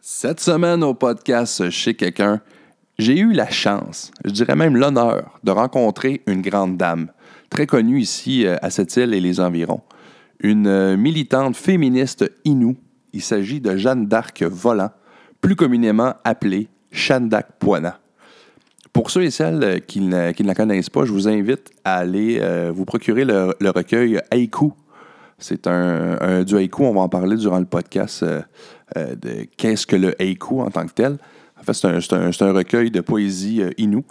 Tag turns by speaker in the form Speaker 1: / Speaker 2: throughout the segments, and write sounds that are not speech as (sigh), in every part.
Speaker 1: Cette semaine au podcast Chez quelqu'un, j'ai eu la chance, je dirais même l'honneur, de rencontrer une grande dame, très connue ici euh, à cette île et les environs, une euh, militante féministe inoue. Il s'agit de Jeanne d'Arc Volant, plus communément appelée Shandak Poina. Pour ceux et celles euh, qui ne, qui ne la connaissent pas, je vous invite à aller euh, vous procurer le, le recueil Haïku. C'est un, un- du haïku, on va en parler durant le podcast euh, euh, de qu'est-ce que le haïku en tant que tel. En fait, c'est un, c'est un- c'est un recueil de poésie euh, inoue.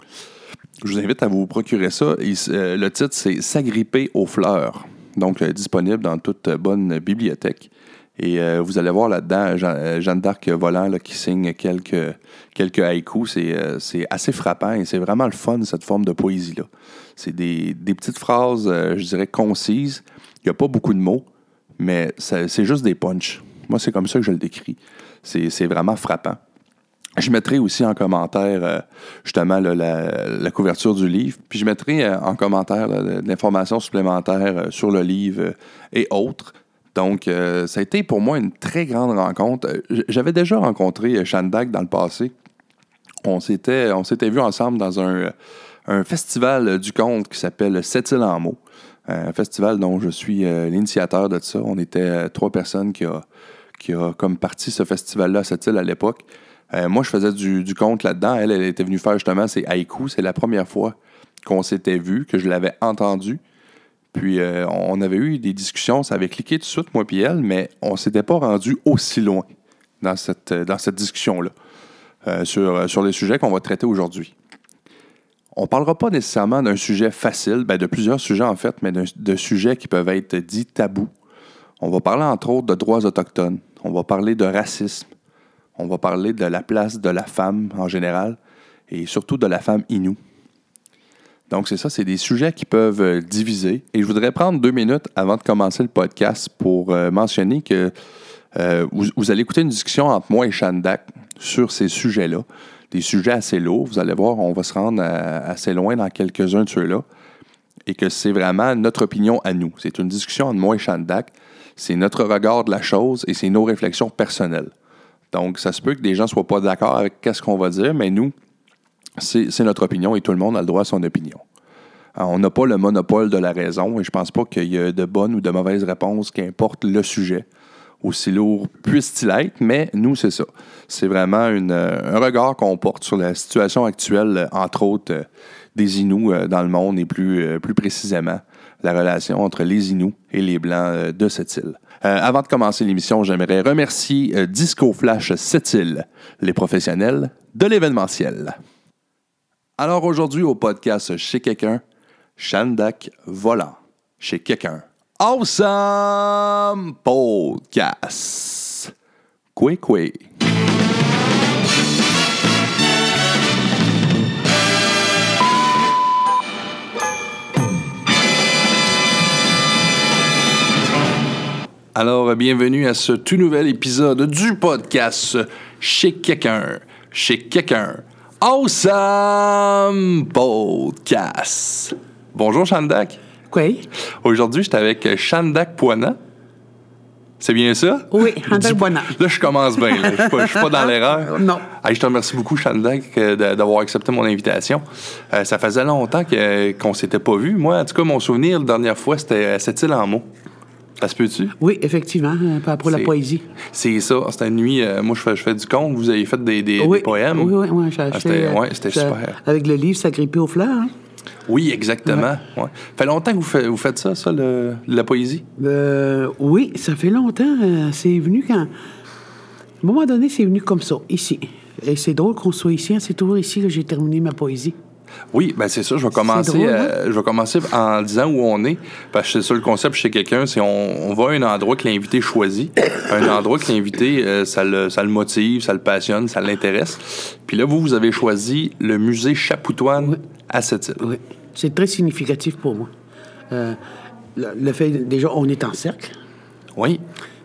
Speaker 1: Je vous invite à vous procurer ça. Il s- euh, le titre, c'est S'agripper aux fleurs. Donc, euh, disponible dans toute euh, bonne bibliothèque. Et euh, vous allez voir là-dedans Jean- euh, Jeanne d'Arc volant là, qui signe quelques, quelques haïkus. C'est euh, c'est assez frappant et c'est vraiment le fun, cette forme de poésie-là. C'est des, des petites phrases, euh, je dirais, concises. Il n'y a pas beaucoup de mots, mais ça- c'est juste des punchs. Moi, c'est comme ça que je le décris. C'est c'est vraiment frappant. Je mettrai aussi en commentaire euh, justement là, la, la couverture du livre. Puis je mettrai euh, en commentaire là, de de l'information supplémentaire euh, sur le livre euh, et autres. Donc, euh, ça a été pour moi une très grande rencontre. Euh, j- J'avais déjà rencontré euh, Shandak dans le passé. On s'était, on s'était vus ensemble dans un, euh, un festival euh, du conte qui s'appelle Sept îles en mots. Euh, Un festival dont je suis euh, l'initiateur de ça. On était euh, trois personnes qui a, qui a comme parti ce festival-là à Sept îles à l'époque. Euh, moi, je faisais du, du conte là-dedans. Elle, elle était venue faire justement ses haïkus. C'est la première fois qu'on s'était vu, que je l'avais entendu. Puis euh, on avait eu des discussions, ça avait cliqué tout de suite, moi puis elle, mais on s'était pas rendu aussi loin dans cette, euh, dans cette discussion-là euh, sur, euh, sur les sujets qu'on va traiter aujourd'hui. On ne parlera pas nécessairement d'un sujet facile, ben, de plusieurs sujets en fait, mais d'un- de sujets qui peuvent être dits tabous. On va parler entre autres de droits autochtones, on va parler de racisme, on va parler de la place de la femme en général et surtout de la femme inoue. Donc c'est ça, c'est des sujets qui peuvent euh, diviser. Et je voudrais prendre deux minutes avant de commencer le podcast pour euh, mentionner que euh, vous, vous allez écouter une discussion entre moi et Shandak sur ces sujets-là. Des sujets assez lourds, vous allez voir, on va se rendre à- assez loin dans quelques-uns de ceux-là. Et que c'est vraiment notre opinion à nous. C'est une discussion entre moi et Shandak. C'est notre regard de la chose et c'est nos réflexions personnelles. Donc, ça se peut que des gens ne soient pas d'accord avec ce qu'on va dire, mais nous, c'est c'est notre opinion et tout le monde a le droit à son opinion. Alors, on n'a pas le monopole de la raison et je pense pas qu'il y a de bonnes ou de mauvaises réponses, qu'importe le sujet. Aussi lourd puisse-t-il être, mais nous, c'est ça. C'est vraiment une, euh, un regard qu'on porte sur la situation actuelle, euh, entre autres, euh, des Inuits euh, dans le monde et plus, euh, plus précisément la relation entre les Inuits et les Blancs euh, de cette île. Euh, avant de commencer l'émission, j'aimerais remercier euh, Disco Flash cette île, les professionnels de l'événementiel. Alors aujourd'hui au podcast Chez quelqu'un, Shandak volant chez quelqu'un. Awesome podcast. Quoi quoi. Alors, euh, bienvenue à ce tout nouvel épisode du podcast Chez quelqu'un, chez quelqu'un. Awesome Podcast. Bonjour Shandak.
Speaker 2: Oui.
Speaker 1: Aujourd'hui, j'étais avec Shandak Poina. C'est bien ça?
Speaker 2: Oui, (laughs)
Speaker 1: Je
Speaker 2: Shandak
Speaker 1: dis-
Speaker 2: Poina.
Speaker 1: Là, je commence bien. là. Je suis pas, je suis pas dans l'erreur.
Speaker 2: Hein? Euh, Non.
Speaker 1: Hey, je te remercie beaucoup, Shandak, euh, d'a- d'avoir accepté mon invitation. Euh, ça faisait longtemps que- qu'on s'était pas vu. Moi, en tout cas, mon souvenir, la dernière fois, c'était à cette île en mots. Ça se peut-tu?
Speaker 2: Oui, effectivement, euh, par rapport à
Speaker 1: C'est-
Speaker 2: la poésie.
Speaker 1: C'est ça. C'était une nuit. euh, moi, je fais, je fais du conte. Vous avez fait des, des- des
Speaker 2: oui.
Speaker 1: poèmes.
Speaker 2: Oui, oui, oui, j'ai
Speaker 1: Ah,
Speaker 2: acheté,
Speaker 1: c'était-
Speaker 2: euh,
Speaker 1: ouais, c'était
Speaker 2: j'ai-
Speaker 1: super.
Speaker 2: Avec le livre S'agripper aux fleurs. hein.
Speaker 1: Oui, exactement. Ouais. fait longtemps que vous, fait- vous faites ça, ça, le- la poésie?
Speaker 2: Euh, oui, ça fait longtemps. euh, c'est venu quand. À un moment donné, c'est venu comme ça, ici. Et c'est drôle qu'on soit ici. hein, C'est toujours ici que j'ai terminé ma poésie.
Speaker 1: Oui, ben c'est ça. Je vais commencer.
Speaker 2: drôle,
Speaker 1: euh, je vais commencer en disant où on est, parce que c'est ça le concept chez quelqu'un, c'est on, on va à un endroit que l'invité choisit, un endroit que l'invité euh, ça, le, ça le motive, ça le passionne, ça l'intéresse. Puis là, vous, vous avez choisi le musée Chapoutoine à cette île.
Speaker 2: Oui. C'est très significatif pour moi. Euh, le, le fait, déjà, on est en cercle.
Speaker 1: Oui.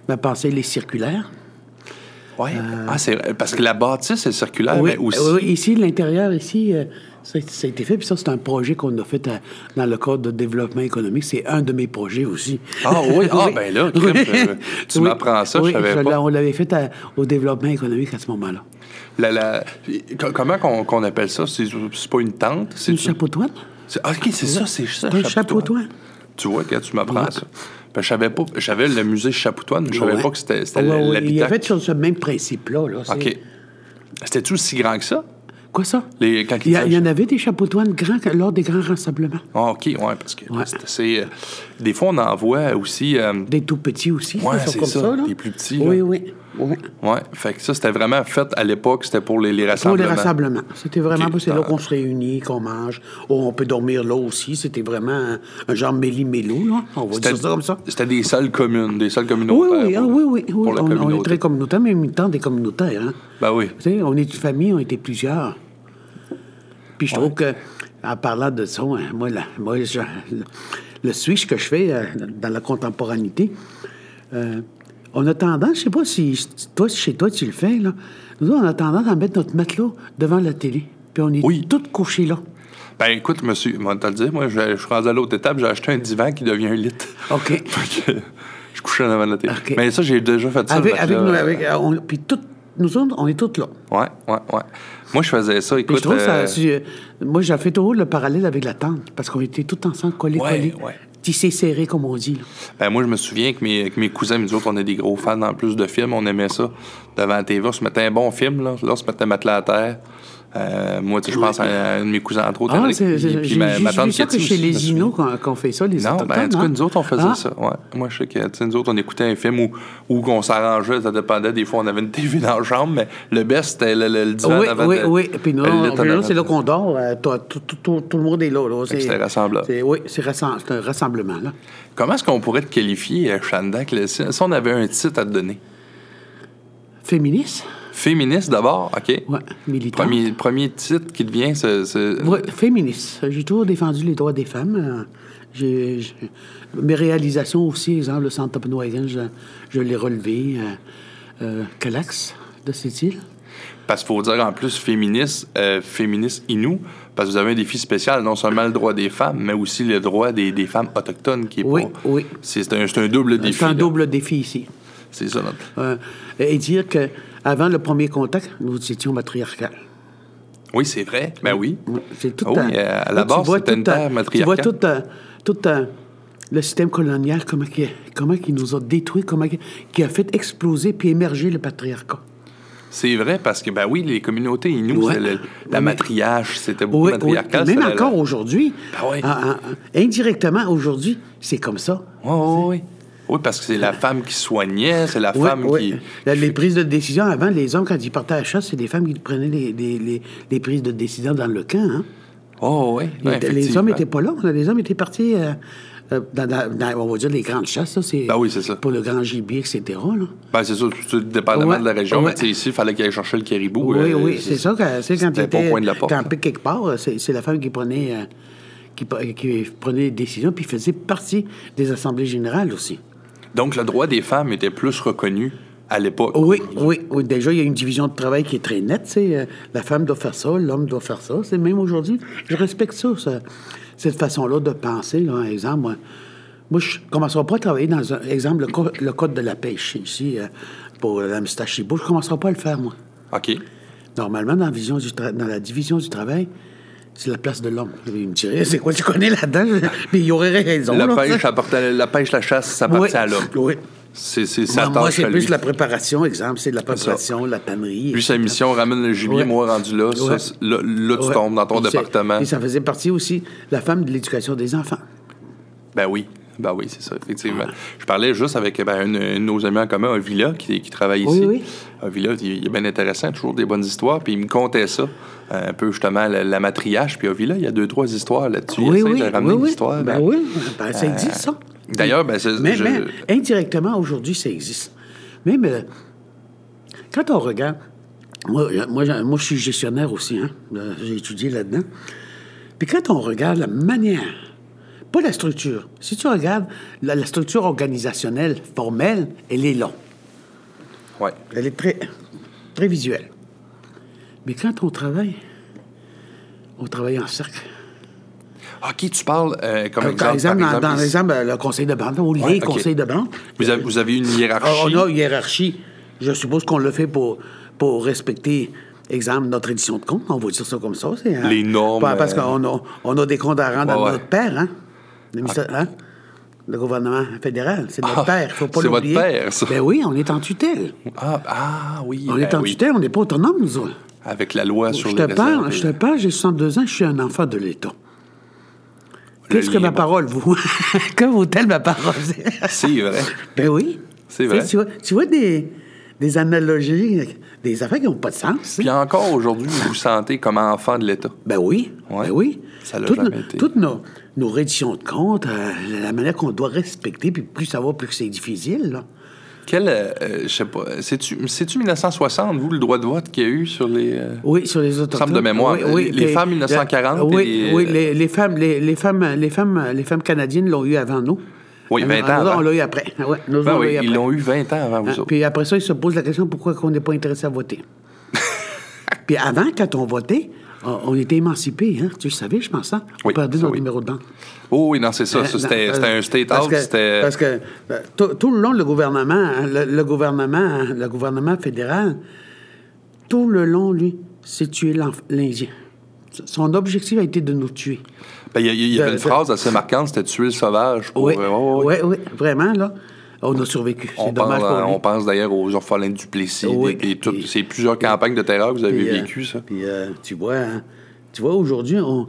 Speaker 2: Ma pensée, elle est circulaire.
Speaker 1: Oui. Ah, c'est vrai, Euh, parce que la bâtisse est circulaire,
Speaker 2: oui,
Speaker 1: mais aussi.
Speaker 2: oui, ici, l'intérieur, ici, euh, Ça, ça a été fait, puis ça, c'est un projet qu'on a fait à- dans le cadre de développement économique. C'est un de mes projets aussi.
Speaker 1: Ah oui? Ah,
Speaker 2: (laughs)
Speaker 1: ben là, crème, euh, tu m'apprends ça, je
Speaker 2: Oui,
Speaker 1: savais
Speaker 2: l'a-
Speaker 1: pas. Mm.
Speaker 2: On l'avait fait à- au développement économique à ce moment-là.
Speaker 1: La- la- co- Comment qu'on qu'on appelle ça? C'est c'est pas une tente? C'est
Speaker 2: Une chapeautoine?
Speaker 1: c'est- ah, OK, c'est ça, c'est ça.
Speaker 2: Un
Speaker 1: Chapoutoine.
Speaker 2: chapeautoine.
Speaker 1: Tu vois, quand tu m'apprends
Speaker 2: Ouais.
Speaker 1: ça. Ben, je savais pas, je savais le musée Chapoutoine, mais je savais
Speaker 2: Ouais.
Speaker 1: pas que c'était c'était
Speaker 2: Ouais, ouais, Il est
Speaker 1: l'habitacle.
Speaker 2: fait sur ce même principe-là. là, c'est-
Speaker 1: OK. C'était-tu aussi grand que ça?
Speaker 2: Quoi ça?
Speaker 1: Les, quand
Speaker 2: Il y, a-
Speaker 1: disaient-
Speaker 2: il y en avait des chapeautoines grands que- lors des grands rassemblements.
Speaker 1: Ah, OK, ouais, parce que
Speaker 2: Ouais.
Speaker 1: c'est- c'est. euh, des fois, on en voit aussi. euh,
Speaker 2: Des tout petits aussi.
Speaker 1: Ouais,
Speaker 2: ils sont
Speaker 1: c'est
Speaker 2: comme
Speaker 1: ça,
Speaker 2: ça. là.
Speaker 1: des plus petits, là.
Speaker 2: Oui, oui. oui.
Speaker 1: ouais, fait que ça, c'était vraiment fait à l'époque, c'était pour les, les
Speaker 2: Pour les
Speaker 1: rassemblements.
Speaker 2: rassemblements. C'était vraiment
Speaker 1: Ok,
Speaker 2: parce que c'est là
Speaker 1: ah.
Speaker 2: qu'on se réunit, qu'on mange. Oh, on peut dormir là aussi. C'était vraiment un, un genre méli-mélo, là. On va
Speaker 1: C'était-
Speaker 2: dire ça comme ça.
Speaker 1: C'était des salles communes, des salles
Speaker 2: Oui,
Speaker 1: communautaires.
Speaker 2: oui, ah,
Speaker 1: pour-
Speaker 2: oui, oui. oui.
Speaker 1: Pour la
Speaker 2: On, on
Speaker 1: communauté.
Speaker 2: est très communautaire, mais en même temps des communautaires. Hein.
Speaker 1: Ben oui.
Speaker 2: Tu sais, on est une famille, on était plusieurs. Puis je trouve que, en parlant de ça, hein, moi, la- moi, je- le, le switch que je fais euh, dans la contemporanité, euh, on a tendance, je sais pas si toi, chez toi tu le fais, là, nous autres, on a tendance à mettre notre matelas devant la télé. Puis on est
Speaker 1: Oui.
Speaker 2: tous couchés là.
Speaker 1: Ben écoute, monsieur, moi, te le dire, moi, je, je suis rendu à l'autre étape, j'ai acheté un divan qui devient un lit.
Speaker 2: OK.
Speaker 1: (laughs) Fait que je couchais en avant de la télé.
Speaker 2: Ok.
Speaker 1: Mais ça, j'ai déjà fait ça. le
Speaker 2: avec, avec,
Speaker 1: matelas.
Speaker 2: nous- avec- euh, on- puis toutes- nous autres, on est tous là.
Speaker 1: Ouais, ouais, ouais. Moi, je faisais ça,
Speaker 2: Puis
Speaker 1: écoute.
Speaker 2: je trouve ça,
Speaker 1: euh,
Speaker 2: c'est- moi, j'ai fait toujours le parallèle avec la tente, parce qu'on était tous ensemble collés,
Speaker 1: Ouais,
Speaker 2: collés.
Speaker 1: ouais.
Speaker 2: Tissés serrés, comme on dit. là.
Speaker 1: Ben, moi, je me souviens que mes, que mes cousins, nous autres, on est des gros fans en plus de films. On aimait ça. Devant la TV, on se mettait un bon film. Là, là on se mettait un matelas à terre. Euh, moi, tu sais, je pense à, un de mes cousins, entre autres.
Speaker 2: Ah,
Speaker 1: Henrik,
Speaker 2: c'est-
Speaker 1: puis-
Speaker 2: c'est-
Speaker 1: puis
Speaker 2: j'ai
Speaker 1: ma-
Speaker 2: j'ai
Speaker 1: ma
Speaker 2: vu ça
Speaker 1: tante
Speaker 2: que
Speaker 1: Cathy
Speaker 2: chez
Speaker 1: aussi, je me
Speaker 2: les Inuits qu'on qu'on fait ça, les
Speaker 1: Non, ben, en
Speaker 2: Autochtones,
Speaker 1: tout cas,
Speaker 2: hein?
Speaker 1: nous autres, on faisait
Speaker 2: Ah,
Speaker 1: ça. Ouais. Moi, je sais que, tu sais, nous autres, on écoutait un film où, où on s'arrangeait, ça dépendait. Des fois, on avait une TV dans la chambre, mais le best, c'était le, le, le divan
Speaker 2: Oui,
Speaker 1: avant
Speaker 2: oui,
Speaker 1: de-
Speaker 2: oui. Puis nous,
Speaker 1: le lit
Speaker 2: on-
Speaker 1: en
Speaker 2: puis
Speaker 1: avant
Speaker 2: là, c'est là
Speaker 1: de-
Speaker 2: qu'on dort. euh, toi, tout, tout- tout- tout le monde est là. là.
Speaker 1: que c'était rassembleur.
Speaker 2: c'est- Oui, c'est rassem- c'est un rassemblement. Là.
Speaker 1: Comment est-ce qu'on pourrait te qualifier, euh, Shandak, là, si, si on avait un titre à te donner?
Speaker 2: Féministe,
Speaker 1: Féministe d'abord, OK.
Speaker 2: oui, militant.
Speaker 1: Premier, premier titre qui devient ce. ce-
Speaker 2: Oui, féministe. J'ai toujours défendu les droits des femmes. euh, j'ai- j'ai- mes réalisations aussi, exemple, le centre Penoyen, je, je l'ai relevé. euh, euh, Calax, de cette île.
Speaker 1: Parce qu'il faut dire en plus féministe, euh, féministe inou, parce que vous avez un défi spécial, non seulement le droit des femmes, mais aussi le droit des, des femmes autochtones qui est
Speaker 2: Oui,
Speaker 1: pas-
Speaker 2: oui.
Speaker 1: C'est un, c'est un double défi.
Speaker 2: C'est un
Speaker 1: là.
Speaker 2: double défi ici.
Speaker 1: C'est ça notre.
Speaker 2: Euh, et dire que avant le premier contact, nous étions matriarcal.
Speaker 1: Oui, c'est vrai. Ben oui.
Speaker 2: C'est tout
Speaker 1: Ah oui,
Speaker 2: un-
Speaker 1: euh, à la
Speaker 2: là, tu
Speaker 1: base,
Speaker 2: vois
Speaker 1: c'était une
Speaker 2: tout un-
Speaker 1: terre
Speaker 2: Tu vois
Speaker 1: matriarcale.
Speaker 2: tout, un- tout un- le système colonial, comment qui comment qui nous a détruits, comment qui a fait exploser puis émerger le patriarcat.
Speaker 1: C'est vrai parce que, ben oui, les communautés inoues,
Speaker 2: Ouais.
Speaker 1: c'est le- la
Speaker 2: Oui.
Speaker 1: matriarche, c'était beaucoup
Speaker 2: Oui, oui.
Speaker 1: matriarcal.
Speaker 2: Même
Speaker 1: c'était la-
Speaker 2: encore aujourd'hui,
Speaker 1: Ben oui.
Speaker 2: ah, ah, ah, indirectement aujourd'hui, c'est comme ça.
Speaker 1: Oui, oui, oui. Oui, parce que c'est la femme qui soignait, c'est la
Speaker 2: Oui,
Speaker 1: femme
Speaker 2: oui.
Speaker 1: qui.
Speaker 2: La- les prises de décision avant, les hommes, quand ils partaient à la chasse, c'est des femmes qui prenaient les, les- les- les prises de décision dans le camp. hein.
Speaker 1: Oh, oui. Non,
Speaker 2: Les- les hommes
Speaker 1: effectivement.
Speaker 2: n'étaient pas là. Les hommes étaient partis euh, euh, dans, dans- dans- on va dire, les grandes chasses. là, c'est
Speaker 1: Ben oui, c'est ça.
Speaker 2: Pour le grand gibier, etc. là.
Speaker 1: Ben, c'est ça, tout- tout dépendamment
Speaker 2: Ouais,
Speaker 1: de la région.
Speaker 2: ouais.
Speaker 1: Mais tu sais, ici, il fallait qu'il aille chercher le caribou.
Speaker 2: Oui,
Speaker 1: euh,
Speaker 2: oui, c'est ça. Quand, c'est quand
Speaker 1: c'était
Speaker 2: ils
Speaker 1: pas au
Speaker 2: étaient
Speaker 1: coin de la porte,
Speaker 2: campés quelque part, euh, c'est, c'est la femme qui prenait, euh, qui, pre- qui prenait les décisions puis faisait partie des assemblées générales aussi.
Speaker 1: Donc, le droit des femmes était plus reconnu à l'époque.
Speaker 2: Oui, oui, oui. Déjà, il y a une division de travail qui est très nette. tu sais, euh, la femme doit faire ça, l'homme doit faire ça. C'est même aujourd'hui, je respecte ça, ça- cette façon-là de penser. Là, exemple, moi, moi, je ne commencerai pas à travailler dans, un, exemple, le, co- le code de la pêche ici euh, pour la moustachibo. Je ne commencerai pas à le faire, moi.
Speaker 1: OK.
Speaker 2: Oh, Normalement, dans la, vision du tra- dans la division du travail, c'est la place de l'homme. Il me dirait, c'est quoi tu connais là-dedans? Mais il aurait raison.
Speaker 1: La
Speaker 2: là, tu sais.
Speaker 1: pêche, appartenait- la pêche, la chasse, ça
Speaker 2: Oui,
Speaker 1: appartient à l'homme.
Speaker 2: Oui.
Speaker 1: C'est c'est sa
Speaker 2: moi, moi,
Speaker 1: tâche
Speaker 2: c'est
Speaker 1: à lui.
Speaker 2: plus la préparation, exemple. C'est de la préparation, la tannerie.
Speaker 1: Lui, sa
Speaker 2: etc.
Speaker 1: mission, ramène le gibier,
Speaker 2: Ouais.
Speaker 1: moi, rendu là. ça,
Speaker 2: Ouais.
Speaker 1: c'est- là, là, tu
Speaker 2: Ouais.
Speaker 1: tombes dans ton
Speaker 2: Et c'est-
Speaker 1: département.
Speaker 2: Et ça faisait partie aussi la femme de l'éducation des enfants.
Speaker 1: Ben oui. Ben oui, c'est ça, effectivement. Je parlais juste avec ben, une, une de nos amies en commun, Avila, qui, qui travaille
Speaker 2: Oui,
Speaker 1: ici.
Speaker 2: oui.
Speaker 1: Avila, il, il est bien intéressant, toujours des bonnes histoires. Puis il me contait ça, euh, un peu justement la, la matriarche. Puis Avila, il y a deux, trois histoires là-dessus. il essaie de ramener l'histoire.
Speaker 2: Ben
Speaker 1: Ben-
Speaker 2: oui, ben, ça existe, ça.
Speaker 1: D'ailleurs, ben, c'est-
Speaker 2: Mais,
Speaker 1: je-
Speaker 2: mais indirectement, aujourd'hui, ça existe. Mais, mais, quand on regarde, moi, je- moi, je- moi, je suis gestionnaire aussi, hein. Euh, j'ai étudié là-dedans. Puis quand on regarde la manière, pas la structure, si tu regardes la, la structure organisationnelle formelle, elle est là.
Speaker 1: ouais.
Speaker 2: Elle est très, très visuelle. Mais quand on travaille, on travaillait en cercle.
Speaker 1: OK, tu parles euh, comme
Speaker 2: Euh,
Speaker 1: exemple,
Speaker 2: par exemple,
Speaker 1: par
Speaker 2: dans, dans
Speaker 1: exemple,
Speaker 2: l'exemple, euh, le conseil de banque, ou les
Speaker 1: Ouais, OK.
Speaker 2: conseils de banque,
Speaker 1: vous, avez, vous avez une
Speaker 2: Ah,
Speaker 1: hiérarchie.
Speaker 2: On a une hiérarchie. Je suppose qu'on le fait pour, pour respecter, exemple, notre édition de compte. On va dire ça comme ça. c'est, hein,
Speaker 1: Les normes,
Speaker 2: pas- Parce
Speaker 1: euh,
Speaker 2: qu'on a, on a des comptes à rendre
Speaker 1: Ouais, ouais.
Speaker 2: à notre père, hein? Le, ministère- hein? Le gouvernement fédéral, c'est notre
Speaker 1: Ah,
Speaker 2: père. Faut pas
Speaker 1: c'est votre
Speaker 2: l'oublier.
Speaker 1: père, ça.
Speaker 2: Ben oui, on est en tutelle.
Speaker 1: Ah, ah oui.
Speaker 2: On
Speaker 1: ben
Speaker 2: est en
Speaker 1: oui.
Speaker 2: tutelle, on n'est pas autonome, nous autres.
Speaker 1: Avec la loi sur
Speaker 2: Je
Speaker 1: les
Speaker 2: te parle,
Speaker 1: réserves.
Speaker 2: je te parle, j'ai 62 ans, je suis un enfant de l'État. Qu'est-ce que
Speaker 1: lien est
Speaker 2: ma
Speaker 1: bon.
Speaker 2: parole vous? (laughs) que vaut-elle
Speaker 1: (laughs)
Speaker 2: ma parole?
Speaker 1: C'est vrai.
Speaker 2: Ben oui.
Speaker 1: C'est
Speaker 2: Tu sais,
Speaker 1: vrai.
Speaker 2: Tu vois, tu vois des, des analogies, des affaires qui n'ont pas de sens. hein?
Speaker 1: Puis encore aujourd'hui, vous vous sentez comme enfant de l'État.
Speaker 2: Ben oui.
Speaker 1: Ouais.
Speaker 2: Ben oui.
Speaker 1: Ça l'a
Speaker 2: toutes
Speaker 1: jamais
Speaker 2: nos,
Speaker 1: été.
Speaker 2: toutes nos, nos redditions de comptes, euh, la manière qu'on doit respecter, puis plus ça va, plus que c'est difficile. Là.
Speaker 1: Quel, euh, euh, je sais pas, c'est-tu c'est-tu 1960, vous, le droit de vote qu'il y a eu sur les... euh,
Speaker 2: Oui, sur les autochtones.
Speaker 1: Semble de mémoire. Les- les
Speaker 2: puis-
Speaker 1: femmes 1940
Speaker 2: Oui,
Speaker 1: et les-
Speaker 2: oui les, les femmes, les, les femmes, les, femmes, les femmes canadiennes l'ont eu avant nous.
Speaker 1: Oui, 20
Speaker 2: Nous,
Speaker 1: ans avant.
Speaker 2: On l'a eu après. (laughs) Ouais, nous,
Speaker 1: Ben
Speaker 2: on l'a eu
Speaker 1: oui,
Speaker 2: après.
Speaker 1: ils l'ont eu 20 ans avant vous
Speaker 2: Hein,
Speaker 1: autres.
Speaker 2: Puis après ça, ils se posent la question pourquoi on n'est pas intéressé
Speaker 1: (laughs)
Speaker 2: à voter. puis avant, quand on votait, on, on était émancipés, hein? Tu le savais, je pense, hein? On
Speaker 1: Oui,
Speaker 2: perdait
Speaker 1: ça,
Speaker 2: notre
Speaker 1: oui.
Speaker 2: numéro de banque.
Speaker 1: Oh oui, non, c'est ça. ça,
Speaker 2: Hein,
Speaker 1: c'était
Speaker 2: non,
Speaker 1: c'était un
Speaker 2: parce-
Speaker 1: state-out.
Speaker 2: parce que-
Speaker 1: c'était-
Speaker 2: Parce que euh, tout, tout le long, le gouvernement, hein, le, le gouvernement, hein, le gouvernement fédéral, tout le long, lui, c'est tuer l'enf- l'Indien. Son objectif a été de nous tuer.
Speaker 1: Ben, Il y, a- il y avait
Speaker 2: de-
Speaker 1: une
Speaker 2: de-
Speaker 1: phrase assez marquante, c'était tuer le sauvage. Pour,
Speaker 2: Oui,
Speaker 1: euh, oh,
Speaker 2: oui, oui, vraiment, là, on a survécu.
Speaker 1: On
Speaker 2: C'est dommage
Speaker 1: pense, euh,
Speaker 2: pour lui.
Speaker 1: on pense d'ailleurs aux orphelins du Plessis.
Speaker 2: Oui.
Speaker 1: des- des- toutes-
Speaker 2: Et-
Speaker 1: c'est plusieurs campagnes de terreur que vous avez
Speaker 2: Puis, euh,
Speaker 1: vécues, ça.
Speaker 2: puis, euh, tu vois, hein, tu vois aujourd'hui, on,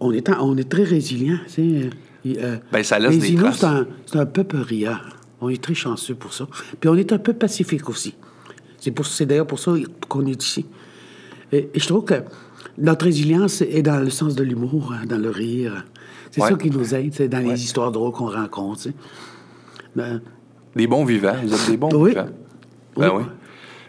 Speaker 2: on, est en- on est très résilient. tu sais, euh, il- euh,
Speaker 1: Ben, ça laisse
Speaker 2: les
Speaker 1: des
Speaker 2: Inuits,
Speaker 1: traces.
Speaker 2: c'est un- c'est un, peuple rieur. On est très chanceux pour ça. Puis on est un peu pacifique aussi. C'est pour- c'est d'ailleurs pour ça qu'on est ici. Et, et je trouve que notre résilience est dans le sens de l'humour, hein, dans le rire. C'est
Speaker 1: Ouais.
Speaker 2: ça qui nous aide, c'est dans les histoires drôles qu'on rencontre. tu sais. Ben,
Speaker 1: Des bons vivants. Vous êtes des bons
Speaker 2: Oui.
Speaker 1: vivants. Ben oui.
Speaker 2: Oui.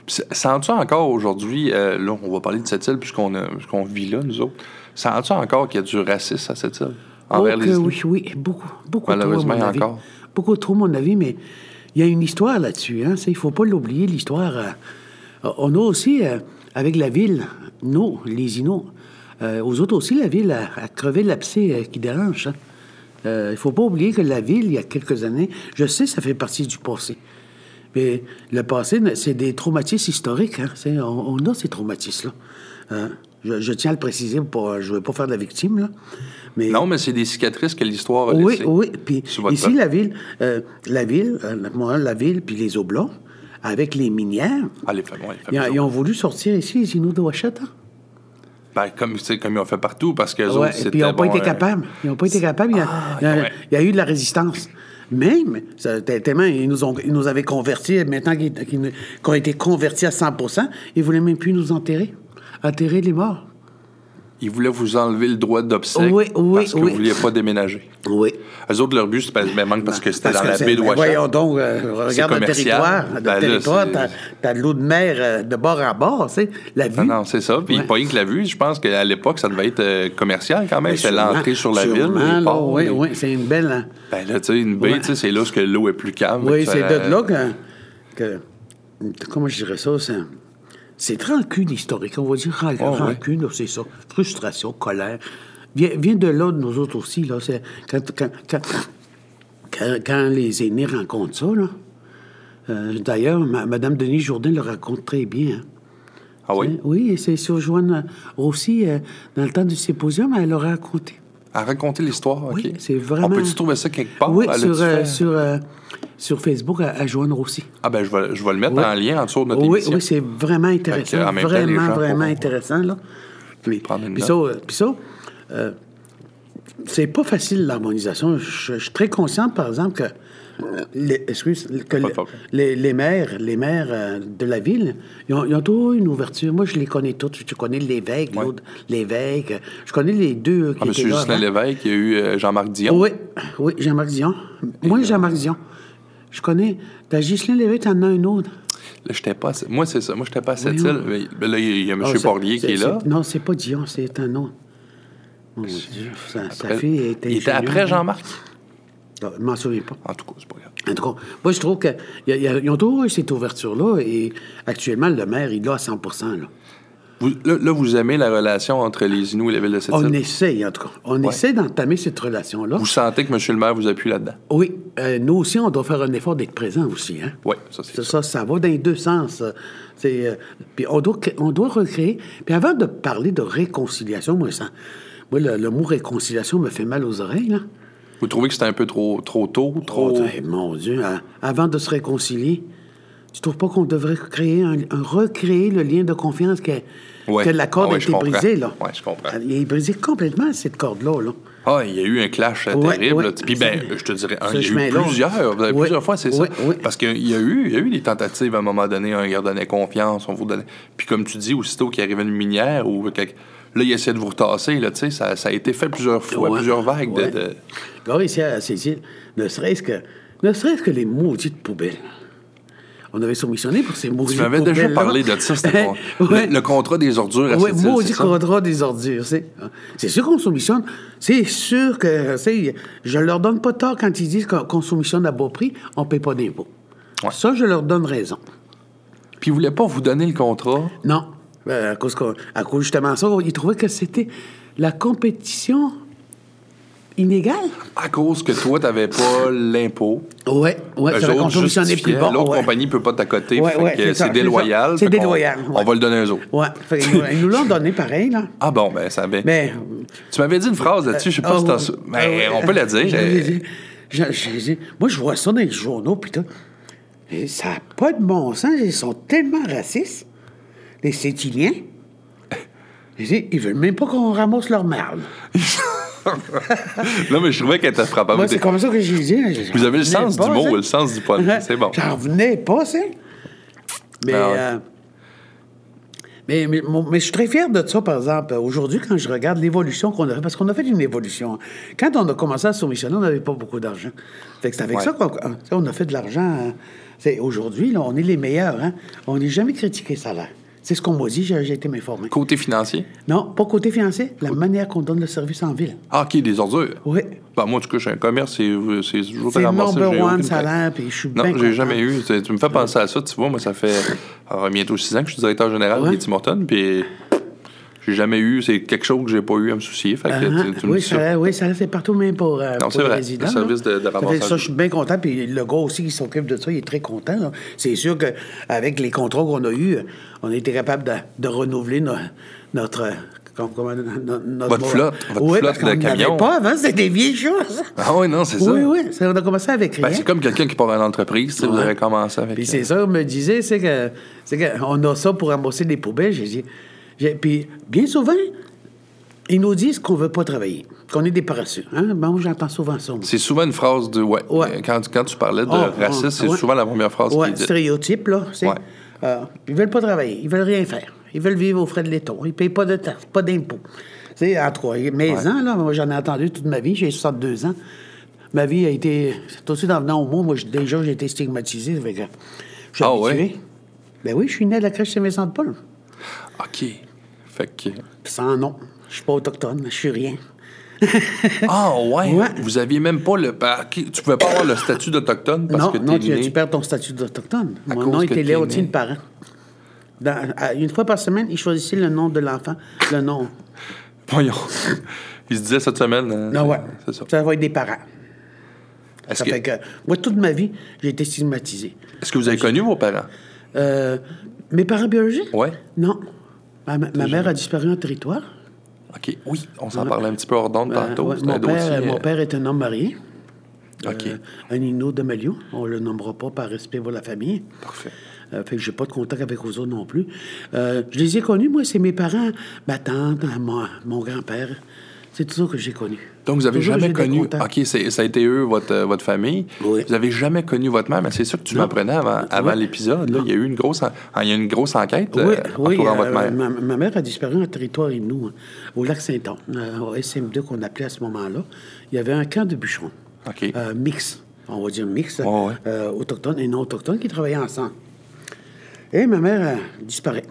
Speaker 1: Puis s- Sens-tu encore aujourd'hui, euh, là, on va parler de cette île puisqu'on a- puisqu'on vit là, nous autres. Sens-tu encore qu'il y a du racisme à cette île? Envers
Speaker 2: Oh,
Speaker 1: les
Speaker 2: que
Speaker 1: Inuits?
Speaker 2: oui, oui, beaucoup, beaucoup
Speaker 1: Malheureusement,
Speaker 2: trop, à mon avis.
Speaker 1: encore.
Speaker 2: Beaucoup trop, à mon avis, mais il y a une histoire là-dessus. Hein? c'est- Il ne faut pas l'oublier, l'histoire. euh, on a aussi, euh, avec la ville, nous, les Inuits, euh, aux autres aussi, la ville a, a crevé l'abcès euh, qui dérange. hein. Euh, il ne faut pas oublier que la ville, il y a quelques années, je sais, ça fait partie du passé. Mais le passé, c'est des traumatismes historiques. hein. C'est- On, on a ces traumatismes-là. Euh, je, je tiens à le préciser, pour, je ne veux pas faire de la victime. Là. Mais
Speaker 1: Non, mais c'est des cicatrices que l'histoire a
Speaker 2: oui,
Speaker 1: laissées.
Speaker 2: oui. Puis
Speaker 1: Sur votre
Speaker 2: ici,
Speaker 1: peuple.
Speaker 2: la ville, euh, la ville, euh, moi, la ville, puis les Oblongs, avec les minières,
Speaker 1: Ah, les femmes, ouais, les femmes,
Speaker 2: ils, ont-
Speaker 1: ils ont-
Speaker 2: ils ont voulu sortir ici les Inuits de Ouacheta.
Speaker 1: Ben, comme, tu sais, comme ils ont fait partout, parce que
Speaker 2: Ouais,
Speaker 1: autres, c'était...
Speaker 2: puis ils n'ont pas
Speaker 1: bon,
Speaker 2: été
Speaker 1: euh,
Speaker 2: capables. Ils n'ont pas été capables. Il y a,
Speaker 1: Ah,
Speaker 2: il y a-
Speaker 1: quand même.
Speaker 2: il y a eu de la résistance. Même, ça, t- tellement, ils nous, ont, ils nous avaient convertis, maintenant qu'ils qu'ils nous- qu'on a été convertis à 100 ils ne voulaient même plus nous enterrer, enterrer les morts.
Speaker 1: Ils voulaient vous enlever le droit d'obsèque
Speaker 2: Oui, oui,
Speaker 1: parce que
Speaker 2: oui.
Speaker 1: vous vouliez pas déménager.
Speaker 2: Oui.
Speaker 1: Eux autres, leur but, c'était ben, manque parce que c'était
Speaker 2: Parce
Speaker 1: dans
Speaker 2: que
Speaker 1: la
Speaker 2: c'est-
Speaker 1: baie de
Speaker 2: ben
Speaker 1: Ouachat.
Speaker 2: Voyons donc, euh,
Speaker 1: C'est
Speaker 2: regarde le
Speaker 1: commercial.
Speaker 2: territoire. Le
Speaker 1: Ben là,
Speaker 2: territoire,
Speaker 1: c'est-
Speaker 2: t'as, t'as de l'eau de mer euh, de bord à bord, tu sais, la vue.
Speaker 1: Non, non, c'est ça. Puis
Speaker 2: Ouais.
Speaker 1: pas rien que la vue, je pense qu'à l'époque, ça devait être euh, commercial quand même.
Speaker 2: Ben,
Speaker 1: C'est
Speaker 2: sûrement,
Speaker 1: l'entrée sur la
Speaker 2: sûrement,
Speaker 1: ville.
Speaker 2: là,
Speaker 1: les ports,
Speaker 2: oui,
Speaker 1: les-
Speaker 2: oui, c'est une belle. hein.
Speaker 1: Ben là, tu sais, une baie,
Speaker 2: Ouais.
Speaker 1: tu sais, c'est là où que l'eau est plus calme.
Speaker 2: Oui,
Speaker 1: Ça- euh,
Speaker 2: c'est de là que, que- Comment je dirais ça? C'est, c'est rancune historique. On va dire ran-
Speaker 1: Oh, ouais.
Speaker 2: rancune, c'est ça. Frustration, colère. Vient, vient de là, de nous autres aussi. Là. C'est, quand, quand, quand, quand- quand les aînés rencontrent ça, là. euh, d'ailleurs, ma- Madame Denise Jourdain le raconte très bien. hein.
Speaker 1: Ah oui?
Speaker 2: Oui, et c'est sur Joanne Rossi, euh, dans le temps du symposium, elle l'a raconté.
Speaker 1: À raconter l'histoire, OK.
Speaker 2: Oui, c'est vraiment.
Speaker 1: On peut-tu trouver ça quelque part?
Speaker 2: Oui,
Speaker 1: Elle
Speaker 2: sur,
Speaker 1: a-tu
Speaker 2: euh,
Speaker 1: fait-
Speaker 2: sur, euh, sur Facebook, à, à Joanne Rossi.
Speaker 1: Ah ben, je vais, je vais le mettre
Speaker 2: Oui.
Speaker 1: en lien en dessous de notre
Speaker 2: Oui,
Speaker 1: émission.
Speaker 2: oui, c'est vraiment intéressant.
Speaker 1: Fait que, en même temps, les gens
Speaker 2: vraiment,
Speaker 1: pourront-
Speaker 2: vraiment intéressant, là. Puis,
Speaker 1: Prendre une
Speaker 2: puis
Speaker 1: note.
Speaker 2: ça, euh, puis ça, euh, c'est pas facile, l'harmonisation. Je, je suis très conscient, par exemple, que, euh, les, excuse, que
Speaker 1: de
Speaker 2: le-
Speaker 1: problème.
Speaker 2: les, les maires, les maires euh, de la ville, ils ont, ils ont tous une ouverture. Moi, je les connais tous. Je connais l'évêque,
Speaker 1: Ouais.
Speaker 2: l'autre, l'évêque. Je connais les deux euh, qui
Speaker 1: Ah, M.
Speaker 2: étaient là
Speaker 1: Justin
Speaker 2: avant.
Speaker 1: Lévesque, il y a eu euh, Jean-Marc Dion.
Speaker 2: Oui, oui, Jean-Marc Dion.
Speaker 1: euh,
Speaker 2: Moi, Jean-Marc Dion. Je connais. T'as Ghislain Lévesque, t'en as un autre.
Speaker 1: Là, j'étais pas à ce- Moi, c'est ça. Moi, j'étais pas à cette
Speaker 2: Voyons.
Speaker 1: île. Mais- ben là, il y a M.
Speaker 2: Ah, c'est-
Speaker 1: Porlier qui
Speaker 2: c'est-
Speaker 1: est là.
Speaker 2: c'est- Non, c'est pas Dion, c'est un autre. Mon Dieu, sa, sa fille
Speaker 1: Il
Speaker 2: était.
Speaker 1: était après Jean-Marc.
Speaker 2: Non, hein. Ah, Je m'en souviens pas.
Speaker 1: En tout cas, c'est pas grave.
Speaker 2: En tout cas, moi, je trouve qu'ils ont toujours eu cette ouverture-là et actuellement, le maire, il l'a à 100 là.
Speaker 1: Vous- là, là, vous aimez la relation entre les Inuits et la ville de
Speaker 2: On
Speaker 1: Sept-Îles.
Speaker 2: essaye, en tout cas. On
Speaker 1: Ouais.
Speaker 2: essaie d'entamer cette relation-là.
Speaker 1: Vous sentez que M. le maire vous appuie là-dedans?
Speaker 2: Oui, euh, nous aussi, on doit faire un effort d'être présent aussi. Hein?
Speaker 1: Oui, ça, c'est
Speaker 2: C'est ça, ça va dans les deux sens. euh, C'est, euh, puis on doit, cré- on doit recréer. Puis avant de parler de réconciliation, moi, ça, moi le, le mot réconciliation me fait mal aux oreilles. Là.
Speaker 1: Vous trouvez que c'était un peu trop, trop tôt, trop...
Speaker 2: Oh, ben, mon Dieu, hein, avant de se réconcilier, tu trouves pas qu'on devrait créer un, un- recréer le lien de confiance que,
Speaker 1: Ouais.
Speaker 2: que la corde
Speaker 1: Ah ouais,
Speaker 2: a
Speaker 1: je
Speaker 2: été
Speaker 1: comprends.
Speaker 2: brisée là.
Speaker 1: Ouais, je comprends.
Speaker 2: Elle est brisée complètement cette corde là. là.
Speaker 1: Ah, il y a eu un clash euh,
Speaker 2: Ouais,
Speaker 1: terrible.
Speaker 2: ouais.
Speaker 1: là. Puis ben,
Speaker 2: C'est-
Speaker 1: je te dirais, un,
Speaker 2: ce
Speaker 1: il y a eu
Speaker 2: chemin-là.
Speaker 1: plusieurs, vous avez
Speaker 2: Ouais.
Speaker 1: plusieurs fois, c'est
Speaker 2: Ouais,
Speaker 1: ça.
Speaker 2: ouais.
Speaker 1: Parce qu'il y a eu, il y a eu des tentatives à un moment donné, on leur donnait confiance, on vous donnait. Puis comme tu dis, aussitôt qu'il arrivait une minière ou quelque- là, il essayait de vous retasser, là, tu sais, ça, ça a été fait plusieurs fois,
Speaker 2: Ouais.
Speaker 1: plusieurs vagues de-
Speaker 2: Ouais.
Speaker 1: de.
Speaker 2: Regarde ici à Cécile, ne serait-ce que, ne serait-ce que les maudites poubelles. On avait soumissionné pour ces maudites
Speaker 1: Tu
Speaker 2: poubelles.
Speaker 1: m'avais déjà parlé de ça,
Speaker 2: (laughs)
Speaker 1: c'était con-
Speaker 2: ouais.
Speaker 1: le, le contrat des ordures à
Speaker 2: Oui,
Speaker 1: cette île,
Speaker 2: maudit
Speaker 1: c'est ça?
Speaker 2: contrat des ordures. C'est hein. c'est sûr qu'on soumissionne. C'est sûr que, c'est- je leur donne pas tort quand ils disent qu'on qu'on soumissionne à bas prix, on paye pas d'impôts.
Speaker 1: Ouais.
Speaker 2: Ça, je leur donne raison.
Speaker 1: Puis ils voulaient pas vous donner le contrat.
Speaker 2: Non, euh, à, cause qu'on- à cause justement de ça, ils trouvaient que c'était la compétition inégale.
Speaker 1: À cause que toi, t'avais pas l'impôt.
Speaker 2: Oui, oui,
Speaker 1: Eux
Speaker 2: Bah, c'est vrai qu'on
Speaker 1: autres
Speaker 2: soumissionnait
Speaker 1: justifiaient,
Speaker 2: plus bas.
Speaker 1: Ben, L'autre
Speaker 2: ouais.
Speaker 1: compagnie peut pas t'accoter.
Speaker 2: Ouais,
Speaker 1: fait
Speaker 2: ouais,
Speaker 1: que
Speaker 2: c'est ça,
Speaker 1: c'est
Speaker 2: c'est
Speaker 1: déloyal.
Speaker 2: ça. C'est
Speaker 1: fait qu'on-
Speaker 2: déloyal, ouais.
Speaker 1: On va le donner aux autres.
Speaker 2: Ouais, fait qu'ils nous- ils nous l'ont donné pareil, là.
Speaker 1: Ah bon, ben ça avait.
Speaker 2: Mais. Ah,
Speaker 1: Tu m'avais dit une phrase là-dessus, je sais pas si t'en sou- Mais on peut la
Speaker 2: (laughs)
Speaker 1: dire. euh,
Speaker 2: moi, je vois ça dans les journaux, puis tout. Et Ça n'a pas de bon sens. Ils sont tellement racistes,
Speaker 1: (laughs)
Speaker 2: les Sétiliens. Je dis, Ils veulent même pas qu'on ramasse leur merde.
Speaker 1: Non, Ah, mais je trouvais qu'elle était frappante.
Speaker 2: Moi,
Speaker 1: Vous-
Speaker 2: c'est comme ça que j'ai dit. j'en
Speaker 1: Vous avez le
Speaker 2: revenais
Speaker 1: sens
Speaker 2: pas,
Speaker 1: du mot,
Speaker 2: ça. Uh-huh.
Speaker 1: le sens du poème. C'est bon.
Speaker 2: J'en revenais pas, c'est. Mais,
Speaker 1: Ah ouais.
Speaker 2: euh, mais, mais, mon- mais je suis très fier de ça, par exemple. Aujourd'hui, quand je regarde l'évolution qu'on a fait, parce qu'on a fait une évolution. Quand on a commencé à soumissionner, on n'avait pas beaucoup d'argent. Fait que c'est avec
Speaker 1: Ouais.
Speaker 2: ça qu'on ah, tu sais, on a fait de l'argent. euh, c'est- Aujourd'hui, là, on est les meilleurs. hein. On n'est jamais critiqué salaire. C'est ce qu'on m'a dit, j'ai j'ai été m'informer.
Speaker 1: Côté financier.
Speaker 2: Non, pas côté financier, la manière qu'on donne le service en ville.
Speaker 1: Ah, OK, des ordures.
Speaker 2: Oui.
Speaker 1: Ben, moi, du coup, j'ai un commerce, c'est c'est toujours
Speaker 2: C'est
Speaker 1: à ramasser,
Speaker 2: number
Speaker 1: j'ai
Speaker 2: one
Speaker 1: aucune
Speaker 2: salaire,
Speaker 1: crainte.
Speaker 2: puis je suis
Speaker 1: Non,
Speaker 2: bien
Speaker 1: j'ai
Speaker 2: content.
Speaker 1: jamais eu. Tu tu me fais penser à ça, tu vois. Moi, ça fait euh, bientôt six ans que je suis directeur général
Speaker 2: Ouais.
Speaker 1: de Tim Hortons, puis j'ai jamais eu. C'est quelque chose que j'ai pas eu à me soucier. Fait que
Speaker 2: Ah,
Speaker 1: tu, tu me
Speaker 2: oui,
Speaker 1: dis ça.
Speaker 2: ça, oui, ça c'est partout, même pour, euh,
Speaker 1: Non,
Speaker 2: pour
Speaker 1: c'est
Speaker 2: les
Speaker 1: vrai.
Speaker 2: résidents.
Speaker 1: Le service
Speaker 2: là.
Speaker 1: de- de
Speaker 2: Ça fait
Speaker 1: ramassage.
Speaker 2: Ça, je suis bien content. Puis le gars aussi qui s'occupe de ça, il est très content. là. C'est sûr qu'avec les contrats qu'on a eus, euh, on a été capable de, de renouveler no- notre... euh, com- comment- no- notre
Speaker 1: Votre flotte, votre
Speaker 2: oui,
Speaker 1: flotte
Speaker 2: parce qu'on
Speaker 1: de
Speaker 2: n'avait
Speaker 1: camions.
Speaker 2: pas avant, c'était des vieilles choses.
Speaker 1: Ah, oui, non, c'est ça.
Speaker 2: Oui, oui, ça, on a commencé avec rien.
Speaker 1: Ben, c'est comme quelqu'un qui part à l'entreprise, tu sais, vous
Speaker 2: Ouais.
Speaker 1: avez commencé avec.
Speaker 2: Puis
Speaker 1: euh,
Speaker 2: c'est ça, on me disait, c'est que, c'est que on a ça pour ramasser des poubelles. J'ai dit, j'ai- puis bien souvent, ils nous disent qu'on veut pas travailler, qu'on est des paresseux. Hein? Ben, moi, j'entends souvent ça. moi.
Speaker 1: C'est souvent une phrase de. Ouais.
Speaker 2: Ouais.
Speaker 1: Euh, Quand, quand tu parlais de
Speaker 2: Oh,
Speaker 1: racisme,
Speaker 2: oh,
Speaker 1: c'est
Speaker 2: ouais.
Speaker 1: souvent la première phrase
Speaker 2: Ouais,
Speaker 1: qui est dite.
Speaker 2: stéréotype, là. C'est,
Speaker 1: Ouais.
Speaker 2: euh, ils veulent pas travailler, ils veulent rien faire. Ils veulent vivre aux frais de l'État. Ils payent pas de taxes, pas d'impôts. C'est en trois. Mais ans, là, moi, j'en ai entendu toute ma vie. J'ai 62 ans. Ma vie a été. Tout de suite en venant au monde, moi, j'ai- déjà, j'ai été stigmatisé. Fait que je suis
Speaker 1: Ah,
Speaker 2: habitué.
Speaker 1: ouais?
Speaker 2: Ben oui, je suis né à la crèche Saint-Vincent-de-Paul.
Speaker 1: OK. Fait que.
Speaker 2: Sans nom. Je suis pas autochtone, je suis rien. (laughs)
Speaker 1: Ah, ouais.
Speaker 2: Ouais.
Speaker 1: Vous aviez même pas le. Ah, ok, Tu pouvais pas avoir le statut d'autochtone parce
Speaker 2: non,
Speaker 1: que
Speaker 2: non,
Speaker 1: t'es
Speaker 2: tu,
Speaker 1: né.
Speaker 2: tu perds ton statut d'autochtone.
Speaker 1: À
Speaker 2: Mon
Speaker 1: cause
Speaker 2: nom
Speaker 1: que
Speaker 2: était
Speaker 1: t'es
Speaker 2: Léontine
Speaker 1: né.
Speaker 2: Parent. Dans- à- une fois par semaine, ils choisissaient le nom de l'enfant, le nom.
Speaker 1: Voyons. (laughs) Il se disait cette semaine. euh,
Speaker 2: Non, ouais.
Speaker 1: C'est ça.
Speaker 2: va être des parents.
Speaker 1: Est-ce
Speaker 2: Ça
Speaker 1: que,
Speaker 2: fait que, moi, toute ma vie, j'ai été stigmatisé.
Speaker 1: est-ce que vous avez connu vos parents?
Speaker 2: Euh, mes parents biologiques?
Speaker 1: Ouais.
Speaker 2: Non. Ma, ma- ma mère a disparu en territoire.
Speaker 1: OK. Oui, on s'en parlait un petit peu hors d'onde
Speaker 2: Euh,
Speaker 1: tantôt.
Speaker 2: ouais,
Speaker 1: C'était un
Speaker 2: mon, père,
Speaker 1: dossier,
Speaker 2: mon
Speaker 1: euh,
Speaker 2: père est un homme marié,
Speaker 1: OK.
Speaker 2: euh, un Inno de Malion. On le nommera pas par respect pour la famille.
Speaker 1: Parfait.
Speaker 2: Euh, fait que j'ai pas de contact avec eux autres non plus. Euh, je les ai connus, moi, c'est mes parents, ma tante, euh, mon, mon grand-père. C'est tout ça que j'ai connu.
Speaker 1: Donc, vous avez
Speaker 2: Toujours,
Speaker 1: jamais
Speaker 2: j'ai des
Speaker 1: connu.
Speaker 2: contacts.
Speaker 1: OK, c'est- ça a été eux, votre, euh, votre famille.
Speaker 2: Oui.
Speaker 1: Vous avez jamais connu votre mère, mais c'est sûr que tu m'apprenais avant, avant
Speaker 2: Ouais.
Speaker 1: l'épisode. là. Il y a eu une grosse, en- il y a une grosse enquête
Speaker 2: Oui,
Speaker 1: euh,
Speaker 2: oui
Speaker 1: entourant
Speaker 2: euh,
Speaker 1: votre mère.
Speaker 2: Ma, ma mère a disparu en territoire Innu, hein, au lac Saint-Anne, euh, au SM2 qu'on appelait à ce moment-là. Il y avait un camp de bûcherons,
Speaker 1: OK.
Speaker 2: euh, mix, on va dire mix,
Speaker 1: Ouais, ouais.
Speaker 2: euh, autochtones et non autochtones qui travaillaient ensemble. Et ma mère euh, disparaît.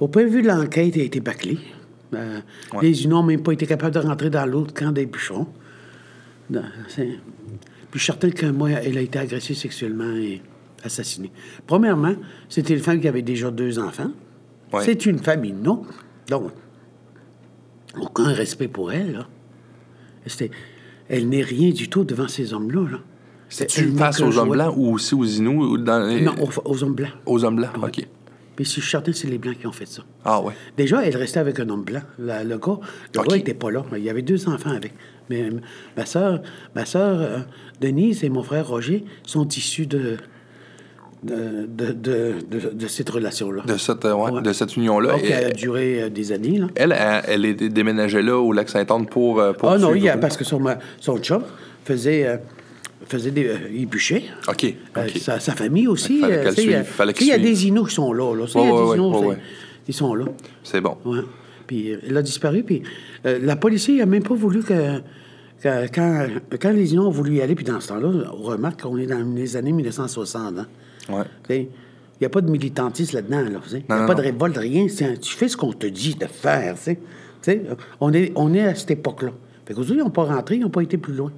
Speaker 2: Au point de vue de l'enquête, elle a été bâclée. Euh,
Speaker 1: Ouais.
Speaker 2: Les Inuits n'ont même pas été capables de rentrer dans l'autre camp des bûcherons. Non, c'est- Puis je suis certain que moi, elle a été agressée sexuellement et assassinée. Premièrement, c'était une femme qui avait déjà deux enfants.
Speaker 1: Ouais.
Speaker 2: C'est une famille, non? Donc, aucun respect pour elle. là. C'était- Elle n'est rien du tout devant ces hommes-là. là. Elle
Speaker 1: C'est-tu
Speaker 2: n'est
Speaker 1: face
Speaker 2: qu'un
Speaker 1: aux hommes
Speaker 2: jouet.
Speaker 1: blancs ou aussi aux Inuits? ou dans les-
Speaker 2: Non, aux, aux hommes blancs.
Speaker 1: Aux hommes blancs,
Speaker 2: Ouais.
Speaker 1: OK.
Speaker 2: Puis si je suis certain que c'est les blancs qui ont fait ça.
Speaker 1: Ah ouais.
Speaker 2: Déjà, elle restait avec un homme blanc. La- le gars, le
Speaker 1: Ok.
Speaker 2: gars n'était pas là. Il y avait deux enfants avec. Mais euh, ma sœur, ma sœur euh, Denise et mon frère Roger sont issus de de, de, de, de- de cette relation-là.
Speaker 1: De cette, euh, ouais,
Speaker 2: Ouais.
Speaker 1: de cette union-là.
Speaker 2: Donc, elle a
Speaker 1: Et-
Speaker 2: duré euh, des années. Là.
Speaker 1: Elle, elle, elle est dé- déménagée là, au lac Saint-Anne, pour, euh, pour
Speaker 2: Ah non,
Speaker 1: suivre-
Speaker 2: il y a- parce que son, ma- son chum faisait, euh, faisait des, euh, il bûchait.
Speaker 1: OK,
Speaker 2: Euh,
Speaker 1: OK.
Speaker 2: sa, sa famille aussi. euh,
Speaker 1: Fallait qu'elle
Speaker 2: tu sais, il y a-
Speaker 1: suive, fallait
Speaker 2: tu sais, il y a
Speaker 1: qu'elle suive.
Speaker 2: des inos qui sont là. là. Tu sais, il y a
Speaker 1: Ouais,
Speaker 2: des
Speaker 1: ouais,
Speaker 2: Inuits,
Speaker 1: ouais,
Speaker 2: c'est-
Speaker 1: ouais.
Speaker 2: ils sont là.
Speaker 1: C'est bon.
Speaker 2: Ouais. Puis euh, elle a disparu. Puis euh, la police n'a même pas voulu que. que- quand, quand les Inuits ont voulu y aller, puis dans ce temps-là, on remarque qu'on est dans les années 1960. hein.
Speaker 1: Ouais.
Speaker 2: Tu sais, Il n'y a pas de militantisme là-dedans. Là, tu sais. il n'y
Speaker 1: Non,
Speaker 2: a
Speaker 1: non,
Speaker 2: pas de
Speaker 1: non.
Speaker 2: révolte, rien. C'est un- tu fais ce qu'on te dit de faire. tu sais. Tu sais, On, est, on est à cette époque-là. Fait qu'aujourd'hui, ils n'ont pas rentré, ils n'ont pas été plus loin.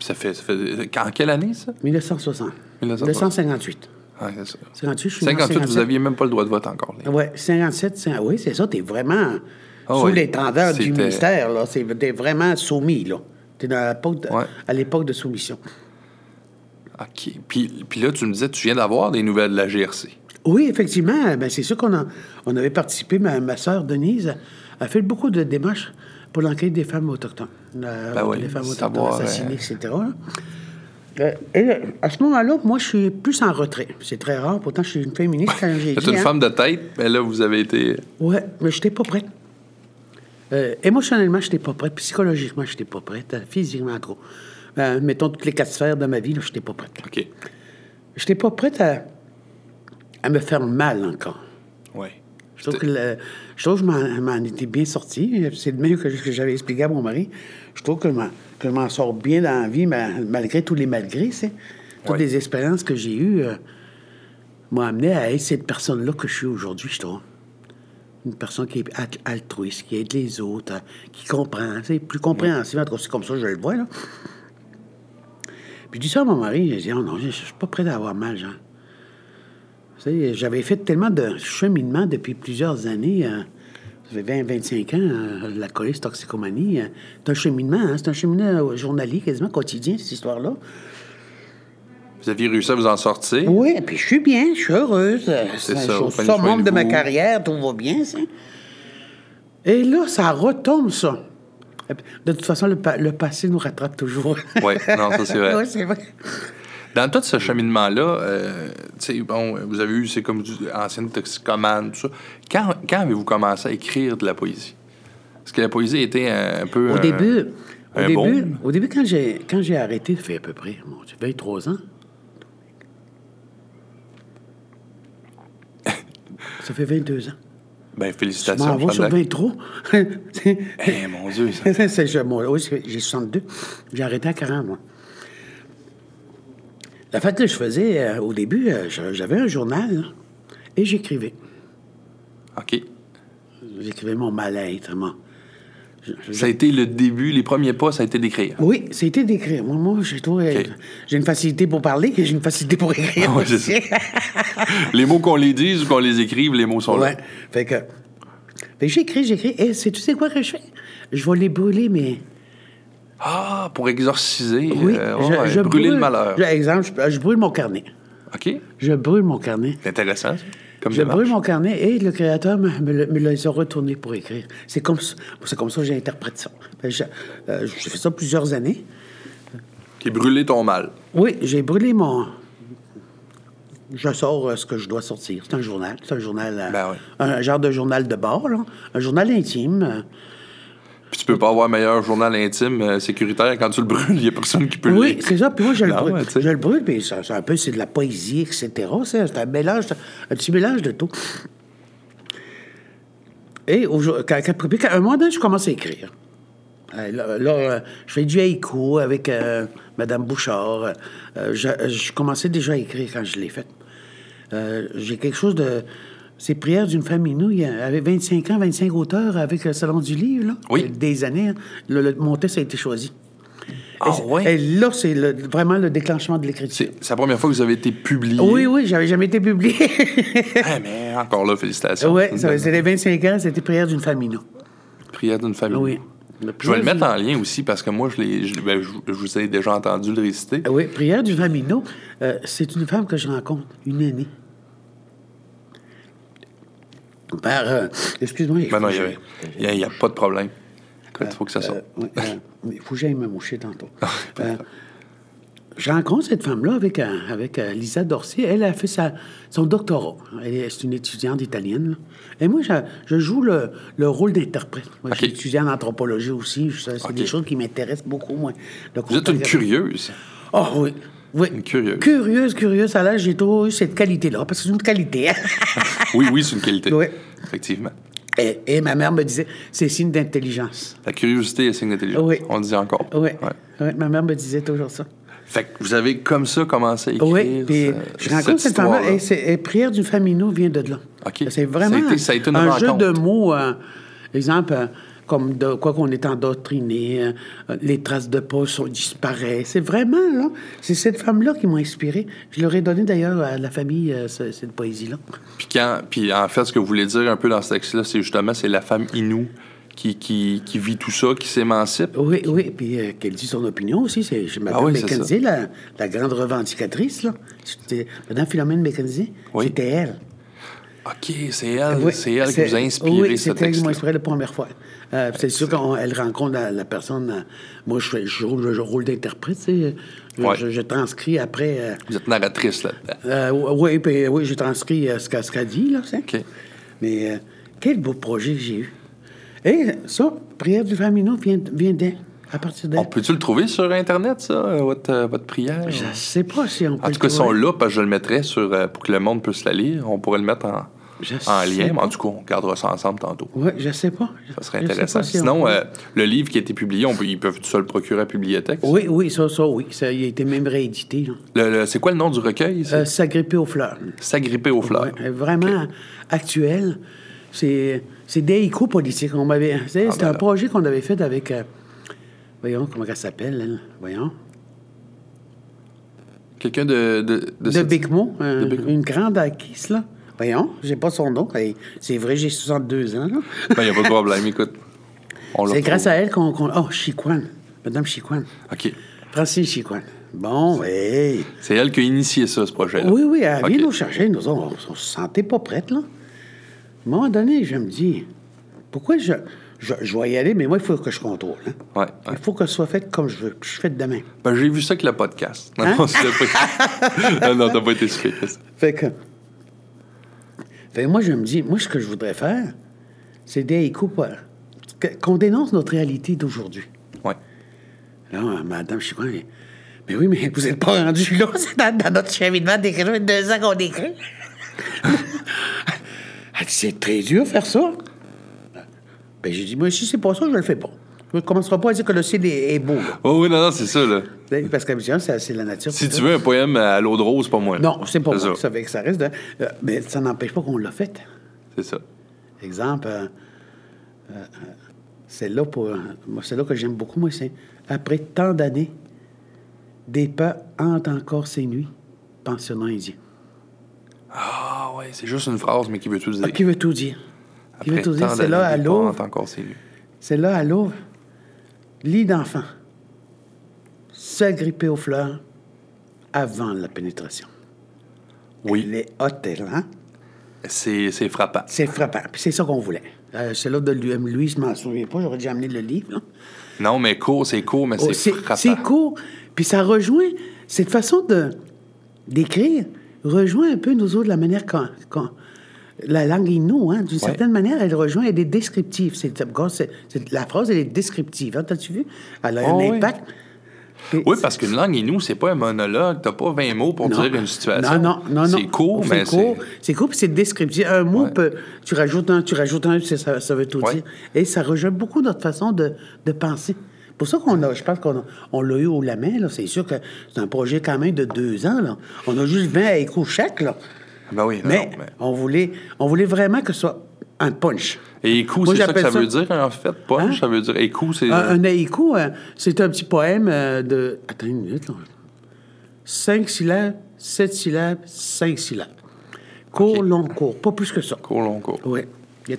Speaker 1: Ça fait, ça fait- En quelle année, ça?
Speaker 2: 1960. 1958.
Speaker 1: 1958. Ah, c'est ça.
Speaker 2: 58, je suis né en
Speaker 1: 58, vous
Speaker 2: 57.
Speaker 1: aviez même pas le droit de vote encore. là.
Speaker 2: Oui, 57, c'est- oui, c'est ça, t'es vraiment
Speaker 1: Ah
Speaker 2: sous
Speaker 1: oui,
Speaker 2: les tendeurs du
Speaker 1: c'était-
Speaker 2: ministère, là. C'est- T'es vraiment soumis, là. T'es dans la peau de-
Speaker 1: Ouais.
Speaker 2: à l'époque de soumission.
Speaker 1: OK. Puis, puis là, tu me disais, tu viens d'avoir des nouvelles de la GRC.
Speaker 2: Oui, effectivement, ben, c'est sûr qu'on en- on avait participé, ma, ma sœur Denise a, a fait beaucoup de démarches pour l'enquête des femmes autochtones, euh,
Speaker 1: Ben oui,
Speaker 2: des femmes autochtones
Speaker 1: savoir,
Speaker 2: assassinées, etc. là. Euh, et euh, à ce moment-là, moi, je suis plus en retrait. C'est très rare, pourtant, je suis une féministe quand
Speaker 1: (laughs)
Speaker 2: j'ai
Speaker 1: C'est
Speaker 2: dit,
Speaker 1: une
Speaker 2: hein.
Speaker 1: femme de tête, mais là, vous avez été.
Speaker 2: Ouais, mais j'étais pas prête. Euh, émotionnellement, j'étais pas prête. Psychologiquement, j'étais pas prête. euh, Physiquement, trop. Euh, mettons toutes les quatre sphères de ma vie, là, j'étais pas prête.
Speaker 1: OK.
Speaker 2: J'étais pas prête à, à me faire mal encore.
Speaker 1: Oui.
Speaker 2: Je trouve que, le- je, trouve que je m'en- m'en étais bien sorti. C'est le même que, que j'avais expliqué à mon mari. Je trouve que je m'en- que je m'en sors bien dans la vie, ma- malgré tous les malgrés. c'est Toutes
Speaker 1: Ouais.
Speaker 2: les expériences que j'ai eues euh, m'ont amené à être cette personne-là que je suis aujourd'hui, je trouve. Une personne qui est alt- altruiste, qui aide les autres, euh, qui comprend. C'est plus compréhensive, en tout cas, c'est comme ça que je le vois. Là. Puis je dis ça à mon mari, j'ai dit, oh non, je je suis pas prêt d'avoir mal, Jean. Tu sais, j'avais fait tellement de cheminement depuis plusieurs années. euh, ça fait 20, 25 ans, euh, l'alcoolisme, toxicomanie. euh, c'est un cheminement, hein, c'est un cheminement euh, journalier, quasiment quotidien, cette histoire-là.
Speaker 1: Vous aviez réussi à vous en sortir.
Speaker 2: Oui, puis je suis bien, je suis heureuse. euh,
Speaker 1: C'est
Speaker 2: ça,
Speaker 1: ça, vous
Speaker 2: Je suis
Speaker 1: prenez
Speaker 2: au
Speaker 1: soin
Speaker 2: summum
Speaker 1: de
Speaker 2: de ma
Speaker 1: vous.
Speaker 2: carrière, tout va bien, ça. Et là, ça retombe, ça. De toute façon, le, pa- le passé nous rattrape toujours.
Speaker 1: (laughs) Ouais, non, ça, c'est vrai.
Speaker 2: Oui, c'est vrai.
Speaker 1: Dans tout ce cheminement-là, euh, tu sais, bon, vous avez eu, c'est comme du ancienne toxicomane, tout ça. Quand, quand avez-vous commencé à écrire de la poésie? Est-ce que la poésie était un, un peu.
Speaker 2: Au
Speaker 1: un-
Speaker 2: début, au
Speaker 1: Euh, un
Speaker 2: début,
Speaker 1: baume?
Speaker 2: au début, quand j'ai quand j'ai arrêté, ça fait à peu près mon Dieu, 23
Speaker 1: (laughs)
Speaker 2: ans. Ça fait 22 ans.
Speaker 1: Ben,
Speaker 2: Je m'en
Speaker 1: félicitations.
Speaker 2: vais sur
Speaker 1: Jean-Jacques.
Speaker 2: 23.
Speaker 1: Eh, (laughs) mon Dieu,
Speaker 2: (laughs)
Speaker 1: ça.
Speaker 2: C'est- je- moi, oui, c'est- j'ai 62. J'ai arrêté à 40, moi. La fête que je faisais euh, au début, euh, j'a- j'avais un journal là, et j'écrivais.
Speaker 1: OK.
Speaker 2: J'écrivais mon mal-être, mon- je- je-
Speaker 1: Ça a été le début, les premiers pas, ça a été d'écrire.
Speaker 2: Oui, c'était d'écrire. Moi, moi j'ai trouvé-
Speaker 1: OK.
Speaker 2: j'ai une facilité pour parler et j'ai une facilité pour écrire.
Speaker 1: Ah ouais, c'est ça. les mots qu'on les dise ou qu'on les écrive, les mots sont
Speaker 2: (laughs) Ouais.
Speaker 1: là.
Speaker 2: Fait que, fait que j'écris, j'écris. Et c'est tu sais quoi que je fais? Je vais les brûler, mais.
Speaker 1: Ah, pour exorciser,
Speaker 2: Oui,
Speaker 1: euh, ouais, brûler le malheur.
Speaker 2: je- exemple, je, je brûle mon carnet.
Speaker 1: OK?
Speaker 2: Je brûle mon carnet.
Speaker 1: C'est intéressant, ça, Comme
Speaker 2: Je
Speaker 1: démarche.
Speaker 2: brûle mon carnet et le créateur me, me le- me les a retournés pour écrire. C'est comme, ça- c'est comme ça que j'interprète ça. Fait que je- euh, J'ai fait ça plusieurs années.
Speaker 1: Qui brûler ton mal.
Speaker 2: Oui, j'ai brûlé mon. Je sors euh, ce que je dois sortir. C'est un journal. C'est un journal. euh,
Speaker 1: Ben oui.
Speaker 2: Un genre de journal de bord, là. Un journal intime. euh.
Speaker 1: Puis tu peux pas avoir meilleur journal intime euh, sécuritaire quand tu le brûles, il y a personne qui peut le
Speaker 2: Oui, c'est ça. Puis moi, je le
Speaker 1: Non,
Speaker 2: brûle.
Speaker 1: mais tu sais.
Speaker 2: je le brûle, puis ça- c'est un peu, c'est de la poésie, etc. C'est c'est un mélange, un petit mélange de tout. Et aujourd'hui, quand, quand- puis quand- à un moment donné, je commence à écrire. Euh, Là, là, euh, je fais du haïku avec euh, Mme Bouchard. Euh, euh, je, je commençais déjà à écrire quand je l'ai fait. Euh, J'ai quelque chose de... C'est Prières d'une femme Inou, il y a- avait 25 ans, 25 auteurs avec le Salon du Livre, là.
Speaker 1: Oui.
Speaker 2: Des années. hein. Le, le- mon texte a été choisi.
Speaker 1: Ah
Speaker 2: Et-
Speaker 1: ouais?
Speaker 2: Et là, c'est le- vraiment le déclenchement de l'écriture.
Speaker 1: C'est c'est la première fois que vous avez été publié.
Speaker 2: Oui, oui, j'avais jamais été
Speaker 1: (laughs)
Speaker 2: publié.
Speaker 1: Ah, mais encore là, félicitations.
Speaker 2: oui, c'était 25 ans, c'était Prière d'une famille, non?
Speaker 1: Prière d'une famille.
Speaker 2: Oui.
Speaker 1: Je vais le mettre en lien aussi parce que moi, je, l'ai- je- ben, je- je vous ai déjà entendu le réciter.
Speaker 2: Ah Oui, Prière du Famino, euh, c'est une femme que je rencontre, une aînée. Par. euh, Excuse-moi. il
Speaker 1: Ben
Speaker 2: faut
Speaker 1: non,
Speaker 2: que
Speaker 1: il
Speaker 2: j'aille.
Speaker 1: n'y a, il y a pas de problème. Écoute, il faut que ça Ah, sorte.
Speaker 2: Euh, oui, euh, Il faut que j'aille me moucher tantôt. Euh, je rencontre cette femme-là avec, euh, avec euh, Lisa Dorcier. Elle a fait sa, son doctorat. Elle est, c'est une étudiante italienne. là. Et moi, je, je joue le, le rôle d'interprète. Moi,
Speaker 1: OK.
Speaker 2: Je suis étudiant en anthropologie aussi. Je- C'est
Speaker 1: OK.
Speaker 2: des choses qui m'intéressent beaucoup, moi. le
Speaker 1: vous êtes une
Speaker 2: contact-
Speaker 1: curieuse.
Speaker 2: Oh oui. Oui.
Speaker 1: Une curieuse.
Speaker 2: Curieuse, curieuse. À l'âge, j'ai toujours eu cette qualité-là, parce que c'est une
Speaker 1: (laughs)
Speaker 2: qualité. hein.
Speaker 1: Oui, oui, c'est une qualité.
Speaker 2: (laughs) Oui.
Speaker 1: Effectivement.
Speaker 2: et, et ma mère me disait, c'est signe d'intelligence.
Speaker 1: La curiosité est signe d'intelligence.
Speaker 2: Oui.
Speaker 1: On le dit encore.
Speaker 2: Oui.
Speaker 1: Ouais.
Speaker 2: Oui, ma mère me disait toujours ça.
Speaker 1: Fait que vous avez comme ça commencé à écrire
Speaker 2: Oui, puis
Speaker 1: ce-
Speaker 2: je rencontre cette femme-là,
Speaker 1: histoire-là.
Speaker 2: et, c'est- et Prière du Famino vient de là.
Speaker 1: OK.
Speaker 2: C'est vraiment
Speaker 1: Ça a été- ça a été une
Speaker 2: un jeu
Speaker 1: rencontre.
Speaker 2: de mots, euh, exemple, euh, comme de quoi qu'on est endoctriné, euh, euh, les traces de pas sont, disparaissent. C'est vraiment, là, c'est cette femme-là qui m'a inspiré. Je leur ai donné d'ailleurs à la famille euh, ce- cette poésie-là.
Speaker 1: Puis, quand- puis en fait, ce que vous voulez dire un peu dans ce texte-là, c'est justement c'est la femme Inou qui, qui, qui vit tout ça, qui s'émancipe.
Speaker 2: Oui, oui, puis euh, qu'elle dit son opinion aussi. C'est c'est Madame
Speaker 1: Ah oui, c'est
Speaker 2: McKenzie, la, la grande revendicatrice, là. C'était- Madame Philomène McKenzie,
Speaker 1: Oui.
Speaker 2: c'était elle.
Speaker 1: OK, c'est elle,
Speaker 2: Oui,
Speaker 1: c'est elle qui vous a inspiré
Speaker 2: oui,
Speaker 1: ce
Speaker 2: c'est elle qui
Speaker 1: texte.
Speaker 2: m'a inspiré la première fois. Euh, c'est sûr qu'elle rencontre la, la personne. euh, moi, je, fais- je joue le rôle d'interprète. tu sais. Je,
Speaker 1: Ouais.
Speaker 2: je- je transcris après. euh,
Speaker 1: Vous êtes narratrice là-dedans.
Speaker 2: euh, oui, puis, oui, j'ai transcrit euh, ce qu'elle ce qu'elle dit. Là, tu sais.
Speaker 1: OK.
Speaker 2: Mais euh, quel beau projet que j'ai eu. Et ça, Prière du Famino vient, vient d'elle, à partir
Speaker 1: On
Speaker 2: d'elle.
Speaker 1: peut-tu le trouver sur Internet, ça, euh, votre, euh, votre prière?
Speaker 2: Je ne sais pas si on peut.
Speaker 1: En
Speaker 2: le
Speaker 1: tout cas, ils sont
Speaker 2: trouver.
Speaker 1: là, parce que je le mettrai sur, euh, pour que le monde puisse la lire. On pourrait le mettre en,
Speaker 2: Je
Speaker 1: en
Speaker 2: sais
Speaker 1: lien, mais
Speaker 2: pas.
Speaker 1: en tout cas, on gardera ça ensemble tantôt.
Speaker 2: Oui, je sais pas.
Speaker 1: Ça serait
Speaker 2: Je sais pas
Speaker 1: intéressant.
Speaker 2: si on
Speaker 1: Sinon,
Speaker 2: peut.
Speaker 1: euh, le livre qui a été publié, on peut- ils peuvent se le procurer à la bibliothèque.
Speaker 2: Oui, oui, ça, ça, oui. Ça, il a été même réédité. là.
Speaker 1: Le- le- c'est quoi le nom du recueil? C'est
Speaker 2: Euh, S'agripper aux fleurs.
Speaker 1: S'agripper aux fleurs.
Speaker 2: Ouais, vraiment actuel. C'est c'est des échos politiques. On m'avait- vous savez,
Speaker 1: Ah,
Speaker 2: C'était
Speaker 1: ben
Speaker 2: un
Speaker 1: là.
Speaker 2: projet qu'on avait fait avec. euh, voyons, comment elle s'appelle, elle? Voyons.
Speaker 1: Quelqu'un de... De, de
Speaker 2: De
Speaker 1: cette-
Speaker 2: Bécmo, un-
Speaker 1: de Bécmo.
Speaker 2: une grande acquise, là. Voyons, j'ai pas son nom. Hey, C'est vrai, j'ai 62 ans, là.
Speaker 1: (laughs) Ben, il n'y a pas de problème, écoute. On le
Speaker 2: C'est grâce
Speaker 1: retrouve.
Speaker 2: à elle qu'on. qu'on- oh, Chiquan. Madame Chiquan.
Speaker 1: OK.
Speaker 2: Francine Chiquan. Bon, hey.
Speaker 1: C'est elle qui a initié ça, ce projet-là.
Speaker 2: Oui, oui, elle vient
Speaker 1: Euh, OK.
Speaker 2: nous chercher. Nous autres, on, on se sentait pas prête, là. À un moment donné, je me dis, pourquoi je, je, je vais y aller, mais moi, il faut que je contrôle. hein.
Speaker 1: Ouais, ouais.
Speaker 2: Il faut que ce soit fait comme je veux, que je fais de demain.
Speaker 1: Ben, j'ai vu ça avec le podcast. Non,
Speaker 2: Hein?
Speaker 1: non, c'est pas... (laughs) non, non, t'as pas été si pire que ça.
Speaker 2: Fait que. Fait que moi, je me dis, moi, ce que je voudrais faire, c'est des échos pour- que- qu'on dénonce notre réalité d'aujourd'hui.
Speaker 1: Ouais.
Speaker 2: Là, euh, madame, je sais pas, mais, mais oui, mais vous n'êtes pas rendu là, (laughs) c'est dans, dans notre cheminement d'écrire, ça fait deux ans qu'on écrit. (laughs) Elle dit, c'est très dur faire ça. Ben, j'ai dit, moi, si c'est pas ça, je le fais pas. Je ne commencerai pas à dire que le ciel est, est beau, là.
Speaker 1: Oh, oui, non, non, c'est ça, là.
Speaker 2: Vous savez, Parce qu'habituellement, c'est c'est la nature.
Speaker 1: Si tu veux un poème à l'eau de rose, pas moi. là.
Speaker 2: Non, c'est pas
Speaker 1: ça.
Speaker 2: moi. Ça, fait que ça reste de- euh, mais ça n'empêche pas qu'on l'a fait.
Speaker 1: C'est ça.
Speaker 2: Exemple, euh, euh, euh, celle-là pour. euh, moi, celle-là que j'aime beaucoup, moi, c'est Après tant d'années, des pas hantent encore ces nuits, pensionnant indien.
Speaker 1: Ah ouais, c'est juste une phrase, mais qui veut tout dire.
Speaker 2: Ah, qui veut tout dire? Qui veut
Speaker 1: Après
Speaker 2: tout dire?
Speaker 1: tant
Speaker 2: C'est là
Speaker 1: d'années,
Speaker 2: à
Speaker 1: des
Speaker 2: l'eau.
Speaker 1: plantes encore, c'est lui.
Speaker 2: C'est là à l'eau. Lit d'enfant. S'agripper aux fleurs avant la pénétration.
Speaker 1: Oui,
Speaker 2: Les hôtels, hein?
Speaker 1: c'est c'est frappant.
Speaker 2: C'est frappant. Puis c'est ça qu'on voulait. Euh, Celle-là de l'UM, lui, je m'en souviens pas. J'aurais déjà amené le livre. là.
Speaker 1: Non, mais court, c'est court, mais
Speaker 2: Oh,
Speaker 1: c'est
Speaker 2: c'est-
Speaker 1: frappant.
Speaker 2: c'est court. Puis ça rejoint cette façon de d'écrire rejoint un peu nous autres la manière qu'on qu'on- la langue inou, hein, d'une certaine manière, elle rejoint, elle est descriptive. C'est, c'est- c'est- la phrase, elle est descriptive. Hein, T'as-tu vu? Elle a
Speaker 1: Oh,
Speaker 2: un
Speaker 1: oui.
Speaker 2: impact. Puis
Speaker 1: Oui,
Speaker 2: c'est-
Speaker 1: parce qu'une langue nous, c'est pas un monologue. T'as pas 20 mots pour
Speaker 2: non.
Speaker 1: dire une situation.
Speaker 2: Non, non, non. non.
Speaker 1: C'est court, mais c'est.
Speaker 2: court. C'est court, puis c'est descriptif. Un mot,
Speaker 1: Ouais.
Speaker 2: peut, tu rajoutes un, tu rajoutes un, c'est- ça, ça veut tout
Speaker 1: Ouais.
Speaker 2: dire. Et ça rejoint beaucoup notre façon de, de penser. Pour ça qu'on a, je pense qu'on a- on l'a eu au la main, là. C'est sûr que c'est un projet quand même de deux ans, là. On a juste 20 échos chaque, là.
Speaker 1: Ben oui, non,
Speaker 2: mais
Speaker 1: non, mais-
Speaker 2: on voulait, on voulait vraiment que ce soit un punch.
Speaker 1: Et écou,
Speaker 2: Moi,
Speaker 1: c'est ça que ça,
Speaker 2: j'appelle
Speaker 1: veut dire, en fait, punch?
Speaker 2: Hein?
Speaker 1: Ça veut dire écou, c'est...
Speaker 2: Un, un haïku, euh, c'est un petit poème euh, de. Attends une minute, là. Cinq syllabes, sept syllabes, cinq syllabes. Court,
Speaker 1: Ok.
Speaker 2: long, court. Pas plus que ça.
Speaker 1: Court, long, court.
Speaker 2: Oui.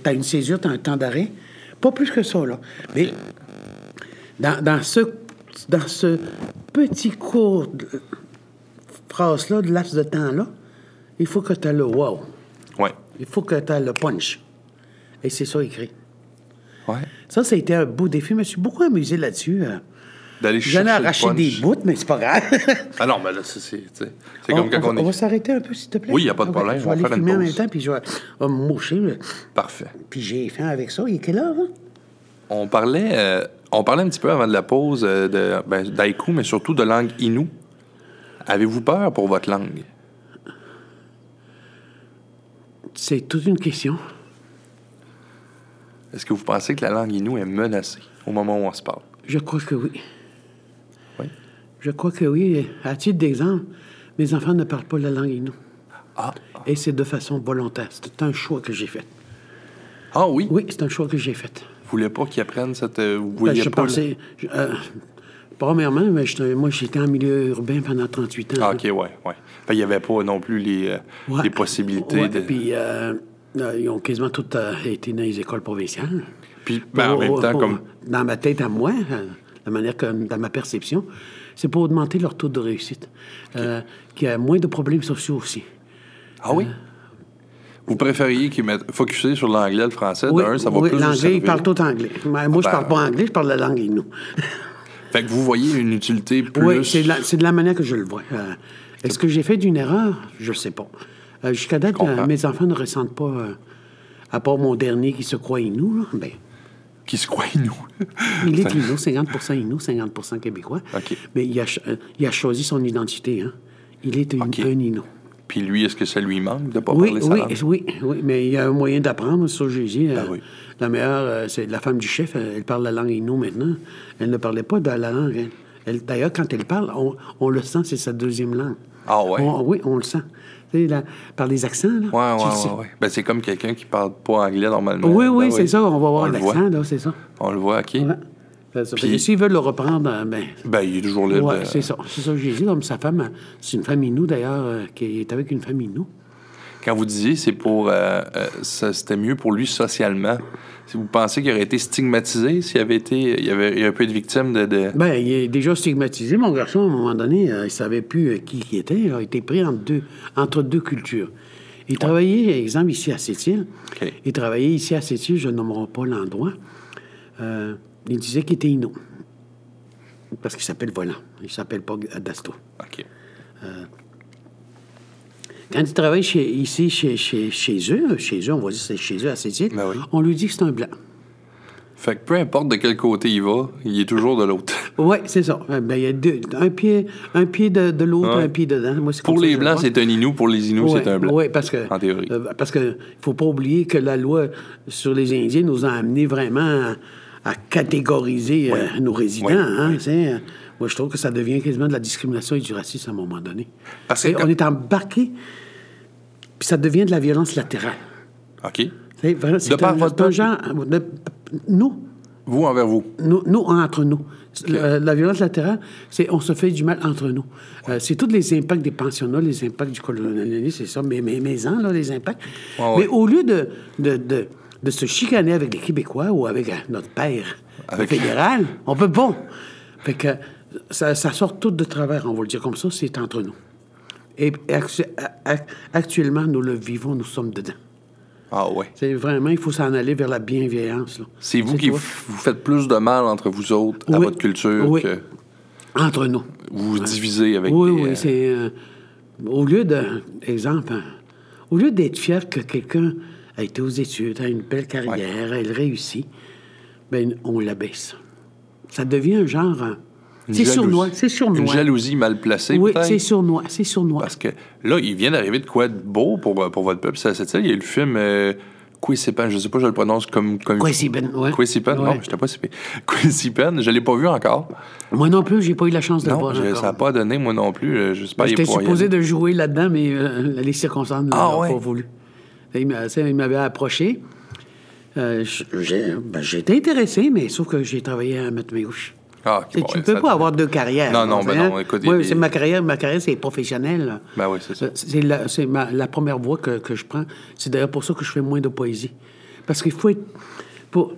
Speaker 2: T'as une césure, t'as un temps d'arrêt. Pas plus que ça, là. Mais dans, dans ce, dans ce petit court de- phrase-là, de laps de temps-là, il faut que tu le wow.
Speaker 1: Ouais.
Speaker 2: Il faut que tu le punch. Et c'est ça écrit.
Speaker 1: Ouais.
Speaker 2: Ça, ça a été un beau défi. Je me suis beaucoup amusé là-dessus. euh.
Speaker 1: D'aller
Speaker 2: J'en
Speaker 1: chercher
Speaker 2: ai
Speaker 1: le
Speaker 2: arraché
Speaker 1: punch.
Speaker 2: des bouts, mais c'est pas grave.
Speaker 1: Ah non, mais là, c'est... C'est tu sais, c'est
Speaker 2: On-
Speaker 1: comme
Speaker 2: on,
Speaker 1: quand
Speaker 2: va-
Speaker 1: on
Speaker 2: on va
Speaker 1: est...
Speaker 2: s'arrêter un peu, s'il te plaît.
Speaker 1: Oui, y a pas de
Speaker 2: Ah ouais,
Speaker 1: problème,
Speaker 2: Je
Speaker 1: on
Speaker 2: vais
Speaker 1: va
Speaker 2: aller
Speaker 1: faire une
Speaker 2: filmer en
Speaker 1: pause.
Speaker 2: même temps, puis je vais on va me moucher. là.
Speaker 1: Parfait.
Speaker 2: Puis j'ai faim avec ça. Il est quelle heure, hein?
Speaker 1: On parlait, euh, on parlait un petit peu avant de la pause euh, de ben, d'haïku, mais surtout de langue inou. Avez-vous peur pour votre langue?
Speaker 2: C'est toute une question.
Speaker 1: Est-ce que vous pensez que la langue inou est menacée au moment où on se parle?
Speaker 2: Je crois que oui.
Speaker 1: Oui.
Speaker 2: Je crois que oui. À titre d'exemple, mes enfants ne parlent pas la langue inou.
Speaker 1: Ah,
Speaker 2: Et c'est de façon volontaire. C'est un choix que j'ai fait.
Speaker 1: ah oui?
Speaker 2: Oui, c'est un choix que j'ai fait.
Speaker 1: Vous voulez pas qu'ils apprennent cette... euh, Vous
Speaker 2: Ben,
Speaker 1: vouliez
Speaker 2: je
Speaker 1: pas... le-
Speaker 2: pensais. je- euh, premièrement, ben, j'étais- moi, j'étais en milieu urbain pendant 38 ans.
Speaker 1: Ah,
Speaker 2: là.
Speaker 1: OK, ouais, ouais. Fait, Il n'y avait pas non plus les, euh,
Speaker 2: Ouais.
Speaker 1: les possibilités
Speaker 2: Ouais,
Speaker 1: de... Puis,
Speaker 2: Puis, euh, euh, ils ont quasiment tous euh, été dans les écoles provinciales.
Speaker 1: ben, en
Speaker 2: Pour-
Speaker 1: même temps,
Speaker 2: pour-
Speaker 1: comme...
Speaker 2: Dans ma tête à moi, euh, la manière comme dans ma perception, c'est pour augmenter leur taux de réussite. Euh, qu'il y a moins de problèmes sociaux aussi. Euh,
Speaker 1: Ah oui? Vous préfériez qu'ils mettent... Focuser sur l'anglais, le français,
Speaker 2: Oui,
Speaker 1: d'un, ça va
Speaker 2: oui,
Speaker 1: plus vous
Speaker 2: l'anglais, ils
Speaker 1: servir.
Speaker 2: parlent tout anglais. Mais moi,
Speaker 1: Ah,
Speaker 2: je parle
Speaker 1: ben.
Speaker 2: pas anglais, je parle la langue inou.
Speaker 1: Fait que vous voyez une utilité plus...
Speaker 2: Oui, c'est de, la- c'est de la manière que je le vois. Euh, Est-ce que j'ai fait d'une erreur? Je ne sais pas. Euh, Jusqu'à date, euh,
Speaker 1: comprends.
Speaker 2: mes enfants ne ressentent pas, euh, à part mon dernier qui se croit inou, là, ben,
Speaker 1: Qui se croient nous.
Speaker 2: Il est Inou, 50 Inou, 50 Québécois.
Speaker 1: OK.
Speaker 2: Mais il a, cho- euh, il a choisi son identité. Hein. Il est un-
Speaker 1: OK.
Speaker 2: un Inou.
Speaker 1: (laughs) Puis lui, est-ce que ça lui manque de ne pas
Speaker 2: Oui,
Speaker 1: parler sa
Speaker 2: oui,
Speaker 1: langue? Ben
Speaker 2: oui, oui, mais il y a un moyen d'apprendre, ça, j'ai dit. euh,
Speaker 1: oui.
Speaker 2: La meilleure, euh, c'est la femme du chef, euh, elle parle la langue Inou maintenant. Elle ne parlait pas de la langue. elle. Elle- D'ailleurs, quand elle parle, on, on le sent, c'est sa deuxième langue.
Speaker 1: Ah ouais?
Speaker 2: On- oui, on le sent. Tu sais, la- par les accents, là.
Speaker 1: Ouais,
Speaker 2: tu le
Speaker 1: ouais,
Speaker 2: sais.
Speaker 1: ouais, ouais. Ben, c'est comme quelqu'un qui parle pas anglais normalement.
Speaker 2: Oui,
Speaker 1: Ben
Speaker 2: oui, c'est ça, on va voir
Speaker 1: le voit.
Speaker 2: l'accent, là, c'est ça.
Speaker 1: On le voit, OK.
Speaker 2: Ouais. Ça, ça fait
Speaker 1: Puis-
Speaker 2: que S'ils veulent le reprendre, euh, ben,
Speaker 1: Ben, il est toujours libre.
Speaker 2: Ouais,
Speaker 1: de-
Speaker 2: c'est ça. C'est ça que j'ai dit. Comme sa femme, euh, c'est une femme inou d'ailleurs, euh, qui est avec une femme inou.
Speaker 1: Quand vous disiez c'est pour euh, euh, ça, c'était mieux pour lui socialement, si vous pensez qu'il aurait été stigmatisé s'il avait été il avait, il aurait pu être victime de, de-
Speaker 2: Ben, il est déjà stigmatisé, mon garçon, à un moment donné. euh, il savait plus euh, qui il était. Il a été pris entre deux, entre deux cultures. Il travaillait, par exemple, ici à Sept-Îles.
Speaker 1: OK.
Speaker 2: Il travaillait ici à Sept-Îles, je ne nommerai pas l'endroit. Euh, il disait qu'il était inou. Parce qu'il s'appelle Volant. Il s'appelle pas Dasto.
Speaker 1: OK.
Speaker 2: Quand il travaille chez- ici, chez, chez, chez eux, chez eux, on va dire c'est chez eux à Sept-Îles,
Speaker 1: Ben oui.
Speaker 2: on lui dit que c'est un blanc.
Speaker 1: Fait que peu importe de quel côté il va, il est toujours de l'autre. (laughs)
Speaker 2: Oui, c'est ça. Euh, Ben, il y a deux, un pied, un pied de, de l'autre,
Speaker 1: Ouais.
Speaker 2: un pied dedans. Moi, c'est
Speaker 1: pour
Speaker 2: comme ça
Speaker 1: les
Speaker 2: que je
Speaker 1: blancs,
Speaker 2: le vois.
Speaker 1: c'est un inou, pour les inous, c'est un blanc.
Speaker 2: Oui, parce que.
Speaker 1: En théorie.
Speaker 2: euh, parce qu'il ne faut pas oublier que la loi sur les Indiens nous a amenés vraiment à, à catégoriser euh, nos résidents.
Speaker 1: Oui,
Speaker 2: hein, tu sais, euh, moi, je trouve que ça devient quasiment de la discrimination et du racisme à un moment donné.
Speaker 1: Parce que
Speaker 2: Et
Speaker 1: quand-
Speaker 2: On est embarqué, puis ça devient de la violence latérale.
Speaker 1: OK.
Speaker 2: Tu sais, vraiment, C'est
Speaker 1: par
Speaker 2: un,
Speaker 1: votre
Speaker 2: c'est un
Speaker 1: peuple?
Speaker 2: genre. de- nous,
Speaker 1: Vous envers vous.
Speaker 2: nous, nous, entre nous. Le- la violence latérale, c'est on se fait du mal entre nous. Euh, c'est tous les impacts des pensionnats, les impacts du colonialisme, c'est ça, mais mais mais en, là, les impacts.
Speaker 1: Ouais, ouais.
Speaker 2: Mais au lieu de, de, de, de se chicaner avec les Québécois ou avec euh, notre père
Speaker 1: Avec-
Speaker 2: fédéral, on peut bon. Fait que ça, ça sort tout de travers, on va le dire comme ça, c'est entre nous. Et actu- a- a- actuellement, nous le vivons, nous sommes dedans.
Speaker 1: Ah ouais.
Speaker 2: C'est vraiment, il faut s'en aller vers la bienveillance. là.
Speaker 1: C'est vous qui
Speaker 2: toi.
Speaker 1: f- vous faites plus de mal entre vous autres à
Speaker 2: Oui.
Speaker 1: votre culture
Speaker 2: Oui.
Speaker 1: que
Speaker 2: Entre nous.
Speaker 1: vous vous divisez avec
Speaker 2: Oui,
Speaker 1: des,
Speaker 2: oui,
Speaker 1: euh,
Speaker 2: c'est... euh, au lieu de... Exemple, hein, au lieu d'être fier que quelqu'un a été aux études, a une belle carrière, elle réussit, ben on l'abaisse. Ça devient un genre... hein,
Speaker 1: une
Speaker 2: c'est
Speaker 1: jalousie.
Speaker 2: sournois, c'est sournois.
Speaker 1: Une jalousie mal placée
Speaker 2: Oui,
Speaker 1: peut-être.
Speaker 2: c'est sournois, c'est sournois.
Speaker 1: Parce que là, il vient d'arriver de quoi de beau pour, euh, pour votre peuple, c'est cette île. Il y a eu le film euh, Quisipan, je sais pas, je le prononce comme. comme
Speaker 2: Quisipan, ouais.
Speaker 1: Quisipan, non,
Speaker 2: Ouais.
Speaker 1: je pas si pire. (laughs) Quisipan, je l'ai pas vu encore.
Speaker 2: Moi non plus, j'ai pas eu la chance de le
Speaker 1: Non,
Speaker 2: voir
Speaker 1: je-
Speaker 2: encore. Ben,
Speaker 1: ça n'a pas donné, moi non plus. euh, J'espère qu'il
Speaker 2: J'étais
Speaker 1: est pour y
Speaker 2: supposé
Speaker 1: aller.
Speaker 2: de jouer là-dedans, mais euh, les circonstances ne
Speaker 1: Ah,
Speaker 2: l'ont
Speaker 1: ouais.
Speaker 2: euh, pas voulu. Il m'a- ça, il m'avait approché. Euh, j- j'ai ben, j'ai été intéressé, mais sauf que j'ai travaillé à Matmeuche.
Speaker 1: Ah, ok,
Speaker 2: Tu
Speaker 1: bon,
Speaker 2: ne
Speaker 1: ouais,
Speaker 2: peux
Speaker 1: ça-
Speaker 2: pas avoir deux carrières.
Speaker 1: Non, non,
Speaker 2: tu
Speaker 1: ben
Speaker 2: sais,
Speaker 1: non, écoute,
Speaker 2: Moi,
Speaker 1: il-
Speaker 2: c'est ma carrière, ma carrière, c'est professionnelle. là.
Speaker 1: Ben oui, c'est ça.
Speaker 2: Euh, C'est la, c'est ma- la première voie que, que je prends. C'est d'ailleurs pour ça que je fais moins de poésie. Parce qu'il faut être. Pour,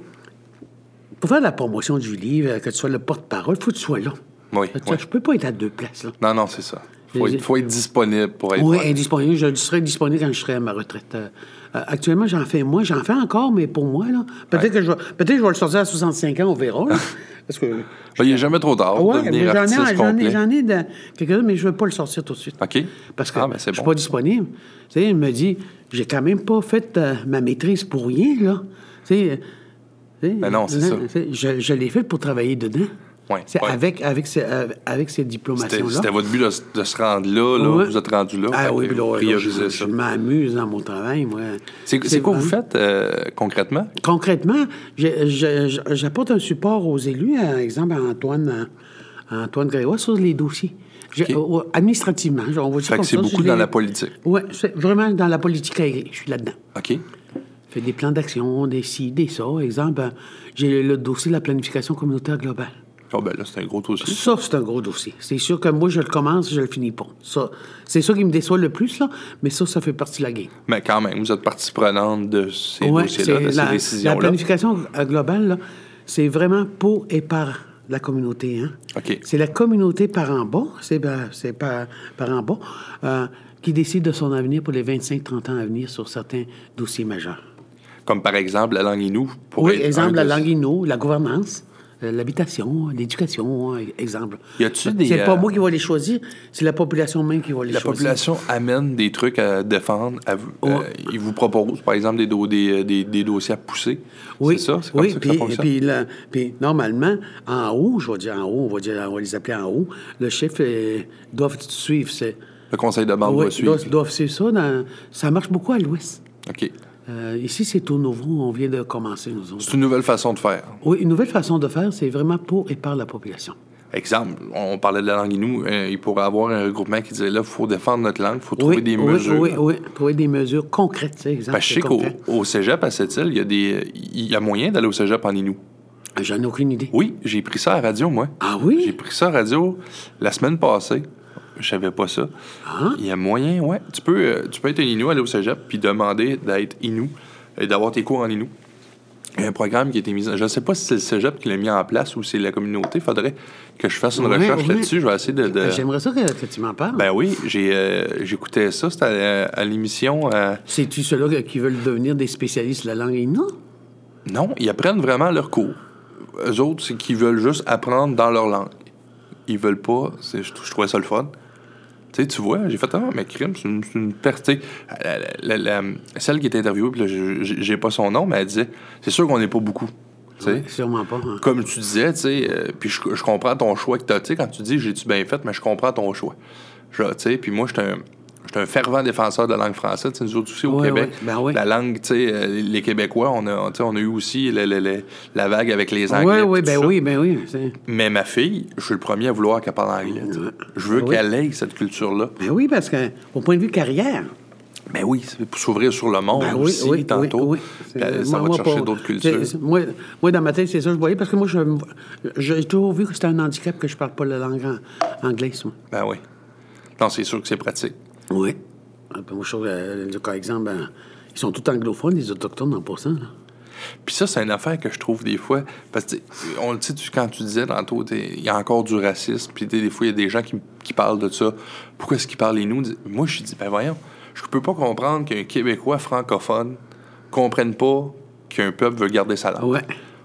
Speaker 2: pour faire la promotion du livre, euh, que tu sois le porte-parole, il faut que tu sois là.
Speaker 1: Oui,
Speaker 2: Tu sais,
Speaker 1: oui.
Speaker 2: Je peux pas être à deux places. Là.
Speaker 1: Non, non, c'est ça. Faut,
Speaker 2: J'ai-
Speaker 1: être- faut être disponible pour être.
Speaker 2: Oui, indisponible. Je serai disponible quand je serai à ma retraite. Euh, euh, actuellement, j'en fais moins. J'en fais encore, mais pour moi, là. Peut-être que je vais, peut-être que je vais le sortir à 65 ans, on verra.
Speaker 1: (laughs)
Speaker 2: là. Parce que.
Speaker 1: Ben, il n'est jamais trop tard
Speaker 2: Ah
Speaker 1: pour
Speaker 2: ouais, mais
Speaker 1: devenir
Speaker 2: j'en ai,
Speaker 1: artiste
Speaker 2: j'en
Speaker 1: complet.
Speaker 2: ai, j'en ai de, quelques-uns, mais je ne veux pas le sortir tout de suite.
Speaker 1: OK.
Speaker 2: Parce que
Speaker 1: Ah, ben,
Speaker 2: je
Speaker 1: c'est
Speaker 2: suis
Speaker 1: bon.
Speaker 2: pas disponible. Tu sais, il me dit, j'ai quand même pas fait euh, ma maîtrise pour rien, là. Tu sais, euh, tu sais,
Speaker 1: Ben non, c'est ça.
Speaker 2: tu sais, Je, je l'ai fait pour travailler dedans.
Speaker 1: Ouais,
Speaker 2: C'est
Speaker 1: ouais.
Speaker 2: avec, avec, ces- euh, avec cette
Speaker 1: C'était
Speaker 2: diplomation-là.
Speaker 1: c'était votre but de, s- de se rendre là, là.
Speaker 2: Ouais.
Speaker 1: Vous êtes rendu là.
Speaker 2: Ah
Speaker 1: Fait
Speaker 2: oui,
Speaker 1: que
Speaker 2: puis là,
Speaker 1: vous
Speaker 2: là,
Speaker 1: priorisez
Speaker 2: je,
Speaker 1: ça.
Speaker 2: je m'amuse dans mon travail, moi.
Speaker 1: C'est c'est quoi vous
Speaker 2: vraiment-
Speaker 1: faites euh, concrètement?
Speaker 2: Concrètement, je- je- je- j'apporte un support aux élus, par exemple à Antoine, à Antoine Grégoire, sur les dossiers. Je- au- au- administrativement, je- on va dire
Speaker 1: Fait que
Speaker 2: comme
Speaker 1: c'est
Speaker 2: ça,
Speaker 1: beaucoup
Speaker 2: sur les-
Speaker 1: dans la politique.
Speaker 2: Ouais, c'est vraiment dans la politique aérienne, je suis là-dedans.
Speaker 1: OK.
Speaker 2: Je fais des plans d'action, des ci, des ça. Exemple, euh, j'ai le dossier de la planification communautaire globale.
Speaker 1: Ah ben là, c'est un gros dossier.
Speaker 2: Ça, c'est un gros dossier. C'est sûr que moi, je le commence, je le finis pas. Ça, c'est ça qui me déçoit le plus, là, mais ça, ça fait partie de la game.
Speaker 1: Mais quand même, vous êtes partie prenante de ces
Speaker 2: Ouais,
Speaker 1: dossiers-là, de
Speaker 2: c'est la,
Speaker 1: ces
Speaker 2: la
Speaker 1: décisions-là.
Speaker 2: planification euh, globale, là, c'est vraiment pour et par la communauté. Hein?
Speaker 1: OK.
Speaker 2: C'est la communauté par en bas, c'est par, c'est par, par en bas, euh, qui décide de son avenir pour les 25-30 ans à venir sur certains dossiers majeurs.
Speaker 1: Comme par exemple la langue Inou.
Speaker 2: Oui, exemple, la langue inno, la gouvernance, euh, l'habitation, l'éducation, hein, exemple.
Speaker 1: Y a-tu des,
Speaker 2: C'est pas
Speaker 1: euh,
Speaker 2: moi qui vais les choisir, c'est la population même qui va les
Speaker 1: La
Speaker 2: choisir.
Speaker 1: population amène des trucs à défendre. à vous- euh, ils vous proposent, par exemple, des, do- des, euh, des- des dossiers à pousser.
Speaker 2: Oui,
Speaker 1: C'est ça? C'est comme
Speaker 2: oui,
Speaker 1: ça que
Speaker 2: puis,
Speaker 1: ça fonctionne?
Speaker 2: puis la- puis normalement, en haut, je vais dire en haut, on va, dire, on va les appeler en haut, le chef euh, doit suivre. C'est,
Speaker 1: Le conseil de bande
Speaker 2: Ouais,
Speaker 1: doit Ah, suivre.
Speaker 2: doit- doit suivre ça. dans- ça marche beaucoup à l'ouest.
Speaker 1: OK.
Speaker 2: Euh, ici, c'est tout nouveau, on vient de commencer, nous autres.
Speaker 1: C'est une nouvelle façon de faire.
Speaker 2: Oui, une nouvelle façon de faire, c'est vraiment pour et par la population.
Speaker 1: Exemple, on parlait de la langue Inou. euh, il pourrait y avoir un regroupement qui disait là, il faut défendre notre langue, il faut trouver
Speaker 2: oui,
Speaker 1: des
Speaker 2: oui,
Speaker 1: mesures.
Speaker 2: Oui, oui, trouver des mesures concrètes, c'est exact.
Speaker 1: Parce que je sais qu'au au cégep à cette île, il y, a des- il y a moyen d'aller au cégep en Inou.
Speaker 2: Ah, J'en ai aucune idée.
Speaker 1: Oui, j'ai pris ça à la radio, moi.
Speaker 2: Ah oui?
Speaker 1: J'ai pris ça à la radio la semaine passée. Je savais pas ça. Il y a moyen, ouais. Tu peux, euh, tu peux être un Inou, aller au cégep, puis demander d'être Inou et d'avoir tes cours en Inou. Il y a un programme qui a été mis en... Je ne sais pas si c'est le cégep qui l'a mis en place ou c'est la communauté. faudrait que je fasse une
Speaker 2: Ouais,
Speaker 1: recherche
Speaker 2: ouais.
Speaker 1: là-dessus. Je vais essayer de... de-
Speaker 2: Ah, J'aimerais ça que, que tu m'en parles.
Speaker 1: Ben oui, j'ai, euh, j'écoutais ça. C'était à, à l'émission... euh,
Speaker 2: C'est-tu ceux-là qui veulent devenir des spécialistes de la langue non?
Speaker 1: Non, ils apprennent vraiment leur cours. Eux autres, c'est qu'ils veulent juste apprendre dans leur langue. Ils veulent pas. c'est- Je, trou- je trouvais ça le fun. Tu sais, tu vois, j'ai fait Ah, mais crime, c'est une, c'est une perte. Tu sais, la- la- la- la- celle qui était interviewée, puis là, j'ai- j'ai j'ai pas son nom, mais elle disait C'est sûr qu'on n'est pas beaucoup. Tu sais.
Speaker 2: Sûrement pas. hein.
Speaker 1: Comme tu disais, tu sais, euh, puis je, je comprends ton choix que t'as. Tu sais, quand tu dis J'ai-tu bien fait, mais je comprends ton choix. Je- Tu sais, puis moi, je suis un. j'étais un fervent défenseur de la langue française. Tu sais, nous autres aussi, au
Speaker 2: Ouais,
Speaker 1: Québec,
Speaker 2: ouais, ben ouais.
Speaker 1: la langue, tu sais, euh, les Québécois, on a, tu sais, on a eu aussi le- le- le- la vague avec les Anglais.
Speaker 2: Ouais, ouais,
Speaker 1: tout
Speaker 2: ben
Speaker 1: ça.
Speaker 2: oui, ben oui, c'est-
Speaker 1: Mais ma fille, je suis le premier à vouloir qu'elle parle anglais. tu sais.
Speaker 2: Ouais.
Speaker 1: Je veux
Speaker 2: Ben oui.
Speaker 1: qu'elle ait cette culture-là.
Speaker 2: Ben oui, parce que au point de vue carrière.
Speaker 1: Mais oui, c'est pour s'ouvrir sur le monde
Speaker 2: Ben oui,
Speaker 1: aussi,
Speaker 2: oui,
Speaker 1: tantôt.
Speaker 2: oui, oui.
Speaker 1: Puis, euh,
Speaker 2: C'est-
Speaker 1: ça
Speaker 2: moi-
Speaker 1: va
Speaker 2: moi,
Speaker 1: te chercher
Speaker 2: pas-
Speaker 1: d'autres
Speaker 2: c'est-
Speaker 1: cultures.
Speaker 2: c'est- Moi, moi, dans ma tête, c'est ça que je voyais, parce que moi, je, j'ai toujours vu que c'était un handicap que je parle pas la langue en- anglaise, moi.
Speaker 1: Ben oui. Non, c'est sûr que c'est pratique.
Speaker 2: Oui. moi, je trouve, euh, le- par exemple, ben, ils sont tous anglophones, les Autochtones, en passant. là.
Speaker 1: Puis ça, c'est une affaire que je trouve des fois. Parce que, tu sais, on le sait, tu- quand tu disais tantôt, t'es- il y a encore du racisme. Puis tu sais, des fois, il y a des gens qui, qui parlent de ça. Pourquoi est-ce qu'ils parlent les nous? Dis- Moi, je dis, ben voyons, je peux pas comprendre qu'un Québécois francophone comprenne pas qu'un peuple veut garder sa langue.
Speaker 2: Ouais.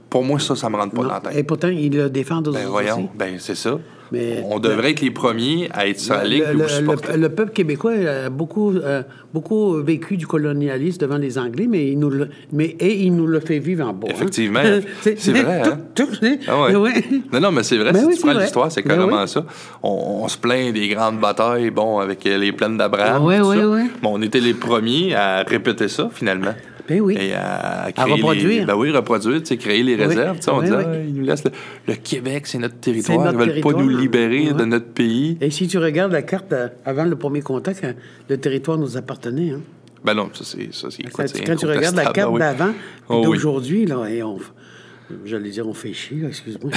Speaker 1: Pour moi, ça, ça me rentre pas
Speaker 2: Non.
Speaker 1: dans la
Speaker 2: Et
Speaker 1: tête.
Speaker 2: pourtant, ils le défendent aux
Speaker 1: Ben
Speaker 2: autres aussi.
Speaker 1: voyons, ben c'est ça.
Speaker 2: Mais-
Speaker 1: on devrait être les premiers à être sur la ligne
Speaker 2: Le,
Speaker 1: et
Speaker 2: le-
Speaker 1: vous supporter.
Speaker 2: le- le peuple québécois a beaucoup, euh, beaucoup vécu du colonialisme devant les Anglais, mais il nous le, mais, et il nous le fait vivre en bas. hein. (laughs)
Speaker 1: Effectivement. C'est vrai, hein?
Speaker 2: Tout, tout,
Speaker 1: Ah ouais.
Speaker 2: ouais.
Speaker 1: Non, non, mais c'est vrai,
Speaker 2: Ben
Speaker 1: si
Speaker 2: oui,
Speaker 1: tu
Speaker 2: c'est
Speaker 1: prends
Speaker 2: vrai.
Speaker 1: l'histoire, c'est
Speaker 2: Ben
Speaker 1: carrément
Speaker 2: oui.
Speaker 1: ça. On, on se plaint des grandes batailles, bon, avec euh, les plaines d'Abraham.
Speaker 2: Ah ouais,
Speaker 1: tout
Speaker 2: ouais,
Speaker 1: ça.
Speaker 2: ouais.
Speaker 1: Mais on était les premiers à répéter ça, finalement.
Speaker 2: Ben oui.
Speaker 1: Et à, créer Les,
Speaker 2: reproduire.
Speaker 1: ben oui, reproduire, tu sais, créer les réserves. tu sais, on
Speaker 2: Oui,
Speaker 1: disait,
Speaker 2: oui.
Speaker 1: Ah, ils nous laissent le, le Québec, c'est notre territoire.
Speaker 2: notre
Speaker 1: ils veulent pas
Speaker 2: territoire.
Speaker 1: nous libérer de
Speaker 2: Ouais.
Speaker 1: notre pays.
Speaker 2: euh, Et si tu regardes la carte euh, avant le premier contact, hein, le territoire nous appartenait. hein.
Speaker 1: Ben non, ça, c'est ça, c'est
Speaker 2: Quand,
Speaker 1: écoute, c'est
Speaker 2: quand tu regardes la
Speaker 1: incontestable,
Speaker 2: carte
Speaker 1: ah oui.
Speaker 2: d'avant,
Speaker 1: Ah oui.
Speaker 2: d'aujourd'hui, là, et on, j'allais dire, on fait chier,
Speaker 1: (laughs)
Speaker 2: là, excuse-moi.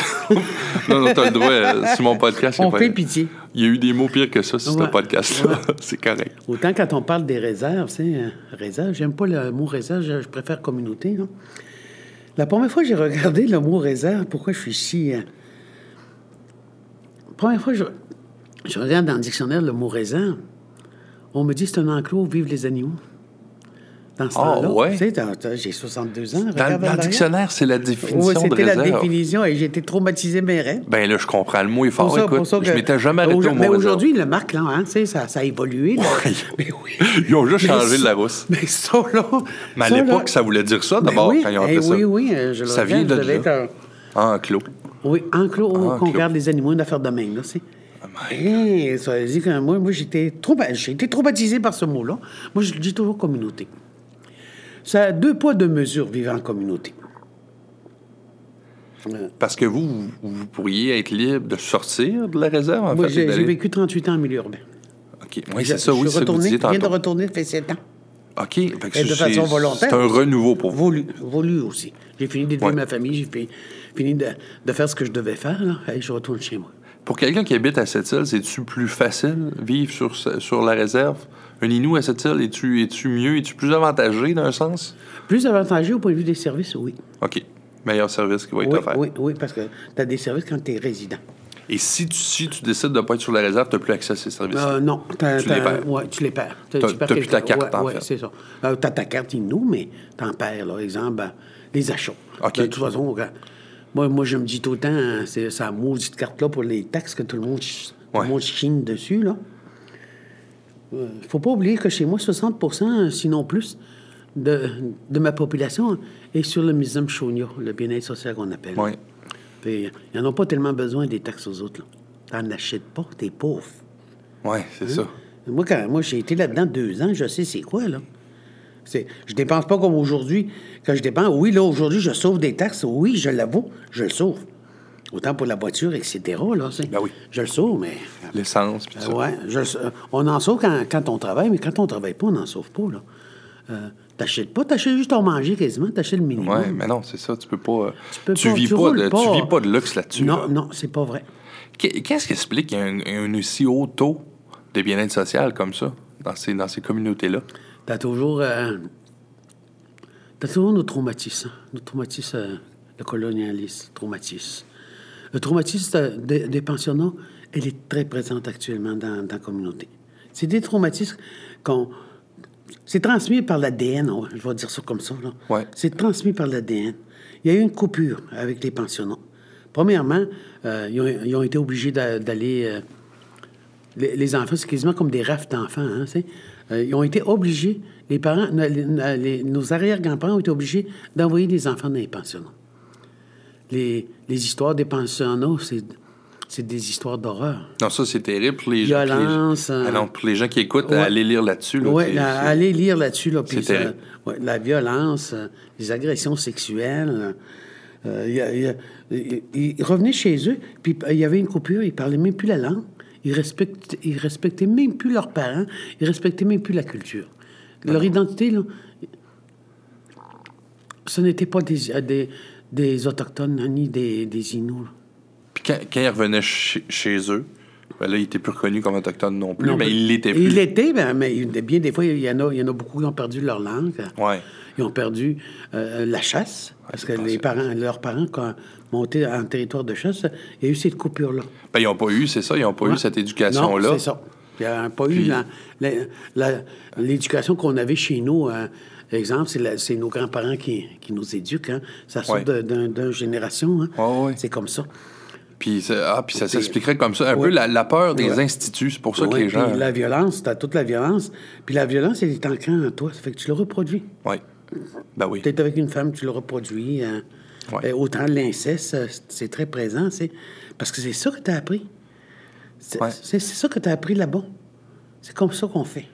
Speaker 1: Non, non, t'as le droit. euh, sur mon podcast, il y a
Speaker 2: (laughs) on
Speaker 1: pas-
Speaker 2: fait pitié.
Speaker 1: il y a eu des mots pires que ça sur
Speaker 2: Ouais.
Speaker 1: ce podcast-là. (laughs) c'est correct.
Speaker 2: Autant quand on parle des réserves, c'est euh, réserve, j'aime pas le mot réserve, je, je préfère communauté. non? La première fois que j'ai regardé le mot réserve, pourquoi je suis si. euh, Première fois que je, je regarde dans le dictionnaire le mot réserve, on me dit c'est un enclos où vivent les animaux. Dans ce
Speaker 1: Ah,
Speaker 2: temps-là,
Speaker 1: ouais?
Speaker 2: tu sais, t'as- t'as- j'ai 62 ans.
Speaker 1: Dans,
Speaker 2: regarde
Speaker 1: dans
Speaker 2: en
Speaker 1: le
Speaker 2: arrière.
Speaker 1: dictionnaire, c'est la
Speaker 2: Oui,
Speaker 1: définition de
Speaker 2: c'était la
Speaker 1: réserve.
Speaker 2: définition et j'ai été traumatisé mes rêves.
Speaker 1: Ben là, je comprends le mot est fort.
Speaker 2: Pour ça- pour
Speaker 1: Écoute,
Speaker 2: ça ben,
Speaker 1: je
Speaker 2: que-
Speaker 1: m'étais jamais arrêté au mot
Speaker 2: Mais
Speaker 1: réserve.
Speaker 2: aujourd'hui, le marque, là, hein, tu sais, ça, ça a évolué. là. (laughs) Mais oui.
Speaker 1: Ils ont juste
Speaker 2: Mais
Speaker 1: changé de
Speaker 2: ça-
Speaker 1: la rousse.
Speaker 2: (laughs) Mais ça, là.
Speaker 1: Mais à
Speaker 2: ça, là-
Speaker 1: l'époque, ça voulait dire ça d'abord
Speaker 2: Ben oui,
Speaker 1: quand ils ont
Speaker 2: eh
Speaker 1: fait ça.
Speaker 2: Oui, oui, euh, je le
Speaker 1: Ça
Speaker 2: regarde,
Speaker 1: vient de
Speaker 2: ça devait
Speaker 1: là. Ah,
Speaker 2: être
Speaker 1: En clos.
Speaker 2: un- Oui, enclos, où
Speaker 1: Enclos.
Speaker 2: qu'on garde les animaux, une affaire de même, là, c'est.
Speaker 1: Ah,
Speaker 2: Eh, ça veut dire que moi, moi j'étais trop, ben, j'ai été traumatisé par ce mot-là. Moi, je le dis toujours communauté. Ça a deux poids, deux mesures, vivre en communauté. Euh,
Speaker 1: Parce que vous, vous- vous pourriez être libre de sortir de la réserve, en
Speaker 2: moi,
Speaker 1: fait. et
Speaker 2: j'ai j'ai
Speaker 1: d'aller-
Speaker 2: vécu 38 ans en milieu urbain.
Speaker 1: OK. Oui,
Speaker 2: Je-
Speaker 1: c'est ça, oui, c'est
Speaker 2: je
Speaker 1: ça que vous
Speaker 2: suis retourné,
Speaker 1: disiez
Speaker 2: je viens de
Speaker 1: tantôt.
Speaker 2: retourner, ça fait 7 ans.
Speaker 1: OK. Fait que
Speaker 2: Et de
Speaker 1: c'est-
Speaker 2: façon
Speaker 1: c'est-
Speaker 2: volontaire.
Speaker 1: C'est un renouveau pour vous.
Speaker 2: Volu, volu aussi. J'ai fini d'élever
Speaker 1: Ouais.
Speaker 2: ma famille, j'ai fi- fini de, de faire ce que je devais faire, là, et je retourne chez moi.
Speaker 1: Pour quelqu'un qui habite à cette île, c'est-tu plus facile vivre sur, ce- sur la réserve? Un Inou à cette île, es-tu es mieux, es-tu plus avantagé d'un sens?
Speaker 2: Plus avantagé au point de vue des services, oui.
Speaker 1: OK. Meilleur service qui va être
Speaker 2: Oui,
Speaker 1: offert.
Speaker 2: oui, oui, parce que tu as des services quand tu es résident.
Speaker 1: Et si tu, si tu décides de ne pas être sur la réserve, tu n'as plus accès à ces services.
Speaker 2: Euh, non, t'as-
Speaker 1: Tu les
Speaker 2: t'as-
Speaker 1: perds.
Speaker 2: ouais, tu les perds.
Speaker 1: T'as-
Speaker 2: tu perds
Speaker 1: t'as plus
Speaker 2: quelque-
Speaker 1: ta carte,
Speaker 2: ouais,
Speaker 1: en
Speaker 2: ouais,
Speaker 1: fait.
Speaker 2: c'est ça. Euh, t'as ta carte nous, mais t'en perds, là. Exemple, ben, les achats.
Speaker 1: OK.
Speaker 2: De toute façon, regarde, moi, moi, je me dis tout le temps, hein, c'est sa maudite carte-là pour les taxes que tout le monde, ch- tout le
Speaker 1: Ouais.
Speaker 2: monde chigne dessus, là. Euh, faut pas oublier que chez moi, 60 sinon plus, de, de ma population est sur le misum chogna, le bien-être social qu'on appelle.
Speaker 1: Ouais.
Speaker 2: Puis, ils n'en ont pas tellement besoin des taxes aux autres, là. T'en achètes pas, t'es pauvre.
Speaker 1: Ah Oui, c'est ça.
Speaker 2: Moi, quand moi, j'ai été là-dedans deux ans, je sais c'est quoi, là. C'est, je dépense pas comme aujourd'hui. Quand je dépense, oui, là, aujourd'hui, je sauve des taxes. Oui, je l'avoue, je le sauve. Autant pour la voiture, etc., là. c'est-
Speaker 1: Ben oui.
Speaker 2: Je le sauve, mais...
Speaker 1: L'essence, puis
Speaker 2: Euh,
Speaker 1: tout ça.
Speaker 2: ouais, je le sau- on en sauve quand, quand on travaille, mais quand on travaille pas, on n'en sauve pas, là. Euh, t'achètes pas, t'achètes juste ton manger quasiment, t'achètes le minimum.
Speaker 1: Ouais, mais non, c'est ça. Tu peux pas. euh, Tu,
Speaker 2: Tu peux pas,
Speaker 1: vis
Speaker 2: tu
Speaker 1: pas,
Speaker 2: roules
Speaker 1: de,
Speaker 2: pas.
Speaker 1: tu vis pas de luxe là-dessus.
Speaker 2: non,
Speaker 1: là.
Speaker 2: non, c'est pas vrai.
Speaker 1: Qu'est- Qu'est-ce qui explique qu'il y a un, un aussi haut taux de bien-être social comme ça dans ces, dans ces communautés-là?
Speaker 2: T'as toujours. euh, t'as toujours nos traumatismes. hein. Nos traumatismes, euh, le colonialisme, le traumatisme. Le traumatisme euh, des, des pensionnats, elle est très présente actuellement dans, dans la communauté. C'est des traumatismes qu'on. C'est transmis par l'ADN, on- je vais dire ça comme ça. là.
Speaker 1: Ouais.
Speaker 2: C'est transmis par l'ADN. Il y a eu une coupure avec les pensionnats. Premièrement, euh, ils, ont, ils ont été obligés d'a- d'aller. euh, les, les enfants, c'est quasiment comme des rafts d'enfants. hein, tu sais. Euh, ils ont été obligés, les parents, no- les- no- les- nos arrière-grands-parents ont été obligés d'envoyer des enfants dans les pensionnats. Les, les histoires des pensionnats, c'est, c'est des histoires d'horreur.
Speaker 1: Non, ça, c'est terrible pour les gens.
Speaker 2: Violence,
Speaker 1: Pour les,
Speaker 2: euh,
Speaker 1: Ah non, pour les gens qui écoutent,
Speaker 2: ouais.
Speaker 1: allez lire là-dessus. là,
Speaker 2: Ouais,
Speaker 1: c'est-
Speaker 2: la-
Speaker 1: c'est-
Speaker 2: allez lire là-dessus. Là, puis
Speaker 1: C'est
Speaker 2: ça-
Speaker 1: terrible.
Speaker 2: ouais, la violence, euh, les agressions sexuelles. euh, il y a- il y a- il- il- ils revenaient chez eux, puis euh, il y avait une coupure, ils parlaient même plus la langue, ils respectaient, ils respectaient même plus leurs parents, ils respectaient même plus la culture. Leur identité, là, ce n'était pas des, euh, des, des Autochtones ni des, des Inuits. là.
Speaker 1: Puis quand, quand ils revenaient chez, chez eux, ben là, ils étaient plus reconnus comme autochtones non plus,
Speaker 2: Non,
Speaker 1: mais
Speaker 2: mais-
Speaker 1: ils l'étaient Ben, plus.
Speaker 2: Ils l'étaient, ben, mais il- bien des fois, il y, en a, il y en a beaucoup qui ont perdu leur langue.
Speaker 1: Ouais.
Speaker 2: Ils ont perdu euh, la chasse, parce
Speaker 1: c'est
Speaker 2: que
Speaker 1: pas
Speaker 2: les
Speaker 1: ça.
Speaker 2: parents, leurs parents, quand montaient en territoire de chasse, il y a eu cette coupure-là.
Speaker 1: Ben, ils n'ont pas eu, c'est ça, ils n'ont pas eu
Speaker 2: Ouais.
Speaker 1: cette
Speaker 2: Non,
Speaker 1: éducation-là.
Speaker 2: c'est ça. Il n'y a pas
Speaker 1: Puis-
Speaker 2: eu la- la- la- l'éducation qu'on avait chez nous. euh, exemple, c'est la- c'est nos grands-parents qui, qui nous éduquent. hein. Ça sort
Speaker 1: Ouais.
Speaker 2: de- d'un- d'une génération. hein.
Speaker 1: Ouais, ouais.
Speaker 2: C'est comme ça.
Speaker 1: Puis ça, ah, puis ça s'expliquerait comme ça. Un peu la, la peur des
Speaker 2: Ouais.
Speaker 1: instituts, c'est pour ça que
Speaker 2: Ouais,
Speaker 1: les gens.
Speaker 2: puis la violence, tu as toute la violence. Puis la violence, elle est ancrée en toi. Ça fait que tu le reproduis.
Speaker 1: Ouais. Ben oui.
Speaker 2: Tu es avec une femme, tu le reproduis. hein.
Speaker 1: Ouais.
Speaker 2: Euh, autant l'inceste, euh, c'est- c'est très présent. c'est Parce que c'est ça que tu as appris. C'est
Speaker 1: Ouais.
Speaker 2: c'est- c'est ça que tu as appris là-bas. C'est comme ça qu'on fait.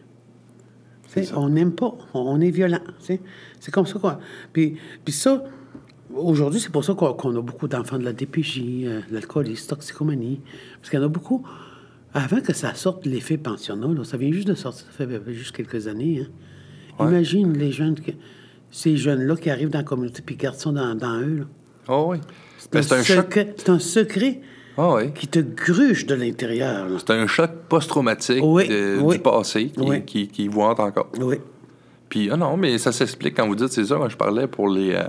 Speaker 2: T'sais, On n'aime pas, on- on est violent. t'sais. C'est comme ça qu'on. Puis, puis ça, aujourd'hui, c'est pour ça qu'on qu'on a beaucoup d'enfants de la DPJ, euh, de l'alcoolisme, toxicomanie. Parce qu'il y en a beaucoup. Avant que ça sorte l'effet pensionnat, là, ça vient juste de sortir, ça fait juste quelques années. hein.
Speaker 1: Ouais.
Speaker 2: Imagine les jeunes, que- ces jeunes-là qui arrivent dans la communauté puis gardent ça dans, dans eux. là.
Speaker 1: Ah oui. Ben, C'est un, choc.
Speaker 2: secret- C'est un secret
Speaker 1: Ah oui.
Speaker 2: qui te gruge de l'intérieur. là.
Speaker 1: C'est un choc post-traumatique
Speaker 2: Oui,
Speaker 1: de-
Speaker 2: oui.
Speaker 1: du passé qui,
Speaker 2: Oui.
Speaker 1: qui, qui voit encore.
Speaker 2: Oui.
Speaker 1: Puis, ah non, mais ça s'explique quand vous dites, c'est ça, moi, je parlais pour les. euh,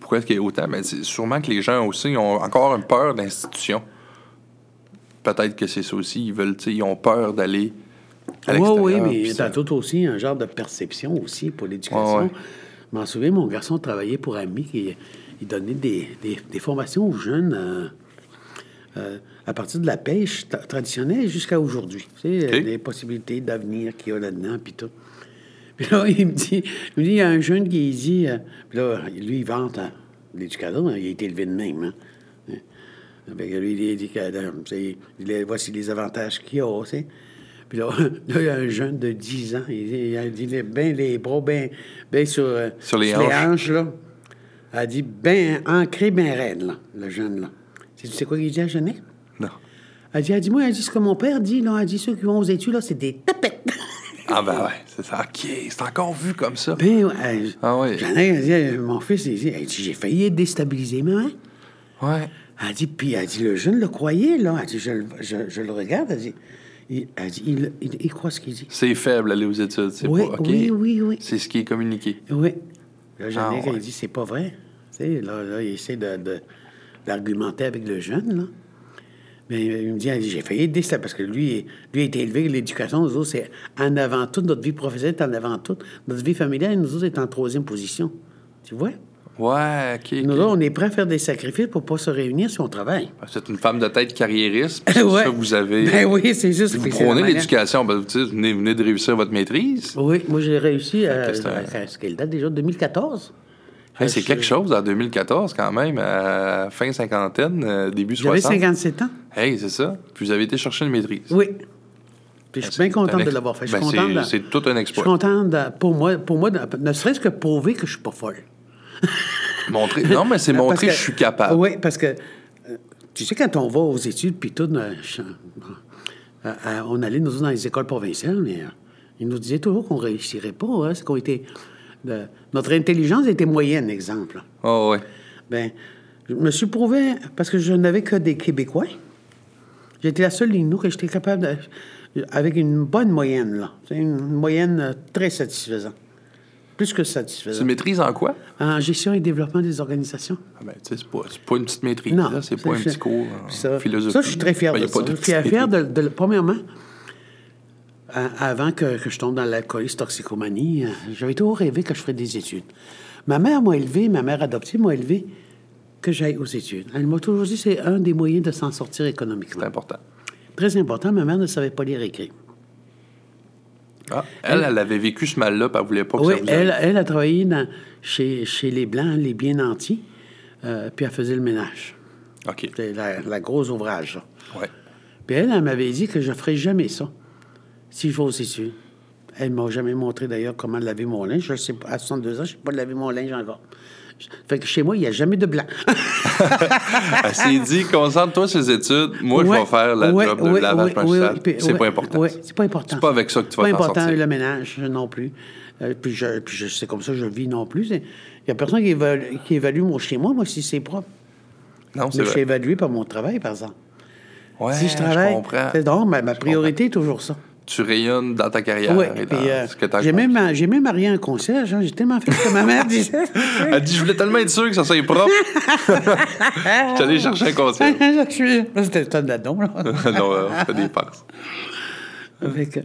Speaker 1: pourquoi est-ce qu'il y a autant? Mais c'est sûrement que les gens aussi ont encore une peur d'institution. Peut-être que c'est ça aussi. Ils veulent, tu sais, ils ont peur d'aller à
Speaker 2: Oui,
Speaker 1: l'extérieur.
Speaker 2: oui, mais
Speaker 1: puis
Speaker 2: t'as
Speaker 1: ça-
Speaker 2: tout aussi un genre de perception aussi pour l'éducation.
Speaker 1: Ouais, ouais.
Speaker 2: Je m'en souviens, mon garçon travaillait pour Ami, qui il donnait des, des- des formations aux jeunes euh, euh, à partir de la pêche tra- traditionnelle jusqu'à aujourd'hui. Tu sais,
Speaker 1: OK.
Speaker 2: les possibilités d'avenir qu'il y a là-dedans, puis tout. Puis là, (laughs) il me dit, il me dit, il y a un jeune qui dit, euh, puis là, lui, il vante hein, l'éducateur, hein, il a été élevé de même. hein. Fait que lui, il dit que euh, c'est- il est- voici les avantages qu'il a, tu sais. Puis là, (laughs) là, il y a un jeune de 10 ans, il, dit- il a dit les- ben les bras, ben, ben sur, euh,
Speaker 1: Sur les hanches.
Speaker 2: là. Elle a dit ben ancré, ben raide, là, le jeune, là. Tu sais quoi qu'il dit à Jeannette?
Speaker 1: Non.
Speaker 2: Elle dit, elle dit, moi, elle dit ce que mon père dit, là, elle dit, ceux qui vont aux études, là, c'est des tapettes.
Speaker 1: Ah, ben ouais, c'est ça. OK, c'est encore vu comme ça.
Speaker 2: Ben, ouais, elle-
Speaker 1: Ah oui.
Speaker 2: Jeannette, elle dit, elle- mon fils, il dit, elle dit, j'ai failli hein. être déstabilisé, maman.
Speaker 1: Ouais.
Speaker 2: Elle dit, puis elle dit, le jeune le croyait, là. Elle dit, je, le- je- je le regarde. Elle dit, il, elle dit, il, il- il croit ce qu'il dit.
Speaker 1: C'est faible, aller aux études. C'est
Speaker 2: Oui,
Speaker 1: pas OK.
Speaker 2: oui, oui, oui.
Speaker 1: C'est ce qui est communiqué.
Speaker 2: Oui. Là, j'en ai
Speaker 1: Ah,
Speaker 2: quand
Speaker 1: ouais.
Speaker 2: il dit, c'est pas vrai. Tu sais, là, là, il essaie de, de- d'argumenter avec le jeune, là. Mais il me dit, elle dit, j'ai failli dire ça parce que lui, lui a été élevé avec l'éducation. Nous autres, c'est en avant tout. Notre vie professionnelle est en avant tout. Notre vie familiale, nous autres, est en troisième position. Tu vois?
Speaker 1: Ouais, OK.
Speaker 2: Nous
Speaker 1: ok.
Speaker 2: autres, on est prêts à faire des sacrifices pour pas se réunir si on travaille.
Speaker 1: C'est une femme de tête carriériste. puis c'est
Speaker 2: (laughs)
Speaker 1: ça,
Speaker 2: Ouais.
Speaker 1: que vous avez.
Speaker 2: Ben oui, c'est juste.
Speaker 1: vous
Speaker 2: puis c'est la
Speaker 1: prônez
Speaker 2: manière-
Speaker 1: l'éducation. Ben, tu sais, vous venez, vous venez de réussir votre maîtrise.
Speaker 2: Oui, moi j'ai réussi à.
Speaker 1: que c'est un-
Speaker 2: à- ce qu'elle date déjà de 2014.
Speaker 1: Hey, c'est quelque chose en 2014 quand même, à fin cinquantaine, euh, début
Speaker 2: J'avais
Speaker 1: 60.
Speaker 2: 57 ans.
Speaker 1: Hey, c'est ça. Puis vous avez été chercher une maîtrise.
Speaker 2: Oui. Puis je suis bien
Speaker 1: Ah, C'est un
Speaker 2: contente
Speaker 1: ex-
Speaker 2: de l'avoir fait. Je suis
Speaker 1: Ben, c'est-
Speaker 2: contente. de-
Speaker 1: C'est tout un
Speaker 2: Je suis
Speaker 1: exploit.
Speaker 2: contente de- pour moi, pour moi, de- ne serait-ce que prouver que je suis pas folle. Euh,
Speaker 1: Montrer... Non, mais c'est
Speaker 2: (laughs) Parce
Speaker 1: montrer que...
Speaker 2: que-
Speaker 1: je suis capable.
Speaker 2: Oui, parce que euh, tu sais, quand on va aux études, puis tout, euh, je- euh, euh, on allait nous autres, dans les écoles provinciales, mais euh, ils nous disaient toujours qu'on réussirait pas. hein, c'est qu'on était. de- notre intelligence était moyenne, exemple.
Speaker 1: Oh, ouais.
Speaker 2: Ben, je me suis prouvé, parce que je n'avais que des Québécois. J'étais la seule ligne nous que j'étais capable, de- avec une bonne moyenne, là. C'est une moyenne euh, très satisfaisante. Plus que
Speaker 1: C'est une
Speaker 2: satisfaisante.
Speaker 1: maîtrise en quoi?
Speaker 2: En gestion et développement des organisations.
Speaker 1: Ah, ben, tu sais, c'est pas, c'est pas une petite maîtrise.
Speaker 2: Non.
Speaker 1: là, C'est pas un
Speaker 2: je-
Speaker 1: petit cours en
Speaker 2: ça,
Speaker 1: philosophie.
Speaker 2: Ça, je suis très fier
Speaker 1: Ben, y
Speaker 2: de
Speaker 1: a pas
Speaker 2: ça. Je
Speaker 1: de
Speaker 2: suis
Speaker 1: petite
Speaker 2: fier de, de- Premièrement, à- avant que, que je tombe dans l'alcoolisme, toxicomanie, euh, j'avais toujours rêvé que je ferais des études. Ma mère m'a élevé, ma mère adoptive m'a élevé que j'aille aux études. Elle m'a toujours dit que c'est un des moyens de s'en sortir
Speaker 1: C'est
Speaker 2: économiquement.
Speaker 1: important.
Speaker 2: Très important, ma mère ne savait pas lire et écrire.
Speaker 1: Ah, elle, elle avait vécu ce mal-là, puis elle voulait pas que
Speaker 2: Oui,
Speaker 1: ça vous arrive.
Speaker 2: elle, elle a travaillé dans- chez, chez les Blancs, les bien nantis, euh, puis elle faisait le ménage.
Speaker 1: OK.
Speaker 2: C'était la, la grosse ouvrage, là.
Speaker 1: Ouais.
Speaker 2: Puis elle, elle m'avait dit que je ne ferais jamais ça si je vais aux études. Elle m'a jamais montré d'ailleurs comment laver mon linge. Je sais pas, à 62 ans, je ne sais pas laver mon linge encore. Je- Fait que chez moi, il n'y a jamais de blanc.
Speaker 1: Elle s'est dit, concentre-toi sur les études. Moi, je
Speaker 2: Ouais,
Speaker 1: vais faire la
Speaker 2: ouais,
Speaker 1: job de
Speaker 2: ouais,
Speaker 1: lavage
Speaker 2: ouais, ouais,
Speaker 1: planchage.
Speaker 2: puis-
Speaker 1: C'est
Speaker 2: ouais,
Speaker 1: pas important.
Speaker 2: ouais, c'est pas important.
Speaker 1: C'est pas avec ça que tu
Speaker 2: C'est
Speaker 1: vas
Speaker 2: pas
Speaker 1: t'en
Speaker 2: important,
Speaker 1: sortir.
Speaker 2: le ménage non plus. Euh, puis je, puis je- c'est comme ça que je vis non plus. Il n'y a personne qui évalue, qui évalue mon chez moi, moi, si c'est propre.
Speaker 1: Non, c'est
Speaker 2: Mais je suis
Speaker 1: vrai.
Speaker 2: évalué par mon travail, par exemple.
Speaker 1: Ouais,
Speaker 2: si je travaille,
Speaker 1: comprends.
Speaker 2: c'est donc ma, ma priorité est toujours ça.
Speaker 1: tu rayonnes dans ta carrière
Speaker 2: Oui,
Speaker 1: et dans
Speaker 2: puis euh,
Speaker 1: ce que t'as
Speaker 2: j'ai
Speaker 1: accompli.
Speaker 2: même, j'ai même marié un concierge. hein, J'ai tellement fait ce que ma mère
Speaker 1: (laughs)
Speaker 2: disait.
Speaker 1: Elle dit, je voulais tellement être sûr que ça soit
Speaker 2: (laughs)
Speaker 1: propre. je suis allé chercher un conseil. (laughs)
Speaker 2: Je suis- là, C'était le temps de la don, là. (laughs)
Speaker 1: non, on fait des farces.
Speaker 2: fait que,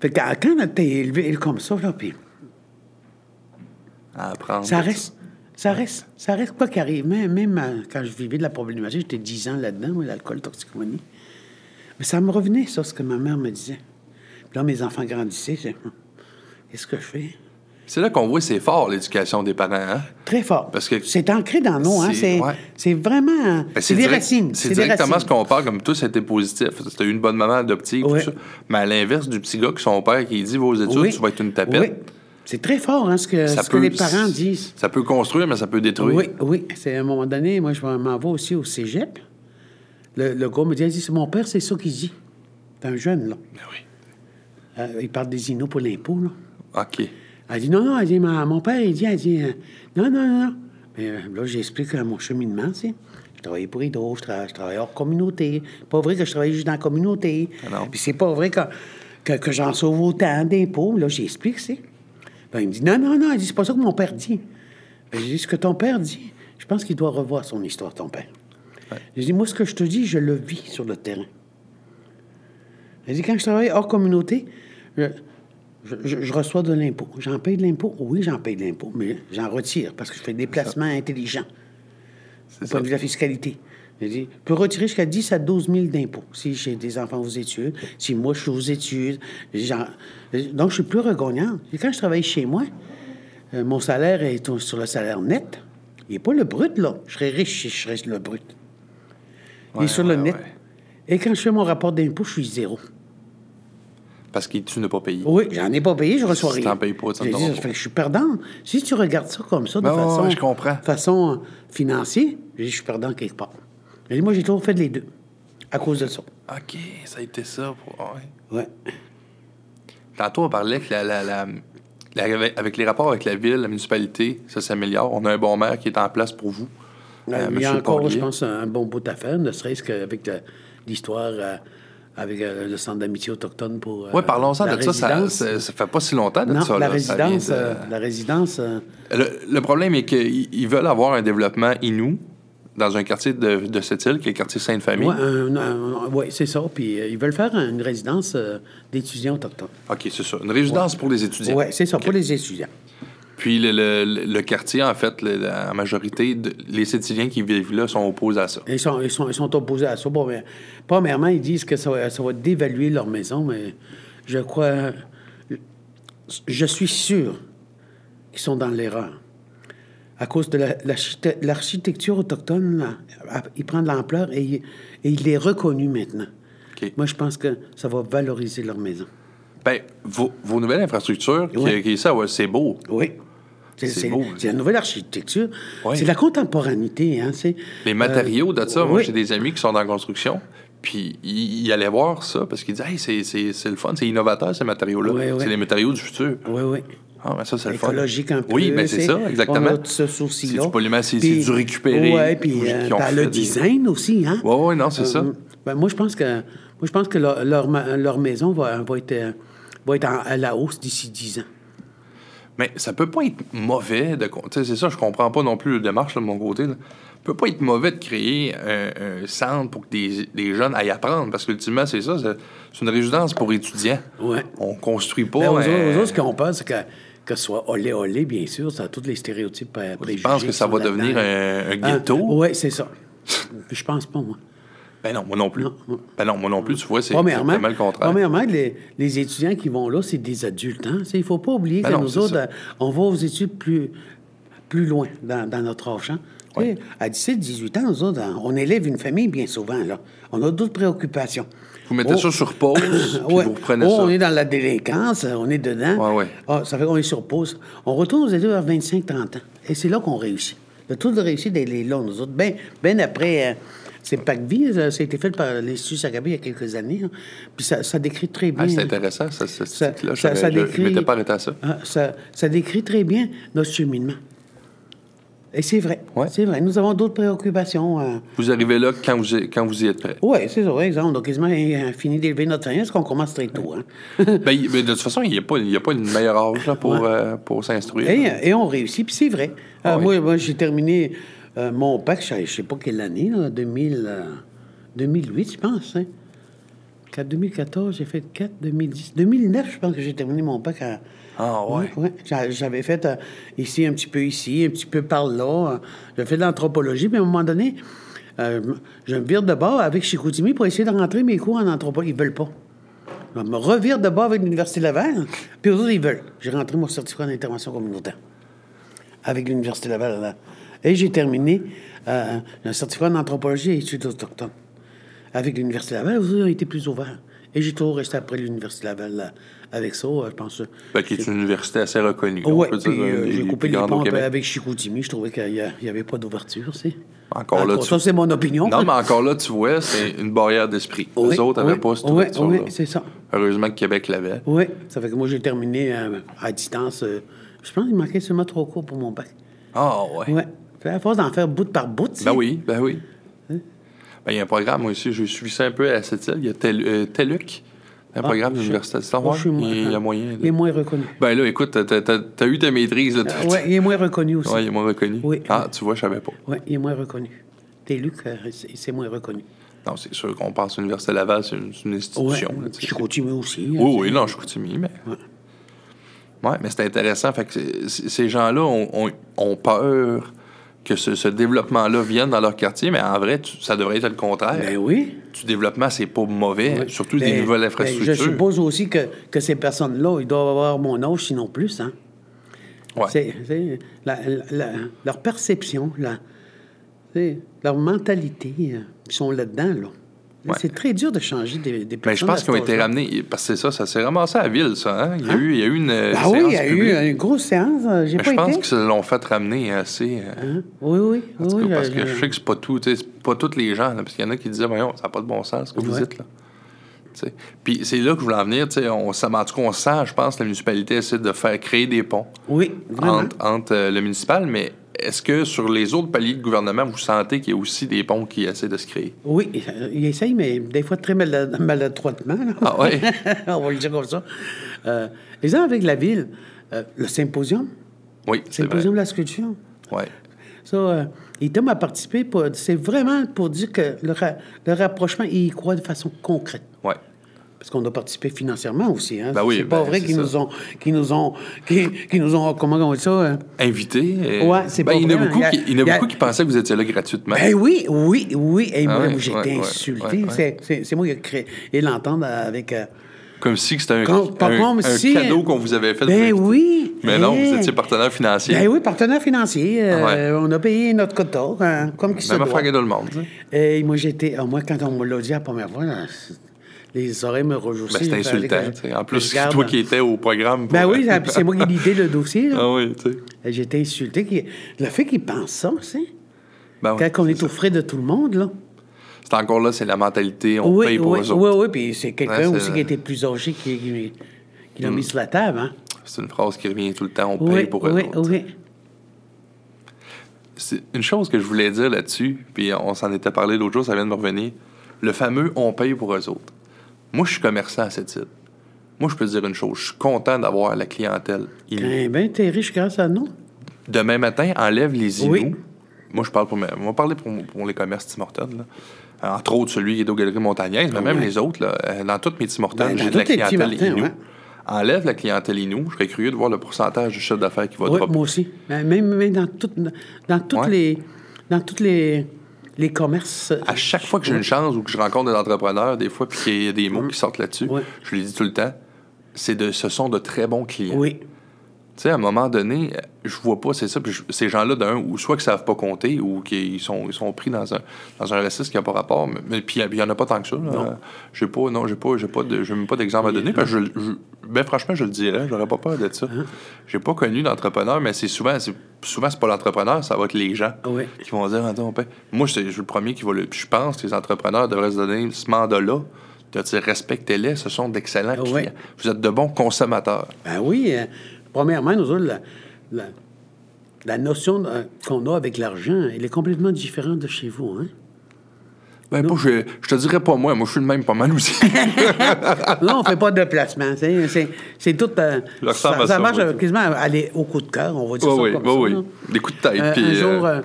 Speaker 2: fait que quand t'es élevé comme ça, là, puis
Speaker 1: À apprendre.
Speaker 2: ça reste. Ça reste, ça reste quoi qu'arrive. Même, même euh, quand je vivais de la problématique, j'étais 10 ans là-dedans, moi, l'alcool, toxicomanie. Mais ça me revenait, ça, ce que ma mère me disait. Puis là, mes enfants grandissaient. j'ai- hum, Qu'est-ce que je fais?
Speaker 1: C'est là qu'on voit c'est fort, l'éducation des parents. Hein?
Speaker 2: Très fort.
Speaker 1: Parce que-
Speaker 2: c'est ancré dans nous. Hein?
Speaker 1: C'est-
Speaker 2: C'est
Speaker 1: ouais.
Speaker 2: c'est vraiment.
Speaker 1: Ben,
Speaker 2: c'est des
Speaker 1: direct-
Speaker 2: racines.
Speaker 1: C'est
Speaker 2: des
Speaker 1: directement
Speaker 2: racines.
Speaker 1: ce qu'on parle, comme tout, c'était positif. C'était une bonne maman adoptive,
Speaker 2: Ouais.
Speaker 1: tout ça. Mais à l'inverse du petit gars que son père qui dit, va aux études,
Speaker 2: Oui.
Speaker 1: tu vas être une tapette.
Speaker 2: Oui. C'est très fort, hein, ce, que,
Speaker 1: Ça
Speaker 2: ce que les parents disent.
Speaker 1: Ça peut construire, mais ça peut détruire.
Speaker 2: Oui, oui. C'est à un moment donné, moi, je m'en vais aussi au cégep. Le, le gars me dit, il dit, c'est mon père, c'est ça qu'il dit. C'est un jeune, là.
Speaker 1: Ben oui.
Speaker 2: Euh, il parle des inos pour l'impôt, là.
Speaker 1: OK.
Speaker 2: Elle dit, non, non, elle dit, ma- mon père, il dit, elle dit, euh, non, non, non, non. Mais euh, là, j'explique euh, mon cheminement, tu sais. Je travaillais pour Hydro, je, tra- je travaillais hors communauté. Pas vrai que je travaillais juste dans la communauté.
Speaker 1: Ah non.
Speaker 2: Puis c'est pas vrai que, que, que j'en sauve autant d'impôts. Là, j'explique, tu sais. Ben, il me dit, non, non, non, elle dit, c'est pas ça que mon père dit. Ben, je dis, ce que ton père dit, je pense qu'il doit revoir son histoire, ton père. Je dis, moi, ce que je te dis, je le vis sur le terrain. Elle dit, quand je travaille hors communauté, je, je- je- je reçois de l'impôt. J'en paye de l'impôt? Oui, j'en paye de l'impôt, mais j'en retire parce que je fais des placements intelligents au point de vue de la fiscalité. Elle dit, je peux retirer jusqu'à 10 à 12 000 d'impôts si j'ai des enfants aux études, si moi, je suis aux études. j'en- Donc, je suis plus regagnante. Et quand je travaille chez moi, euh, mon salaire est au- sur le salaire net. Il n'est pas le brut, là. Je serais riche si je serais sur le brut. Il
Speaker 1: Ouais,
Speaker 2: est sur le
Speaker 1: ouais,
Speaker 2: net.
Speaker 1: ouais.
Speaker 2: Et quand je fais mon rapport d'impôt, je suis zéro.
Speaker 1: Parce que tu n'as pas payé.
Speaker 2: Oui, j'en ai pas payé, je reçois
Speaker 1: Si
Speaker 2: rien.
Speaker 1: t'en payes pas, tu en
Speaker 2: J'ai
Speaker 1: auras
Speaker 2: dit,
Speaker 1: pas.
Speaker 2: ça fait que je suis perdant. Si tu regardes ça comme ça, de
Speaker 1: Ben ouais,
Speaker 2: façon,
Speaker 1: ouais, je comprends.
Speaker 2: façon euh, financière, j'ai dit, je suis perdant quelque part. J'ai dit, moi, j'ai toujours fait les deux, à cause de ça.
Speaker 1: OK, ça a été ça. Pour... ouais.
Speaker 2: Ouais.
Speaker 1: Ah, Tantôt, on parlait que la, la- la- la- avec les rapports avec la ville, la municipalité, ça s'améliore. On a un bon maire qui est en place pour vous. euh,
Speaker 2: Il y a
Speaker 1: Monsieur
Speaker 2: encore,
Speaker 1: Corlier.
Speaker 2: je pense, un bon bout à faire, ne serait-ce qu'avec euh, l'histoire, euh, avec euh, le centre d'amitié autochtone pour. euh,
Speaker 1: Oui, parlons-en
Speaker 2: la
Speaker 1: de ça. Ça,
Speaker 2: résidence.
Speaker 1: ça. ça fait pas si longtemps de
Speaker 2: Non,
Speaker 1: ça.
Speaker 2: la,
Speaker 1: là. Ça vient de-
Speaker 2: résidence, euh, la résidence. euh,
Speaker 1: Le, le problème est qu'ils ils veulent avoir un développement inou dans un quartier de, de cette île, qui est le quartier Sainte-Famille.
Speaker 2: ouais, un- un- ouais, c'est ça. Puis euh, ils veulent faire une résidence euh, d'étudiants autochtones.
Speaker 1: OK, c'est ça. Une résidence pour les étudiants.
Speaker 2: Oui, c'est ça, pour les étudiants.
Speaker 1: Puis le, le- le- le quartier, en fait, le- en majorité, de- les Siciliens qui vivent là sont opposés à ça.
Speaker 2: Ils sont, ils, sont, ils sont opposés à ça. Bon, ben, premièrement, ils disent que ça va, ça va dévaluer leur maison, mais je crois. Je suis sûr qu'ils sont dans l'erreur. À cause de la- l'archite- l'architecture autochtone, là, à- il prend de l'ampleur et, il- et il est reconnu maintenant.
Speaker 1: OK.
Speaker 2: Moi, je pense que ça va valoriser leur maison.
Speaker 1: Ben, vos, vos nouvelles infrastructures, qui-
Speaker 2: Ouais.
Speaker 1: qui, ça, ouais, c'est beau.
Speaker 2: Oui. C'est
Speaker 1: C'est
Speaker 2: c'est-
Speaker 1: beau, hein.
Speaker 2: c'est la nouvelle architecture.
Speaker 1: Oui.
Speaker 2: C'est la contemporanité. Hein, c'est- euh,
Speaker 1: Les matériaux de ça, moi,
Speaker 2: oui.
Speaker 1: j'ai des amis qui sont dans la construction, puis ils, ils allaient voir ça parce qu'ils disaient, hey, c'est, c'est- c'est le fun, c'est innovateur, ces matériaux-là.
Speaker 2: Ouais, ouais.
Speaker 1: C'est les matériaux du futur.
Speaker 2: Oui, oui.
Speaker 1: Ah, ben ça, c'est le fun.
Speaker 2: écologique un peu.
Speaker 1: Oui, mais
Speaker 2: tu
Speaker 1: c'est
Speaker 2: sais.
Speaker 1: ça, exactement.
Speaker 2: On a tout ce souci-là.
Speaker 1: C'est du polymère, c'est,
Speaker 2: Puis-
Speaker 1: c'est du récupéré.
Speaker 2: Ouais, puis
Speaker 1: qui
Speaker 2: euh,
Speaker 1: ont
Speaker 2: t'as
Speaker 1: fait
Speaker 2: le
Speaker 1: des-
Speaker 2: design aussi, hein?
Speaker 1: Ouais, ouais, non, c'est ça.
Speaker 2: ben, moi, je pense que, moi, je pense que leur, leur, ma- leur maison va, va être, euh, va être en- à la hausse d'ici 10 ans.
Speaker 1: Mais ça peut pas être mauvais de. con- tu sais, C'est ça, je comprends pas non plus la démarche là, de mon côté. Là. peut pas être mauvais de créer un, un centre pour que des, des jeunes aillent apprendre, parce qu'ultimement, c'est ça, c'est, c'est une résidence pour étudiants.
Speaker 2: Ouais.
Speaker 1: On construit pas. euh,
Speaker 2: Ben, aux, autres,
Speaker 1: un-
Speaker 2: aux autres, ce qu'on pense, c'est que, que ce soit olé olé, bien sûr, ça a tous les stéréotypes euh,
Speaker 1: je
Speaker 2: préjugés.
Speaker 1: pense que
Speaker 2: qui
Speaker 1: ça
Speaker 2: sont
Speaker 1: va
Speaker 2: là-dedans.
Speaker 1: devenir un, un
Speaker 2: Hein?
Speaker 1: ghetto.
Speaker 2: Oui, c'est ça. je pense pas, moi.
Speaker 1: Ben non, moi non plus.
Speaker 2: Non, non.
Speaker 1: Ben non, moi non plus, tu vois, c'est
Speaker 2: Premièrement,
Speaker 1: exactement le contraire.
Speaker 2: premièrement, les, les étudiants qui vont là, c'est des adultes. Hein? C'est- Il ne faut pas oublier
Speaker 1: Ben
Speaker 2: que
Speaker 1: non,
Speaker 2: nous
Speaker 1: c'est
Speaker 2: autres,
Speaker 1: ça.
Speaker 2: euh, on va aux études plus, plus loin dans, dans notre âge. hein. Tu sais, À 17, 18 ans, nous autres, euh, on élève une famille bien souvent. Là. On a d'autres préoccupations.
Speaker 1: Vous mettez
Speaker 2: Oh,
Speaker 1: ça sur
Speaker 2: (coughs)
Speaker 1: pause, puis
Speaker 2: ouais.
Speaker 1: vous reprenez
Speaker 2: Oh,
Speaker 1: ça.
Speaker 2: On est dans la délinquance, euh, on est dedans.
Speaker 1: Ouais, ouais.
Speaker 2: Ah, ça fait qu'on est sur pause. On retourne aux études vers 25-30 ans. Et c'est là qu'on réussit. Le taux de réussite il est là, nous autres. Ben, ben après, euh, c'est PACVI, euh, ça, ça a été fait par l'Institut Sagabi il y a quelques années. hein. Puis ça, ça décrit très bien.
Speaker 1: Ah, c'est intéressant, ça, ça,
Speaker 2: Ça,
Speaker 1: là
Speaker 2: ça- ça
Speaker 1: Je
Speaker 2: décrit.
Speaker 1: ne m'étais pas arrêté à ça.
Speaker 2: Ah, ça. ça décrit très bien notre cheminement. Et c'est vrai.
Speaker 1: Ouais.
Speaker 2: C'est vrai. Nous avons d'autres préoccupations. euh,
Speaker 1: Vous arrivez là quand vous, quand vous y êtes prêt.
Speaker 2: oui, c'est ça, par exemple. Donc, quasiment euh, fini d'élever notre famille, parce qu'on commence très tôt. hein.
Speaker 1: Ben, il- ben, de toute façon, il n'y a pas, il y a pas une meilleure âge là, pour, euh, pour s'instruire.
Speaker 2: Et, euh, et on réussit, puis c'est vrai. Euh,
Speaker 1: Ah oui.
Speaker 2: Moi, moi, j'ai terminé euh, mon bac, je ne sais pas quelle année, là, 2000, euh, 2008, je pense. hein. Quatre- 2014, j'ai fait 4, 2010, 2009, je pense que j'ai terminé mon bac. à-
Speaker 1: Ah, ouais.
Speaker 2: ouais. J'a- J'avais fait euh, ici, un petit peu ici, un petit peu par là. euh, J'avais fait de l'anthropologie, puis à un moment donné, euh, je me vire de bord avec Chicoutimi pour essayer de rentrer mes cours en anthropologie. Ils veulent pas. Je me revire de bord avec l'Université Laval, puis eux autres, ils veulent. J'ai rentré mon certificat d'intervention communautaire avec l'Université Laval. là. Et j'ai terminé euh, un certificat d'anthropologie et études autochtones avec l'Université Laval. Vous avez été plus ouverts. Et j'ai toujours resté après l'Université Laval là, avec ça, euh, je pense. euh,
Speaker 1: Ben, qui est une université assez reconnue. on
Speaker 2: Ouais,
Speaker 1: peut dire,
Speaker 2: puis euh,
Speaker 1: une des
Speaker 2: j'ai coupé
Speaker 1: plus
Speaker 2: les
Speaker 1: grandes au
Speaker 2: ponts
Speaker 1: Québec.
Speaker 2: avec Chicoutimi. Je trouvais qu'il n'y avait pas d'ouverture, c'est.
Speaker 1: Encore là, tu-
Speaker 2: Ça, c'est mon opinion.
Speaker 1: Non, mais encore là, tu vois, c'est une barrière d'esprit.
Speaker 2: Oui,
Speaker 1: Les autres n'avaient
Speaker 2: oui,
Speaker 1: pas cette
Speaker 2: oui,
Speaker 1: ouverture-là.
Speaker 2: oui, c'est ça.
Speaker 1: Heureusement que Québec l'avait.
Speaker 2: Oui, ça fait que moi, j'ai terminé euh, à distance. euh, je pense qu'il manquait seulement trois cours pour mon bac.
Speaker 1: Ah, ouais.
Speaker 2: Oui. À force d'en faire bout par bout, tu sais.
Speaker 1: Ben oui, ben oui.
Speaker 2: Hein?
Speaker 1: Ben, il y a un programme, moi aussi, je suis ça un peu à cette île. Il y a Tel- euh, TELUC, un
Speaker 2: Ah,
Speaker 1: programme
Speaker 2: je-
Speaker 1: de l'Université de
Speaker 2: Oh,
Speaker 1: Star
Speaker 2: je suis moins-
Speaker 1: Il y a moyen. de-
Speaker 2: Il est moins
Speaker 1: (laughs)
Speaker 2: reconnu.
Speaker 1: Ben là, écoute, t'as- t'as t'as- t'as eu ta maîtrise. Là, t'as-
Speaker 2: Oui, il est moins reconnu aussi.
Speaker 1: Ouais,
Speaker 2: Oui,
Speaker 1: il est moins reconnu.
Speaker 2: Oui.
Speaker 1: Ah, tu vois, je savais pas.
Speaker 2: il est moins reconnu. T'es Luc, euh, c'est c'est moins reconnu.
Speaker 1: Non, c'est sûr qu'on pense à l'Université Laval, c'est une, c'est une
Speaker 2: Oui,
Speaker 1: institution. là, tu sais. Oh,
Speaker 2: je continue aussi. hein.
Speaker 1: Oui, oui, non, je continue, mais.
Speaker 2: Ouais.
Speaker 1: Ouais, mais c'est intéressant. Fait que c'est- c'est- ces gens-là ont, ont- ont peur que ce, ce développement-là vienne dans leur quartier, mais en vrai, tu- ça devrait être le contraire.
Speaker 2: Ben oui.
Speaker 1: Du développement, c'est pas mauvais, surtout
Speaker 2: Ben,
Speaker 1: des nouvelles
Speaker 2: ben,
Speaker 1: infrastructures.
Speaker 2: je suppose aussi que, que ces personnes-là, ils doivent avoir mon âge, sinon plus. Hein?
Speaker 1: Ouais.
Speaker 2: C'est- c'est la- la- la- leur perception, la- c'est leur mentalité, euh, ils sont là-dedans. Là.
Speaker 1: Ouais.
Speaker 2: C'est très dur de changer des, des
Speaker 1: Mais je
Speaker 2: personnes.
Speaker 1: pense
Speaker 2: à
Speaker 1: qu'ils ont
Speaker 2: cet
Speaker 1: été
Speaker 2: âge-là.
Speaker 1: ramenés. Parce que c'est ça, ça s'est ramassé à la ville, ça. hein? Il, y a eu, il y a eu une. euh,
Speaker 2: Ah oui, il y
Speaker 1: séance
Speaker 2: a
Speaker 1: publique.
Speaker 2: eu une grosse séance. euh, J'ai
Speaker 1: Mais
Speaker 2: pas
Speaker 1: je pense
Speaker 2: été.
Speaker 1: qu'ils se l'ont fait ramener assez. euh,
Speaker 2: Hein? Oui, oui.
Speaker 1: en tout
Speaker 2: oui, ben,
Speaker 1: cas, parce
Speaker 2: je-
Speaker 1: que
Speaker 2: je-
Speaker 1: je sais que c'est pas tout, tu sais, c'est pas tous les gens, là, parce qu'il y en a qui disaient, voyons, ça n'a pas de bon sens ce que vous
Speaker 2: Ouais.
Speaker 1: dites, là. Tu sais. Puis c'est là que je voulais en venir, tu sais, on, ça, en tout cas, on sent, je pense, que la municipalité essaie de faire créer des ponts
Speaker 2: Oui, vraiment.
Speaker 1: entre, entre, euh, le municipal, mais est-ce que sur les autres paliers de gouvernement, vous sentez qu'il y a aussi des ponts qui essaient de se créer?
Speaker 2: Oui, euh, il essaye, mais des fois très mal- maladroitement. là.
Speaker 1: Ah ouais?
Speaker 2: (laughs) On va le dire comme ça. Euh, les gens avec la ville, euh, le symposium,
Speaker 1: Oui, c'est vrai.
Speaker 2: symposium de la sculpture,
Speaker 1: Ouais.
Speaker 2: ça, euh, Item a participé, pour- c'est vraiment pour dire que le, ra- le rapprochement, il y croit de façon concrète.
Speaker 1: Ouais.
Speaker 2: Parce qu'on a participé financièrement aussi. Hein?
Speaker 1: Ben oui,
Speaker 2: c'est pas
Speaker 1: ben,
Speaker 2: vrai
Speaker 1: c'est
Speaker 2: qu'ils
Speaker 1: ça.
Speaker 2: nous ont, qu'ils nous ont, qu'ils, qu'ils nous ont, comment on dit ça? euh,
Speaker 1: Invité. euh,
Speaker 2: Ouais, c'est
Speaker 1: ben,
Speaker 2: pas
Speaker 1: il y en a
Speaker 2: vrai,
Speaker 1: beaucoup
Speaker 2: hein.
Speaker 1: qui- Il y en
Speaker 2: Il y
Speaker 1: a
Speaker 2: a-
Speaker 1: beaucoup qui pensaient que vous étiez là gratuitement.
Speaker 2: Ben oui, oui, oui. Et
Speaker 1: Ah
Speaker 2: moi,
Speaker 1: ouais,
Speaker 2: moi, j'étais
Speaker 1: ouais, ouais,
Speaker 2: insulté.
Speaker 1: ouais, ouais.
Speaker 2: C'est- C'est c'est moi qui ai créé et l'entendre avec. euh,
Speaker 1: Comme si c'était un,
Speaker 2: Quand- par
Speaker 1: un-
Speaker 2: contre,
Speaker 1: un
Speaker 2: si-
Speaker 1: cadeau qu'on vous avait fait. de
Speaker 2: ben
Speaker 1: vous inviter.
Speaker 2: oui.
Speaker 1: Mais non, vous
Speaker 2: Hey.
Speaker 1: étiez partenaire financier. Ah
Speaker 2: Ben oui, partenaire financier. euh, On a payé notre quota, hein, comme qui se
Speaker 1: Même
Speaker 2: doit.
Speaker 1: affaire que tout le monde. tu sais.
Speaker 2: Et moi, j'étais. ah, moi, quand on me l'a dit la première fois, là, c'est- les oreilles me rejoussaient.
Speaker 1: Ben, c'est
Speaker 2: Il fallait
Speaker 1: insultant.
Speaker 2: que je-
Speaker 1: tu sais. En
Speaker 2: je
Speaker 1: plus, c'est
Speaker 2: garde-
Speaker 1: toi qui étais au programme. pour-
Speaker 2: Ben oui, ça- puis c'est moi qui ai l'idée
Speaker 1: (laughs)
Speaker 2: le dossier. là.
Speaker 1: ah oui, tu sais.
Speaker 2: J'étais insulté. qu'il- Le fait qu'ils pensent ça, c'est.
Speaker 1: Ben oui,
Speaker 2: Quand on
Speaker 1: c'est
Speaker 2: est
Speaker 1: ça.
Speaker 2: au frais de tout le monde, là.
Speaker 1: C'est encore là, c'est la mentalité, on paye ben, pour
Speaker 2: oui,
Speaker 1: eux autres.
Speaker 2: oui, oui, puis c'est quelqu'un
Speaker 1: Ouais, c'est-
Speaker 2: aussi qui était plus âgé qui, qui- qui l'a mis sur la table. Hein?
Speaker 1: C'est une phrase qui revient tout le temps, on
Speaker 2: Oui,
Speaker 1: paye pour eux
Speaker 2: oui,
Speaker 1: autres.
Speaker 2: oui.
Speaker 1: C'est une chose que je voulais dire là-dessus, puis on s'en était parlé l'autre jour, ça vient de me revenir. Le fameux on paye pour eux autres. Moi, je suis commerçant à cette titre. Moi, je peux te dire une chose, je suis content d'avoir la clientèle. Il-
Speaker 2: Eh bien, t'es riche grâce à nous.
Speaker 1: Demain matin, enlève les igloos.
Speaker 2: Oui.
Speaker 1: Moi, je parle pour, mes- on va parler pour, pour les commerces Tim Hortons, là. Euh, Entre autres, celui qui est aux Galeries Montagnaise, mais même les autres. là. Euh, Dans toutes mes Tim Hortons,
Speaker 2: Ben, dans
Speaker 1: j'ai de la
Speaker 2: tous tes Tim
Speaker 1: clientèle
Speaker 2: Hortons, hein.
Speaker 1: Inou.
Speaker 2: ouais.
Speaker 1: Enlève la clientèle Inou. Je serais curieux de voir le pourcentage du chiffre d'affaires qui va
Speaker 2: Oui,
Speaker 1: dropper.
Speaker 2: moi aussi. Mais Même, même dans toutes dans toutes
Speaker 1: Ouais.
Speaker 2: les dans toutes les, les commerces.
Speaker 1: À chaque fois que j'ai une chance ou que je rencontre des entrepreneurs, des fois, puis qu'il y a des mots qui sortent là-dessus,
Speaker 2: Ouais.
Speaker 1: je les dis tout le temps, c'est de, ce sont de très bons clients.
Speaker 2: Oui.
Speaker 1: Tu sais, à un moment donné, euh, je vois pas, c'est ça. Puis je- ces gens-là, d'un, ou soit qu'ils savent pas compter, ou qu'ils sont, ils sont pris dans un, dans un racisme qui n'a pas rapport. Mais, mais puis, il y en a pas tant que ça. là. Euh, J'ai pas, non, j'ai pas, j'ai pas, de- j'ai même pas d'exemple à
Speaker 2: hein.
Speaker 1: donner. parce que je, je- ben, franchement, je le dirais. J'aurais pas peur de ça. J'ai pas connu d'entrepreneur, mais c'est souvent, c'est souvent c'est pas l'entrepreneur, ça va être les gens
Speaker 2: Oui.
Speaker 1: qui vont dire, attends, on paye. Moi, c'est- je suis le premier qui va le. Puis je pense que les entrepreneurs devraient se donner ce mandat-là. De dire respectez-les, ce sont d'excellents
Speaker 2: Ah,
Speaker 1: clients.
Speaker 2: ouais.
Speaker 1: Vous êtes de bons consommateurs.
Speaker 2: Ben oui. euh, premièrement, nous autres, la, la- la notion euh, qu'on a avec l'argent, elle est complètement différente de chez vous.
Speaker 1: (laughs)
Speaker 2: Hein?
Speaker 1: Ben, pas, je, je te dirais pas moi. Moi, je suis le même pas mal (laughs) aussi.
Speaker 2: Là, on fait pas de placement. C'est, c'est, c'est tout. euh,
Speaker 1: Le ressemble
Speaker 2: ça,
Speaker 1: à
Speaker 2: ça
Speaker 1: ça,
Speaker 2: marche
Speaker 1: oui.
Speaker 2: euh, quasiment à aller au coup de cœur, on va dire ça
Speaker 1: oui,
Speaker 2: comme
Speaker 1: oui,
Speaker 2: ça,
Speaker 1: oui.
Speaker 2: là.
Speaker 1: Des coups de tête.
Speaker 2: Euh,
Speaker 1: puis,
Speaker 2: un jour,
Speaker 1: euh,
Speaker 2: euh,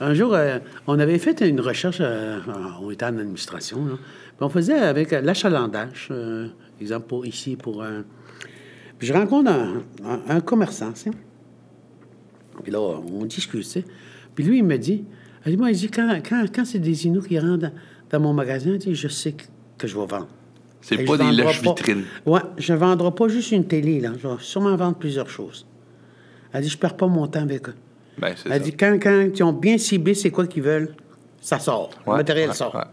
Speaker 2: un jour euh, on avait fait une recherche, euh, on était en administration, là, puis on faisait avec euh, l'achalandage, euh, exemple pour ici, pour... un- Puis je rencontre un, un- un commerçant, tu sais. Puis là, on discute, tu sais. Puis lui, il me dit, il dit, moi, il dit, quand, quand, quand c'est des Inuits qui rentrent dans, dans mon magasin, il dit, je sais que, que je vais vendre.
Speaker 1: C'est
Speaker 2: Et
Speaker 1: pas
Speaker 2: je
Speaker 1: des
Speaker 2: vendrai
Speaker 1: lèches
Speaker 2: pas-
Speaker 1: vitrines.
Speaker 2: Ouais, je ne vendrai pas juste une télé, là. Je vais sûrement vendre plusieurs choses. Elle dit, je perds pas mon temps avec eux.
Speaker 1: ben, c'est ça.
Speaker 2: euh, Elle dit, quand, quand ils ont bien ciblé c'est quoi qu'ils veulent, ça sort.
Speaker 1: Ouais,
Speaker 2: le matériel
Speaker 1: ouais,
Speaker 2: sort.
Speaker 1: ouais.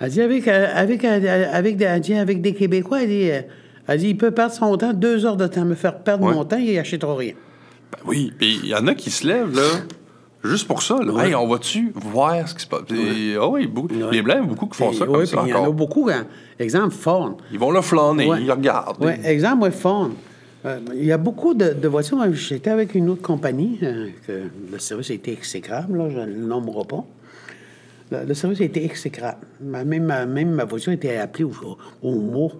Speaker 2: Elle dit, avec, euh, avec, euh, avec, des- elle dit, avec des Québécois, elle dit, euh, elle dit, il peut perdre son temps, deux heures de temps, me faire perdre
Speaker 1: Ouais.
Speaker 2: mon temps, il achètera rien.
Speaker 1: Ben oui. Puis il y en a qui se lèvent, là. Juste pour ça, là.
Speaker 2: Ouais.
Speaker 1: Hey, on va-tu voir ce qui se passe? Et- Ah oui, beaucoup.
Speaker 2: Ouais.
Speaker 1: Les Blancs, beaucoup qui font ça
Speaker 2: Et-
Speaker 1: comme
Speaker 2: oui,
Speaker 1: ça
Speaker 2: puis Il y en a
Speaker 1: encore.
Speaker 2: beaucoup. hein. Exemple, Ford.
Speaker 1: Ils vont le flâner,
Speaker 2: Ouais.
Speaker 1: ils le regardent.
Speaker 2: Ouais, exemple, ouais, Ford. Euh, il y a beaucoup de, de voitures. Moi, J'étais avec une autre compagnie, euh, que le service a été exécrable, là, je ne le nommerai pas. Le, le service a été exécrable. Ma- Même, ma- même ma voiture était appelée au, au mot.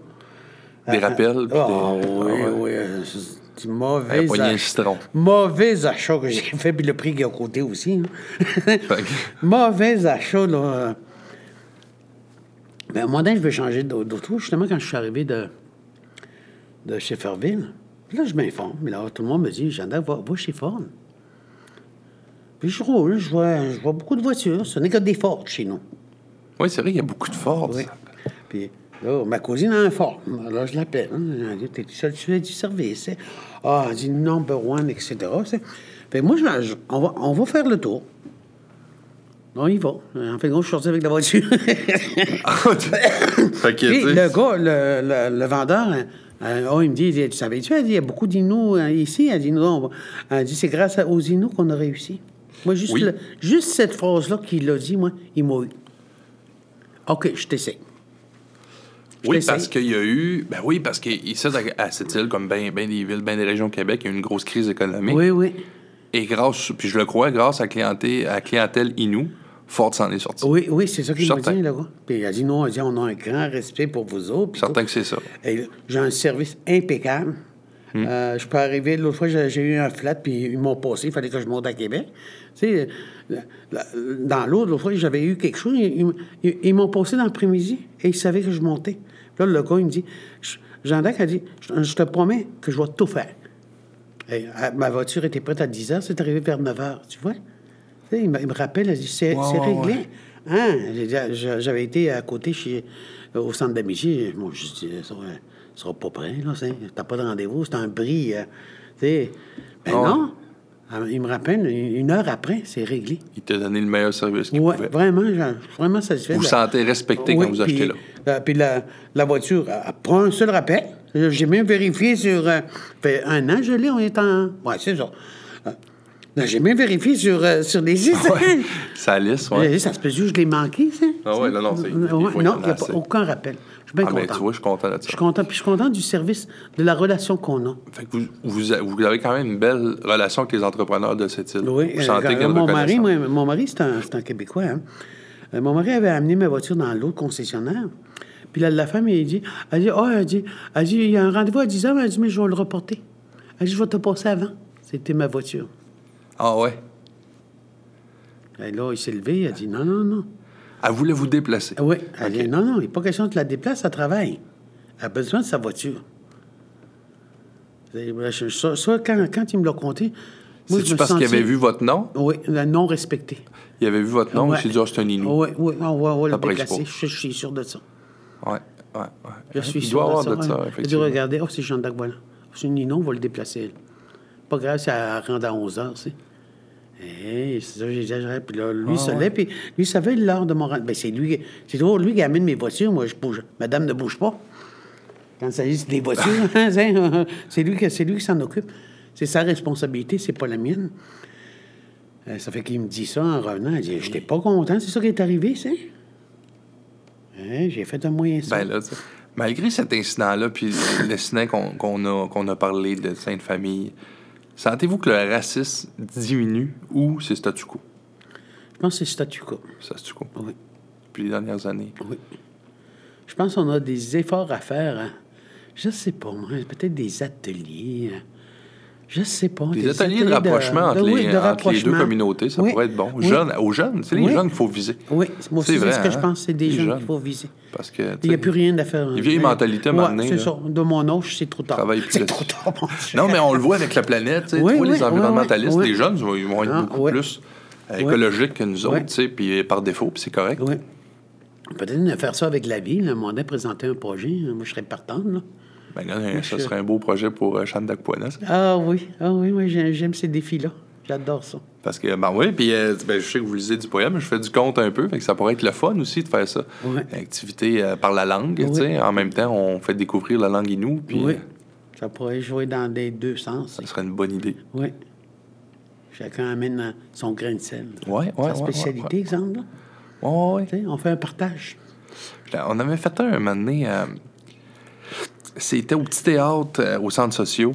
Speaker 1: Des rappels, puis
Speaker 2: Ah,
Speaker 1: des-
Speaker 2: oui,
Speaker 1: ah ouais.
Speaker 2: oui. euh, c'est du
Speaker 1: Elle a
Speaker 2: mauvais
Speaker 1: pogné un
Speaker 2: ach-
Speaker 1: citron.
Speaker 2: Mauvais achat que j'ai (laughs) fait, puis le prix qu'il y a à côté aussi. hein.
Speaker 1: Fait que-
Speaker 2: (laughs) mauvais achat, là. Ben, à un moment donné, je vais changer d'au- d'auto. Justement, quand je suis arrivé de, de chez Ferville, puis là, je m'informe. Mais là, tout le monde me dit, Jean-Dac, va, va chez Ford. Puis je roule, je vois, je vois beaucoup de voitures. Ce n'est que des Ford chez nous.
Speaker 1: Oui, c'est vrai, il y a beaucoup de force.
Speaker 2: Oui. Puis là, ma cousine a un fort. Là, je l'appelle. Hein. Elle dit, T'es tout seul, tu fais du service. hein? Ah, elle dit number one, etc. C'est- Fait que moi, je- je- on, va, on va faire le tour. On y va. En fait, je suis sorti avec la voiture.
Speaker 1: (laughs) fait que,
Speaker 2: Puis
Speaker 1: tu sais,
Speaker 2: le gars, le, le- le vendeur, hein, euh, oh, il me dit, il dit, tu savais-tu? Elle dit, il y a beaucoup d'inos euh, ici. Elle dit, non, on va- elle dit, c'est grâce à- aux inos qu'on a réussi. Moi, juste,
Speaker 1: Oui.
Speaker 2: le- juste cette phrase-là qu'il a dit, moi, il m'a eu. OK, je t'essaie. je
Speaker 1: Oui,
Speaker 2: t'essaye.
Speaker 1: parce qu'il y a eu. Ben oui, parce qu'ici, à, à cette île, comme bien des villes, bien des régions au Québec, il y a eu une grosse crise économique.
Speaker 2: Oui, oui.
Speaker 1: Et grâce, puis je le crois, grâce à clientèle, à clientèle Inou, Ford s'en est sorti.
Speaker 2: Oui, oui, c'est ça qu'il
Speaker 1: Je
Speaker 2: m'a
Speaker 1: suis
Speaker 2: dit, là. gars. Puis il a dit, non, il a dit, on a un grand respect pour vous autres. puis
Speaker 1: Certain
Speaker 2: tout.
Speaker 1: que c'est ça.
Speaker 2: Et là, J'ai un service impeccable. Euh, je peux arriver, l'autre fois, j'ai j'ai eu un flat, puis ils m'ont passé, il fallait que je monte à Québec. Tu sais, euh, la- la- dans l'autre, l'autre fois, j'avais eu quelque chose, ils, ils- ils m'ont passé dans l'après-midi, et ils savaient que je montais. Puis là, le gars, il me dit, je- Jean-Dac a dit, je je te promets que je vais tout faire. Et, euh, ma voiture était prête à 10 h, c'est arrivé vers 9 h, tu vois? Tu sais, il, me, il me rappelle, il dit, c'est
Speaker 1: Ouais,
Speaker 2: c'est
Speaker 1: ouais,
Speaker 2: réglé.
Speaker 1: ouais.
Speaker 2: Hein? J'ai dit, ah, je- J'avais été à côté chez, euh, au centre d'amitié. Moi, je dis, ça sera, ça sera pas prêt, là. c'est- T'as pas de rendez-vous, c'est un bris. euh, tu sais. Ben
Speaker 1: Ah ouais.
Speaker 2: non! Ah, Il me rappelle, une une heure après, c'est réglé.
Speaker 1: Il t'a donné le meilleur service qu'il
Speaker 2: Ouais,
Speaker 1: pouvait.
Speaker 2: vraiment, je- je suis vraiment satisfait.
Speaker 1: Vous vous
Speaker 2: de-
Speaker 1: sentez respecté
Speaker 2: Oui,
Speaker 1: quand vous achetez
Speaker 2: puis-
Speaker 1: là.
Speaker 2: euh, puis la, la voiture, elle, elle prend un seul rappel. Euh, J'ai même vérifié sur. euh, fait un an, je l'ai, on est en. Ouais, c'est ça. Euh, non, J'ai même vérifié sur, euh, sur les sites.
Speaker 1: (laughs) Ah
Speaker 2: (laughs)
Speaker 1: Ouais. Ça lisse,
Speaker 2: J'ai
Speaker 1: ouais.
Speaker 2: dit, ça se peut que je l'ai manqué, ça?
Speaker 1: Ah ouais, non, non, c'est-
Speaker 2: Ouais,
Speaker 1: des fois, il y en
Speaker 2: non,
Speaker 1: a
Speaker 2: il n'y a
Speaker 1: assez.
Speaker 2: pas aucun rappel. Je suis bien
Speaker 1: Ah,
Speaker 2: content.
Speaker 1: ben, tu vois, je suis content de
Speaker 2: Je
Speaker 1: ça.
Speaker 2: suis content, puis je suis content du service, de la relation qu'on a.
Speaker 1: Fait que vous, vous, a- vous avez quand même une belle relation avec les entrepreneurs de cette île.
Speaker 2: Oui,
Speaker 1: vous
Speaker 2: euh,
Speaker 1: sentez
Speaker 2: quand-
Speaker 1: qu'il y a une
Speaker 2: mon mari,
Speaker 1: reconnaissance.
Speaker 2: moi, mon mari, c'est un, c'est un Québécois. hein. Euh, mon mari avait amené ma voiture dans l'autre concessionnaire. Puis là, la femme, elle dit, elle dit, oh, elle dit, elle dit, il y a un rendez-vous à 10 heures, elle dit, mais je vais le reporter. Elle dit, je vais te passer avant. C'était ma voiture.
Speaker 1: Ah ouais.
Speaker 2: Et là, il s'est levé, elle dit, non, non, non.
Speaker 1: Elle voulait vous déplacer.
Speaker 2: Ah Oui, elle dit, non, non, il n'est pas question de la déplacer, elle travaille. Elle a besoin de sa voiture. C'est- je- Ça, ça, quand, quand il me l'a compté, moi, je
Speaker 1: C'est-tu
Speaker 2: me
Speaker 1: parce qu'il
Speaker 2: sentais-
Speaker 1: avait vu votre nom?
Speaker 2: Oui, le non respecté.
Speaker 1: Il avait vu votre nom,
Speaker 2: Ouais. Oh.
Speaker 1: il s'est dit, Ah, c'est un Inou.
Speaker 2: Oui, oui, on va, on va le
Speaker 1: Après, il se
Speaker 2: déplacer.
Speaker 1: pose.
Speaker 2: Je, je suis sûr de ça.
Speaker 1: Ouais, ouais, ouais.
Speaker 2: Je suis
Speaker 1: Hein, Il
Speaker 2: sûr
Speaker 1: doit avoir
Speaker 2: de ça.
Speaker 1: de ça,
Speaker 2: ouais. Je dis,
Speaker 1: effectivement.
Speaker 2: regardez, oh, c'est Jean d'Arc, voilà. C'est une Nino, on va le déplacer. Pas grave, ça rentre à 11 h c'est. Hey, Eh, c'est ça, que j'exagérais. Puis là,
Speaker 1: Ah,
Speaker 2: lui, il se lève, puis lui, ça fait l'heure de mon rendez Ben, c'est lui, c'est toujours lui qui amène mes voitures. Moi, je bouge. Madame ne bouge pas. Quand il s'agit des voitures, (laughs) hein, c'est c'est lui, qui- c'est lui qui s'en occupe. C'est sa responsabilité, c'est pas la mienne. Euh, ça fait qu'il me dit ça en revenant. Il dit J'étais pas content, c'est ça qui est arrivé, c'est. Hein, J'ai fait un moyen ça.
Speaker 1: Ben là, tu sais, malgré cet incident-là, puis l'incident qu'on qu'on a, qu'on a parlé de Sainte-Famille, sentez-vous que le racisme diminue ou c'est statu quo?
Speaker 2: Je pense que c'est statu quo.
Speaker 1: C'est Statu quo.
Speaker 2: Oui.
Speaker 1: Depuis les dernières années.
Speaker 2: Oui. Je pense qu'on a des efforts à faire. hein. Je sais pas, moi, peut-être des ateliers. hein. Je sais pas.
Speaker 1: Les ateliers de rapprochement entre, les, entre
Speaker 2: oui, de
Speaker 1: les deux
Speaker 2: rapprochement.
Speaker 1: communautés, ça
Speaker 2: Oui,
Speaker 1: pourrait être bon.
Speaker 2: oui.
Speaker 1: Jeunes, aux jeunes, c'est les
Speaker 2: Oui.
Speaker 1: jeunes qu'il faut viser.
Speaker 2: Oui, moi aussi,
Speaker 1: C'est
Speaker 2: c'est
Speaker 1: vrai,
Speaker 2: ce que je
Speaker 1: hein?
Speaker 2: pense, c'est des
Speaker 1: Les
Speaker 2: jeunes
Speaker 1: jeunes.
Speaker 2: qu'il faut viser.
Speaker 1: Parce que, tu
Speaker 2: Il n'y a
Speaker 1: sais,
Speaker 2: plus rien à faire.
Speaker 1: les vieilles mentalités,
Speaker 2: ouais,
Speaker 1: maintenant,
Speaker 2: C'est
Speaker 1: là.
Speaker 2: ça. De mon âge, c'est trop tard.
Speaker 1: Travaille plus
Speaker 2: (laughs) C'est
Speaker 1: là-dessus.
Speaker 2: trop tard, mon Dieu.
Speaker 1: Non, mais on le voit avec la planète. tu sais,
Speaker 2: Oui,
Speaker 1: tu vois,
Speaker 2: oui,
Speaker 1: les environnementalistes,
Speaker 2: oui, oui.
Speaker 1: les jeunes, ils vont- ils vont être
Speaker 2: Ah,
Speaker 1: beaucoup
Speaker 2: oui.
Speaker 1: plus euh,
Speaker 2: Oui.
Speaker 1: écologiques que nous autres,
Speaker 2: Oui.
Speaker 1: tu sais, puis par défaut, puis c'est correct.
Speaker 2: Oui. Peut-être de faire ça avec la ville. Un moment donné, présenter un projet. hein. Moi, je serais partant. Là.
Speaker 1: Ben là, ça serait un beau projet pour euh, Shandak Poinas.
Speaker 2: Ah oui, ah oui, moi, j'ai- j'aime ces défis-là. J'adore ça.
Speaker 1: Parce que, ben oui, puis euh, ben, je sais que vous lisez du poème, je fais du conte un peu, fait que ça pourrait être le fun aussi de faire ça.
Speaker 2: Ouais.
Speaker 1: Une activité euh, par la langue, tu sais. En même temps, on fait découvrir la langue inou, puis
Speaker 2: Oui.
Speaker 1: euh,
Speaker 2: Ça pourrait jouer dans les deux sens.
Speaker 1: ça serait une bonne idée.
Speaker 2: Oui. Chacun amène son grain de sel.
Speaker 1: Ouais, ouais, ouais,
Speaker 2: Sa spécialité,
Speaker 1: ouais.
Speaker 2: exemple. là.
Speaker 1: Ouais, ouais.
Speaker 2: Tu sais, on fait un partage.
Speaker 1: Là, On avait fait un, un moment donné. euh, c'était au petit théâtre euh, au centre sociaux.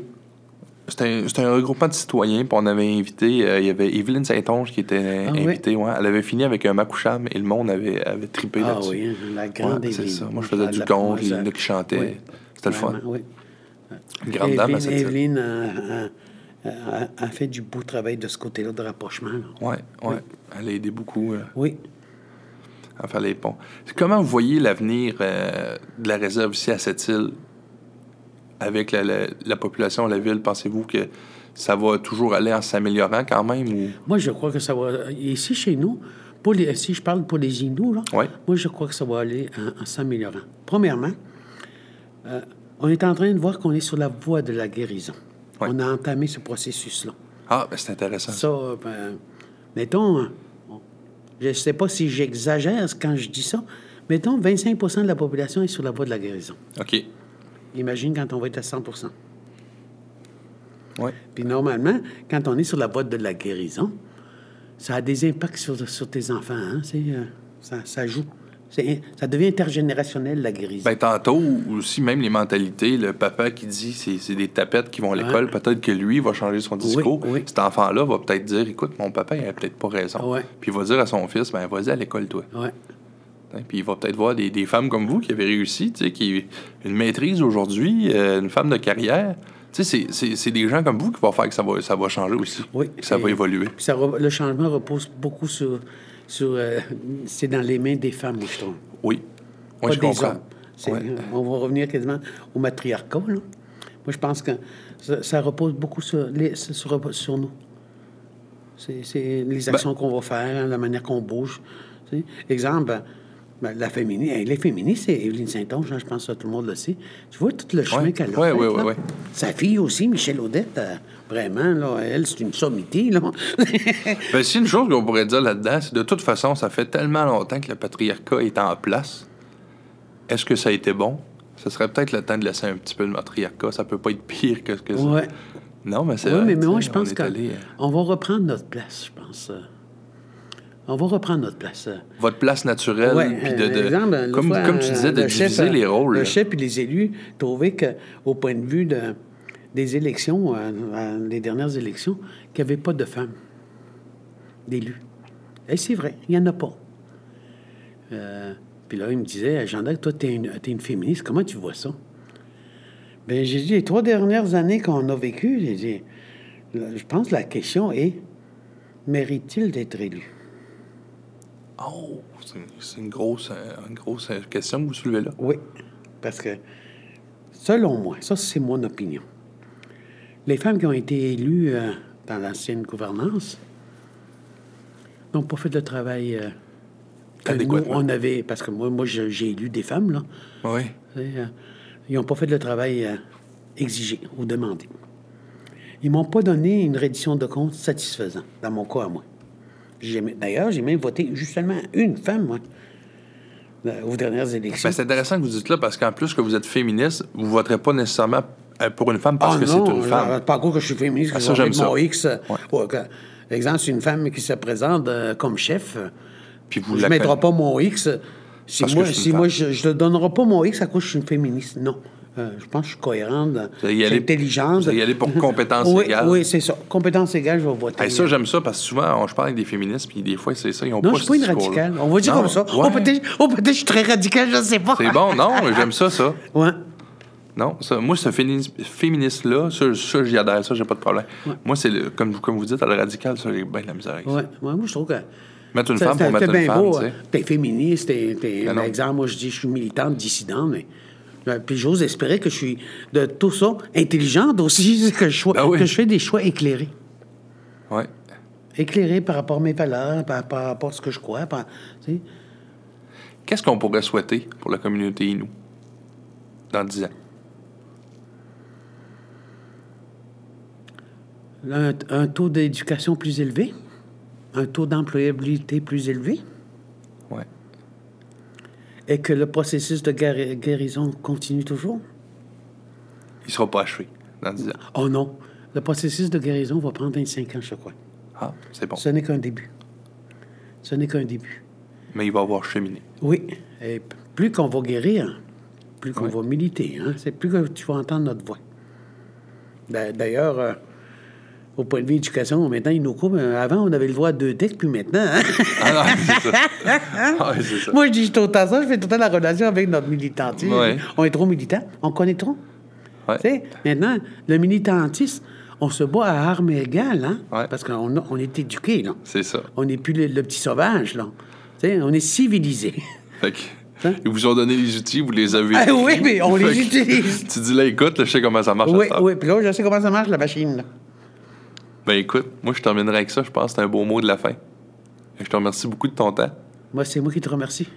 Speaker 1: C'était un, c'était un regroupement de citoyens, puis on avait invité. euh, Il y avait Evelyne Saint-Onge qui était
Speaker 2: Ah oui.
Speaker 1: invitée. ouais. Elle avait fini avec un macoucham et le monde avait, avait tripé
Speaker 2: Ah
Speaker 1: là-dessus.
Speaker 2: oui, hein, la grande
Speaker 1: Ouais, c'est
Speaker 2: Évelyne.
Speaker 1: ça. Moi, je faisais du
Speaker 2: La-
Speaker 1: gong,
Speaker 2: moi,
Speaker 1: il y
Speaker 2: ça-
Speaker 1: en a qui chantaient.
Speaker 2: Oui,
Speaker 1: C'était le fun.
Speaker 2: vraiment, Oui.
Speaker 1: Une grande dame à cette île.
Speaker 2: Evelyne a, a- a- a fait du beau travail de ce côté-là de rapprochement. là.
Speaker 1: Ouais, ouais. Elle a aidé beaucoup euh,
Speaker 2: Oui.
Speaker 1: à faire les ponts. Comment vous voyez l'avenir euh, de la réserve ici à cette île avec la, la- la population, la ville? Pensez-vous que ça va toujours aller en s'améliorant quand même? Ou...
Speaker 2: Moi, je crois que ça va. Ici, chez nous, pour les, si je parle pour les Inuits, là,
Speaker 1: Oui.
Speaker 2: moi, je crois que ça va aller en, en s'améliorant. Premièrement, euh, on est en train de voir qu'on est sur la voie de la guérison.
Speaker 1: Oui.
Speaker 2: On a entamé ce processus-là.
Speaker 1: Ah, ben, c'est intéressant.
Speaker 2: Ça, euh, ben, mettons, euh, on- je ne sais pas si j'exagère quand je dis ça, mettons, 25 de la population est sur la voie de la guérison.
Speaker 1: OK.
Speaker 2: Imagine quand on va être à 100
Speaker 1: Ouais.
Speaker 2: Puis normalement, quand on est sur la voie de la guérison, ça a des impacts sur, sur tes enfants. hein. C'est, euh, ça, ça joue. C'est- ça devient intergénérationnel, la guérison.
Speaker 1: Ben, tantôt, aussi, même les mentalités, le papa qui dit c'est, c'est des tapettes qui vont à l'école, peut-être que lui va changer son discours.
Speaker 2: oui.
Speaker 1: Cet enfant-là va peut-être dire écoute, mon papa, il a peut-être pas raison.
Speaker 2: Ouais.
Speaker 1: Puis il va dire à son fils ben, vas-y à l'école, toi.
Speaker 2: Ouais.
Speaker 1: Hein, Puis il va peut-être voir des, des femmes comme vous qui avez réussi, tu sais, qui une maîtrise aujourd'hui, euh, une femme de carrière. Tu sais, c'est- c'est c'est des gens comme vous qui vont faire que ça va, ça va changer aussi.
Speaker 2: Oui.
Speaker 1: Que ça va
Speaker 2: Et-
Speaker 1: évoluer.
Speaker 2: puis ça re- le changement repose beaucoup sur... sur euh, c'est dans les mains des femmes, moi, je trouve.
Speaker 1: Oui. Moi,
Speaker 2: pas
Speaker 1: je
Speaker 2: des
Speaker 1: comprends.
Speaker 2: hommes. C'est-
Speaker 1: Ouais.
Speaker 2: euh, On va revenir quasiment au matriarcat. là. Moi, je pense que ça, ça repose beaucoup sur, les- sur, sur nous. C'est c'est les
Speaker 1: Ben
Speaker 2: actions qu'on va faire, hein, la manière qu'on bouge. tu sais. Exemple, ben, ben, la féminine, hey, les féministes, c'est Evelyne Saint-Onge, hein, je pense que tout le monde le sait. Tu vois tout le chemin
Speaker 1: Ouais.
Speaker 2: qu'elle a
Speaker 1: Ouais,
Speaker 2: fait.
Speaker 1: ouais,
Speaker 2: là.
Speaker 1: ouais, ouais.
Speaker 2: Sa fille aussi, Michel Odette, euh, vraiment, là, elle, c'est une sommité. Là. (laughs)
Speaker 1: Ben, si une chose qu'on pourrait dire là-dedans, c'est de toute façon, ça fait tellement longtemps que le patriarcat est en place. Est-ce que ça a été bon? Ce serait peut-être le temps de laisser un petit peu de matriarcat. Ça peut pas être pire que ce que ça.
Speaker 2: Ouais.
Speaker 1: Non, mais c'est
Speaker 2: Oui,
Speaker 1: vrai,
Speaker 2: mais,
Speaker 1: tu sais,
Speaker 2: moi, je
Speaker 1: on
Speaker 2: pense
Speaker 1: est
Speaker 2: qu'on
Speaker 1: allé, euh,
Speaker 2: va reprendre notre place, je pense. euh. On va reprendre notre place. euh.
Speaker 1: Votre place naturelle,
Speaker 2: Ouais,
Speaker 1: puis de,
Speaker 2: euh,
Speaker 1: de-
Speaker 2: exemple, l'autre
Speaker 1: comme,
Speaker 2: fois,
Speaker 1: comme
Speaker 2: euh,
Speaker 1: tu disais, de
Speaker 2: le chef,
Speaker 1: diviser
Speaker 2: euh,
Speaker 1: les rôles.
Speaker 2: Le
Speaker 1: là.
Speaker 2: chef et les élus trouvaient qu'au point de vue de- des élections, euh, euh, les dernières élections, qu'il n'y avait pas de femmes d'élus. Et c'est vrai, il n'y en a pas. Euh, puis là, il me disait, Jean-Dac, toi, tu es, une féministe, comment tu vois ça? Bien, j'ai dit, les trois dernières années qu'on a vécues, j'ai dit, là, je pense que la question est, mérite-t-il d'être élu?
Speaker 1: Oh, c'est une- c'est une grosse, euh, une grosse euh, question que vous soulevez là.
Speaker 2: Oui, parce que, selon moi, ça c'est mon opinion, les femmes qui ont été élues euh, dans l'ancienne gouvernance n'ont pas fait le travail euh, que nous,
Speaker 1: Adéquatement.
Speaker 2: on avait, parce que moi, moi je- j'ai élu des femmes, là,
Speaker 1: Oui.
Speaker 2: et, euh, ils n'ont pas fait le travail euh, exigé ou demandé. Ils m'ont pas donné une reddition de compte satisfaisante, dans mon cas à moi. J'ai- D'ailleurs, j'ai même voté justement une femme, moi, euh, aux dernières élections.
Speaker 1: Ben, c'est intéressant que vous dites là parce qu'en plus que vous êtes féministe, vous voterez pas nécessairement euh, pour une femme parce
Speaker 2: Ah
Speaker 1: que
Speaker 2: non,
Speaker 1: c'est une
Speaker 2: là,
Speaker 1: femme.
Speaker 2: Pas encore que je suis féministe,
Speaker 1: Ah,
Speaker 2: que
Speaker 1: ça,
Speaker 2: ça,
Speaker 1: j'aime
Speaker 2: j'aime mon
Speaker 1: ça.
Speaker 2: X. euh,
Speaker 1: Ouais.
Speaker 2: ouais, que- exemple, c'est une femme qui se présente euh, comme chef. euh,
Speaker 1: Puis vous
Speaker 2: je
Speaker 1: la
Speaker 2: ne mettrai
Speaker 1: conna-
Speaker 2: pas mon X. euh, Si
Speaker 1: Parce
Speaker 2: moi,
Speaker 1: que je suis
Speaker 2: si
Speaker 1: une
Speaker 2: moi,
Speaker 1: femme.
Speaker 2: je ne donnerai pas mon X à cause que je suis une féministe. Non. Euh, je pense que je suis cohérente.
Speaker 1: Vous allez y
Speaker 2: Je suis
Speaker 1: aller-
Speaker 2: intelligente.
Speaker 1: vous allez y aller
Speaker 2: (laughs)
Speaker 1: pour compétences
Speaker 2: oui,
Speaker 1: égales.
Speaker 2: Oui, c'est ça. Compétences égales, je vais voter.
Speaker 1: Hey, ça, j'aime ça parce que souvent, on- je parle avec des féministes, puis des fois, c'est ça, ils ont
Speaker 2: non,
Speaker 1: pas
Speaker 2: je ne suis pas
Speaker 1: ce
Speaker 2: une
Speaker 1: discours-là.
Speaker 2: radicale. On va dire
Speaker 1: Non,
Speaker 2: comme ça.
Speaker 1: ouais.
Speaker 2: Oh, peut-être oh, peut-être je suis très radicale, je ne sais pas.
Speaker 1: C'est bon, non, j'aime ça, ça.
Speaker 2: (laughs) Ouais.
Speaker 1: Non, ça, moi, ce féminis- féministe-là, ça, ça, j'y adhère, ça, j'ai pas de problème. Moi, c'est le- comme, comme vous dites, à le radical, ça, j'ai bien de la misère avec ça.
Speaker 2: Ouais. Ouais, moi, je trouve que.
Speaker 1: Mettre une
Speaker 2: Ça,
Speaker 1: femme
Speaker 2: c'est-
Speaker 1: pour
Speaker 2: c'est
Speaker 1: mettre une
Speaker 2: bien
Speaker 1: femme,
Speaker 2: beau,
Speaker 1: tu sais.
Speaker 2: hein. T'es féministe, t'es, t'es-
Speaker 1: Ben non.
Speaker 2: exemple, moi je dis je suis militante, dissident, mais. ben, Puis j'ose espérer que je suis de tout ça intelligente aussi, (laughs) que je, sois-
Speaker 1: Ben oui.
Speaker 2: que je fais des choix éclairés.
Speaker 1: Ouais.
Speaker 2: Éclairés par rapport à mes valeurs, par, par rapport à ce que je crois. par- tu sais.
Speaker 1: Qu'est-ce qu'on pourrait souhaiter pour la communauté Inou dans 10 ans?
Speaker 2: un, un taux d'éducation plus élevé, un taux d'employabilité plus élevé,
Speaker 1: Ouais.
Speaker 2: et que le processus de guéri- guérison continue toujours.
Speaker 1: Il sera pas achevé dans 10 ans.
Speaker 2: Oh non, le processus de guérison va prendre 25 ans, je crois.
Speaker 1: Ah, c'est bon.
Speaker 2: Ce n'est qu'un début. Ce n'est qu'un début.
Speaker 1: Mais il va avoir cheminé.
Speaker 2: (laughs) Oui. Et p- plus qu'on va guérir, plus qu'on
Speaker 1: Oui.
Speaker 2: va militer. hein. C'est plus que tu vas entendre notre voix. D'a- D'ailleurs, euh, au point de vue éducation, maintenant, ils nous coupent. Euh, Avant, on avait le droit à deux decks, puis
Speaker 1: (laughs)
Speaker 2: maintenant. hein.
Speaker 1: Ah non, c'est (laughs) ça. Ah, c'est ça.
Speaker 2: Moi, je dis tout le temps ça, je fais tout le temps la relation avec notre militantisme.
Speaker 1: Ouais.
Speaker 2: On est trop militant, on connaît trop.
Speaker 1: Ouais.
Speaker 2: Tu sais, maintenant, le militantisme, on se bat à armes égales, hein?
Speaker 1: Ouais.
Speaker 2: parce qu'on a- on est éduqué, là.
Speaker 1: C'est ça.
Speaker 2: On n'est plus le, le petit sauvage, là. Tu sais, on est civilisé.
Speaker 1: Fait que,
Speaker 2: Hein?
Speaker 1: ils vous ont donné les outils, vous les avez.
Speaker 2: Ah oui,
Speaker 1: pris.
Speaker 2: mais on
Speaker 1: Fait
Speaker 2: les
Speaker 1: que
Speaker 2: utilise.
Speaker 1: (laughs) Tu dis là, écoute, là, je sais comment ça marche. à
Speaker 2: oui,
Speaker 1: cette heure.
Speaker 2: oui, puis là, je sais comment ça marche, la machine, là.
Speaker 1: Ben écoute, moi je terminerai avec ça, je pense que c'est un beau mot de la fin. Je te remercie beaucoup de ton temps.
Speaker 2: Moi, c'est moi qui te remercie.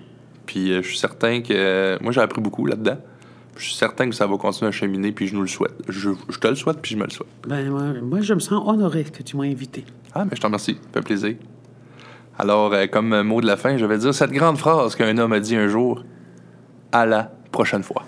Speaker 1: Puis euh, je suis certain que. euh, moi j'ai appris beaucoup là-dedans. Je suis certain que ça va continuer à cheminer, puis je nous le souhaite. Je, je te le souhaite, puis je me le souhaite.
Speaker 2: Ben, moi, moi, je me sens honoré que tu m'as invité.
Speaker 1: Ah, mais je te remercie, ça fait plaisir. Alors, euh, comme mot de la fin, je vais dire cette grande phrase qu'un homme a dit un jour À la prochaine fois.